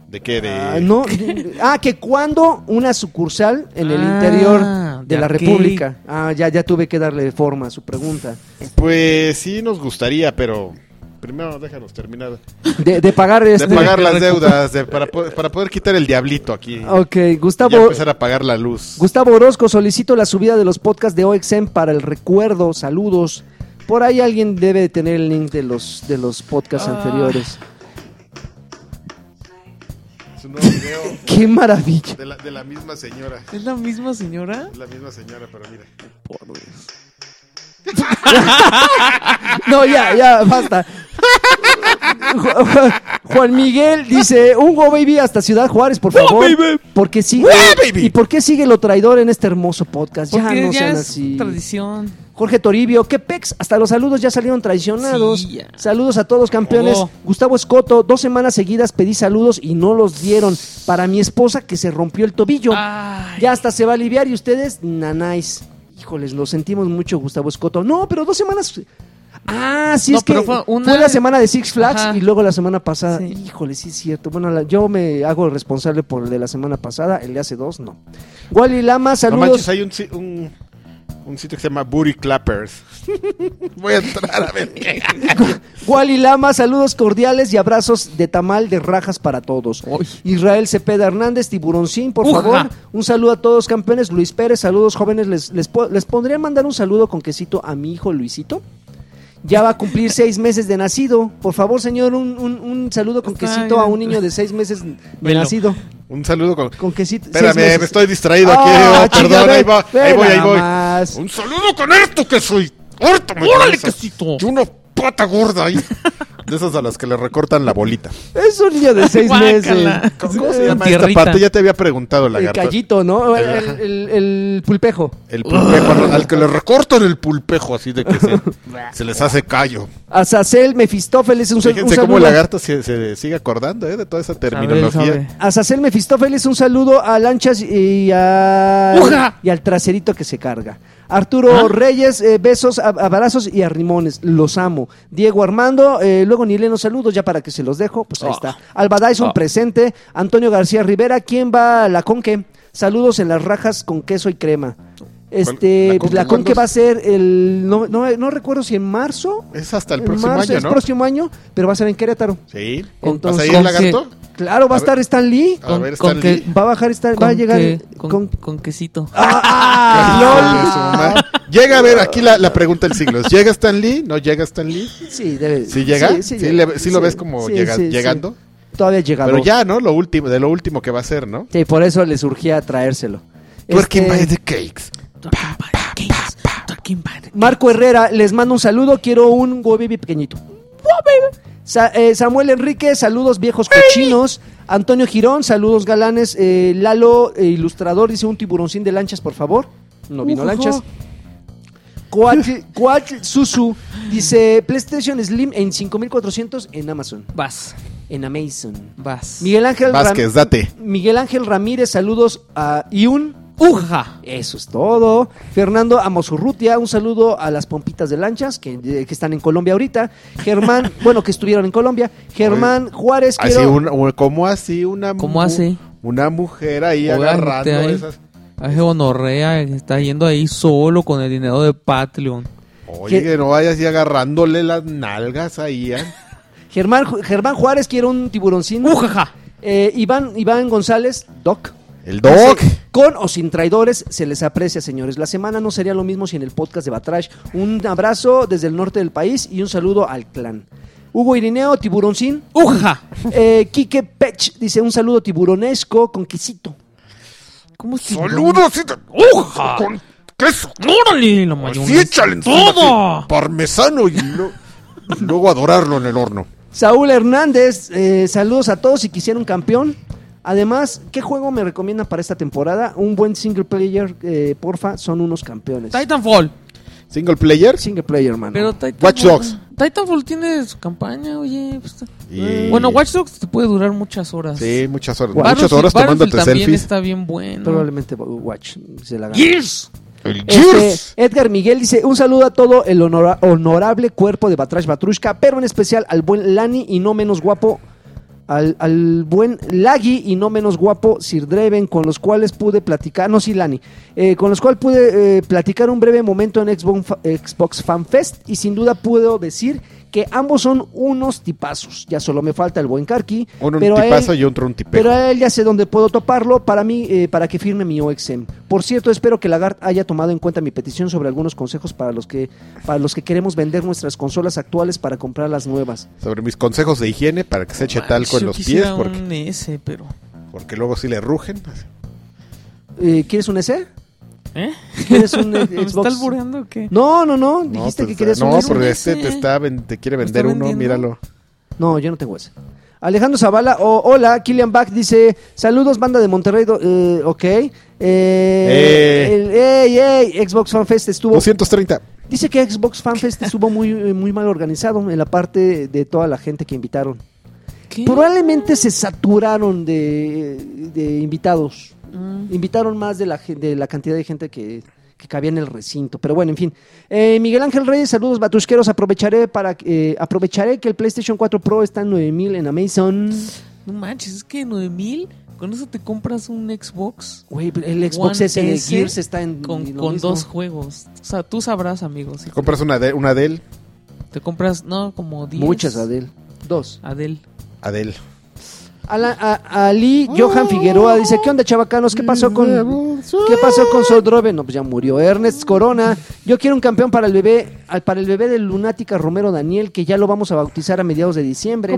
¿De qué? De...
Ah, no. ah, que cuando una sucursal en el
Ah,
interior de,
de
la
aquí.
República. Ah, ya, ya tuve que darle forma a su pregunta.
Pues sí nos gustaría, pero primero déjanos terminar
De, de pagar
de
este.
pagar las deudas, de- para, po- para poder quitar el diablito aquí.
Ok,
Y
Gustavo.
empezar a pagar la luz.
Gustavo Orozco, solicito la subida de los podcasts de OXM para el recuerdo. Saludos. Por ahí alguien debe de tener el link de los, de los podcasts
Ah.
anteriores.
Es un nuevo video
¡Qué maravilla!
de la, de la misma señora.
¿Es la misma señora?
Es la misma señora, pero mira.
Por Dios.
No, ya, ya, basta. Ju- Ju- Juan Miguel dice, Hugo Baby hasta Ciudad Juárez, por favor. Porque sigue, ¿Y por qué sigue lo traidor en este hermoso podcast? Ya
Porque
no
ya
sean
es
así.
tradición.
Jorge Toribio, qué pex, hasta los saludos ya salieron traicionados.
Sí, ya.
Saludos a todos campeones.
Oh.
Gustavo Escoto, dos semanas seguidas pedí saludos y no los dieron. Para mi esposa que se rompió el tobillo.
Ay.
Ya hasta se va a aliviar y ustedes, nanáis. Híjoles, lo sentimos mucho, Gustavo Escoto. No, pero dos semanas. Ah, sí
No,
es que
pero fue
fue,
una-
la semana de Six Flags
Ajá.
y luego la semana pasada.
Sí.
Híjole, sí es cierto. Bueno, la- yo me hago responsable por el de la semana pasada, el de hace dos, no. Wally Lama,
No manches,
saludos.
hay un, si- un, un sitio que se llama Booty Clappers. Voy a entrar a ver. qué.
Wally Lama, saludos cordiales y abrazos de tamal de rajas para todos.
Uy.
Israel Cepeda Hernández, Tiburoncín, por
Uja.
favor. Un saludo a todos campeones. Luis Pérez, saludos jóvenes. Les, les, po- les pondría mandar un saludo con quesito a mi hijo Luisito. Ya va a cumplir seis meses de nacido. Por favor, señor, un, un- un saludo con
Está
quesito a
bien.
un niño de seis meses de
Velo.
nacido.
Un saludo con.
Con quesito. seis
Espérame,
meses.
me estoy distraído aquí.
Ah,
oh, perdón,
chinga,
ahí,
ve-
va, ahí
ve
voy, ahí
nada
voy.
más.
Un saludo con esto que soy. Ahorita me
¡Órale,
regresas.
quesito!
Y una pata gorda ahí. De esas a las que le recortan la bolita.
Es un niño de seis
Guácala.
meses.
¿Cómo
¿Cómo
se
se
Eh,
llama esta
tierrita.
parte? Ya te había preguntado,
El
lagarto.
callito, ¿no? El,
Ajá.
el- el pulpejo.
El pulpejo, al- al que le recortan el pulpejo, así de que se, se les hace callo.
Azazel Mefistófeles, un, sal- un
Fíjense cómo
saludo.
el lagarto se, se sigue acordando ¿eh? de toda esa terminología.
Sabe, sabe.
Azazel Mefistófeles, un saludo a Lanchas y, a-
¡Uja! Ah.
y al traserito que se carga. Arturo Reyes, eh, besos, ab- abrazos y arrimones. Los amo. Diego Armando, eh, luego Nileno, saludos ya para que se los dejo. Pues ahí
Ah.
está. Alba Dyson,
Ah.
presente. Antonio García Rivera, ¿quién va a la conque? Saludos en las rajas con queso y crema. Este,
¿La
pues,
Conque
la conque
cuándo?
va a ser el. No, no, no recuerdo si en marzo.
Es hasta el
en
próximo
marzo,
año,
es
¿no?
próximo año, pero va a ser en Querétaro.
Sí. ¿Vas a
Entonces-
ir, lagarto?
Claro, va a,
A
estar Stan Lee.
A
Con-
ver,
con
Stan
que-
Lee.
Va a bajar Stan, va a
Con
llegar
que-
con,
con, con quesito.
Ah, ah,
Híjole, su madre. Llega a ver, aquí la, la pregunta del siglo. es, ¿Llega Stan Lee? ¿No llega Stan Lee?
Ah, Sí, debe.
¿Sí llega? ¿Sí,
llega.
le- sí lo
Sí,
ves como
sí,
llega-
sí, sí.
llegando?
Todavía llegado.
Pero ya, ¿no? Lo último, de lo último que va a ser, ¿no?
Sí, por eso le surgía traérselo.
Twerking
Este,
by the cakes.
Twerking by the cakes, twerking by the-
Marco Herrera, les mando un saludo. Quiero un Wobibi pequeñito. Sa- eh, Samuel Enrique, saludos viejos cochinos. Antonio Girón, saludos galanes. Eh, Lalo, eh, ilustrador, dice un tiburoncín de lanchas, por favor. No vino
Ujujú.
lanchas. Coatl, Coatl Susu dice PlayStation Slim en 5400 en Amazon.
Vas,
En Amazon.
vas.
Miguel Ángel, Ram-
Vázquez, date.
Miguel Ángel Ramírez, saludos a Iun.
¡Uja!
Eso es todo. Fernando Amosurrutia, un saludo a las pompitas de lanchas que, eh, que están en Colombia ahorita. Germán, bueno, que estuvieron en Colombia. Germán Juárez,
Así
quiero-
un- un- ¿Cómo así una
¿Cómo hace?
Una mujer ahí
Oiga,
agarrando
gente, ahí.
esas.
Aje Bonorrea está yendo ahí solo con el dinero de Patreon.
Oye,
¿Qué?
que no vayas y agarrándole las nalgas ahí. ¿eh?
Germán, Ju- Germán Juárez quiere un tiburoncín.
¡Ujaja!
Eh, Iván, Iván González, Doc.
El Doc.
Dice, Con o sin traidores se les aprecia, señores. La semana no sería lo mismo sin el podcast de Batrash. Un abrazo desde el norte del país y un saludo al clan. Hugo Irineo, tiburoncín.
¡Ujaja!
Eh, Quique Pech dice un saludo tiburonesco con quesito.
¿Cómo se
¡Saludos! y te-
¡Ujaja!
Con queso.
¡Órale! La
Pues
Así
mayonesa.
échale encima,
¡Todo!
así, Parmesano y lo- luego adorarlo en el horno.
Saúl Hernández, eh, saludos a todos si quisiera un campeón. Además, ¿qué juego me recomiendan para esta temporada? Un buen single player, eh, porfa, son unos campeones.
Titanfall.
Single player.
Single player, mano.
Pero Titanfall.
Watch Dogs.
Titanfall tiene su campaña, oye. pues,
Y-
Bueno, Watch Dogs te puede durar muchas horas.
Sí, muchas horas.
Barros
Muchas
Battlefield-
horas
Battlefield
tomándote
también
selfies.
está bien bueno.
Probablemente Watch se la gana.
¡Gears!
El Gears.
Este, Edgar Miguel dice, un saludo a todo el honora- honorable cuerpo de Batrash Batrushka, pero en especial al buen Lani y no menos guapo, al, al buen Lagi y no menos guapo Sir Dreven, con los cuales pude platicar, no, sí, Lani, eh, con los cuales pude eh, platicar un breve momento en Xbox, Fa- Xbox Fan Fest y sin duda puedo decir que ambos son unos tipazos. Ya solo me falta el buen Karki,
Un, un
pero a él-
tipazo y otro un
pero
tipejo.
a él ya sé dónde puedo toparlo para mí, eh, para que firme mi OXM. Por cierto, espero que Lagart haya tomado en cuenta mi petición sobre algunos consejos para los que, para los que queremos vender nuestras consolas actuales para comprar las nuevas.
Sobre mis consejos de higiene para que se eche talco en
Yo
los pies.
quisiera
Porque,
un ese, pero...
porque luego sí le rugen.
Eh, ¿Quieres un ese?
¿Eh?
¿Quieres un eh,
¿Me está
Xbox?
albureando o qué?
No, no, no. Dijiste
No,
que
pues,
querías
no,
un ese.
pero
un
este te,
ese.
está, ven- te quiere
¿Me está
vender uno,
vendiendo?
míralo.
No, yo no tengo ese. Alejandro Zavala, o- hola, Killian Bach dice, saludos banda de Monterrey, do- eh, ok. Eh,
Eh.
el- ey, ey, Xbox Fan Fest estuvo
230.
Dice que Xbox FanFest estuvo muy, eh, muy mal organizado en la parte de toda la gente que invitaron.
¿Qué?
Probablemente se saturaron de, de invitados.
Mm,
Invitaron más de la, gen- de la cantidad de gente que, que cabía en el recinto. Pero bueno, en fin. Eh, Miguel Ángel Reyes, saludos batusqueros. Aprovecharé, para, eh, aprovecharé que el PlayStation 4 Pro está en 9000 en Amazon.
No manches, es que 9000, con eso te compras un Xbox
Güey, el Xbox
One
S de
S
Gears está en
con,
en lo
con
mismo.
dos juegos. O sea, tú sabrás, amigos. si
Te compras una, de, una Adel.
Te compras, no, como 10.
Muchas, Adel. Dos.
Adel.
Adel.
Alan- a- Ali Johan Figueroa dice, ¿qué onda chavacanos? ¿Qué pasó con ¿Qué pasó con Soldroven? No, pues ya murió. Ernest Corona, yo quiero un campeón para el bebé, al- para el bebé de Lunática Romero Daniel, que ya lo vamos a bautizar a mediados de diciembre.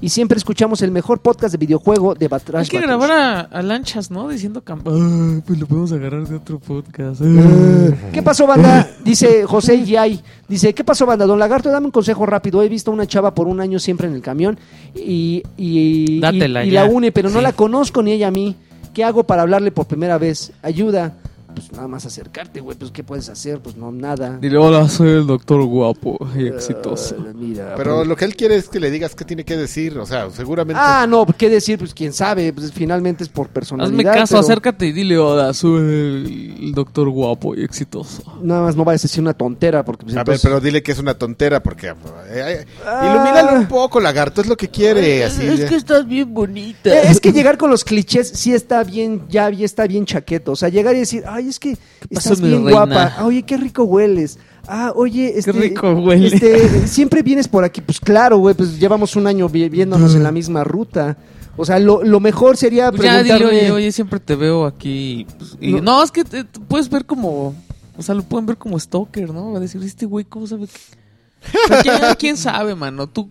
Y siempre escuchamos el mejor podcast de videojuego de Batrash.
Hay que
Batrush.
grabar a, a lanchas, ¿no? Diciendo camp- Ah, pues lo podemos agarrar de otro podcast. Ah.
¿Qué pasó, banda? Dice José Yay. Dice, ¿qué pasó, banda? Don Lagarto, dame un consejo rápido. He visto una chava por un año siempre en el camión y, y, y-
Dátela
y
ya.
la une, pero no
Sí.
la conozco ni ella a mí. ¿Qué hago para hablarle por primera vez? Ayuda. Pues nada más acercarte, güey. Pues ¿qué puedes hacer? Pues no, nada.
Dile, hola, soy el doctor guapo y
Ah,
exitoso.
mira,
Ah,
pues,
Pero lo que él quiere es que le digas qué tiene que decir. O sea, seguramente.
Ah, no, ¿qué decir? Pues quién sabe, pues, finalmente es por personalidad.
Hazme caso,
pero
acércate y dile, hola, soy el, el doctor guapo y exitoso.
Nada más no vayas a decir una tontera porque pues,
a
entonces-
ver, pero dile que es una tontera. Porque. eh, eh,
Ah.
ilumínalo un poco, lagarto. Es lo que quiere. así de-
estás bien bonita.
Eh, es que llegar con los clichés sí está bien, ya ya está bien chaqueto. O sea, llegar y decir, ay, es que
pasó,
estás
mi
bien
reina?
guapa. Ah, oye, qué rico hueles. Ah, oye, este,
rico huele.
este, siempre vienes por aquí. Pues claro, güey, pues llevamos un año vi- viéndonos en la misma ruta. O sea, lo, lo mejor sería
Mm. Pues ya dile,
preguntarle...
oye, oye, siempre te veo aquí. pues, y-
No.
no. es que te, te puedes ver como. O sea, lo pueden ver como stalker, ¿no? Va a decir, este güey, ¿cómo sabe que.? O sea, ¿quién, quién sabe, mano? Tú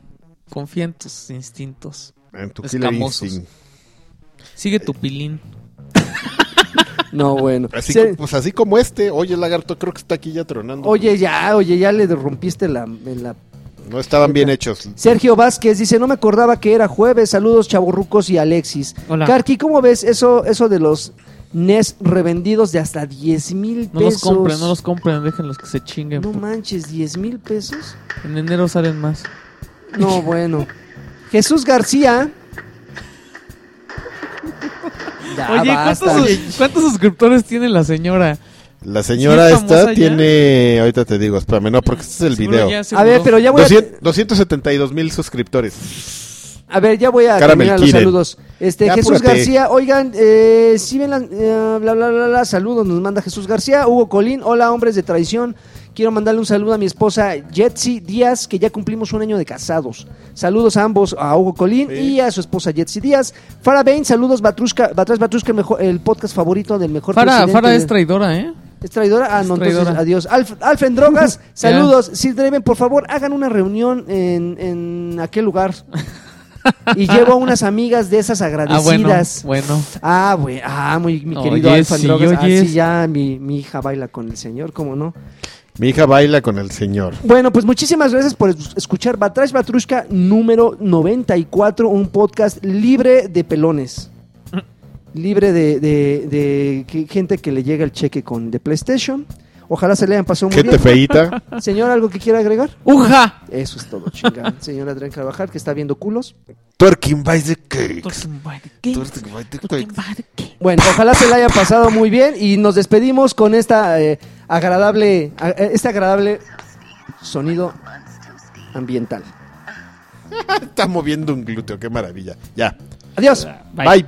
confía en tus instintos.
En tu killer
Escamosos.
instinct.
Sigue tu pilín.
No, bueno.
Así,
Se-
co- Pues así como este. Oye, lagarto, creo que está aquí ya tronando.
Oye, ya, oye, ya le rompiste la- en la
No estaban bien hechos.
Sergio Vázquez dice, no me acordaba que era jueves. Saludos, chaburrucos y Alexis.
Hola.
Karki, ¿cómo ves eso, eso de los NES revendidos de hasta 10 mil pesos?
No los compren, no los compren, déjenlos que se chinguen.
No
por-
manches, 10 mil pesos.
en enero salen más.
No, bueno. Jesús García. Ya,
Oye,
Ah, basta.
¿cuántos, cuántos suscriptores tiene la señora?
La señora
¿Sí es famosa
esta
ya?
tiene. Ahorita te digo, espérame, no, porque este es el
Seguro
video.
ya se
A ver,
mudó.
pero ya voy a...
200 272 mil suscriptores.
A ver, ya voy a
Caramel
terminar los
Kiren.
saludos. Este,
eh. Ya,
Jesús
apúrate.
García, oigan, eh, si ven las, eh, bla, bla, bla, bla, saludos, nos manda Jesús García. Hugo Colín, hola hombres de traición. Quiero mandarle un saludo a mi esposa Jetsi Díaz, que ya cumplimos un año de casados. Saludos a ambos, a Hugo Colín
Sí.
y a su esposa Jetsi Díaz. Farah Bain, saludos, Batrushka, Batrás Batrushka, mejo- el podcast favorito del mejor
Fara,
presidente
Fara
de-
es traidora, ¿eh?
¿Es traidora? Ah,
Es
no,
traidora.
entonces adiós. Alf, Alfen Drogas, saludos. Sir Draven, por favor, hagan una reunión en, en aquel lugar. Y llevo a unas amigas de esas
Ah, bueno,
agradecidas.
bueno.
Ah, bueno. Ah, muy, mi querido
Oye,
Alfen
sí,
Drogas. Ah,
oye.
sí, ya mi, mi hija baila con el señor, ¿cómo no?
Mi hija baila con el señor.
Bueno, pues muchísimas gracias por es- escuchar Batrash Batrushka número 94, un podcast libre de pelones. Libre de, de- de que- gente que le llega el cheque con de PlayStation. Ojalá se le hayan pasado muy
Gente
bien.
feíta.
Señor, ¿algo que quiera agregar?
¡Uja!
Eso es todo, chingada. Señor Adrián Carvajal, que está viendo culos.
Twerking by the
¿Qué?
cake. Twerking by the cake.
Bueno, ojalá se le haya pasado muy bien y nos despedimos con esta eh, agradable, a- eh, este agradable sonido ambiental.
Está moviendo un glúteo, qué maravilla. Ya.
Adiós.
Bye.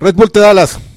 Red Bull te da las.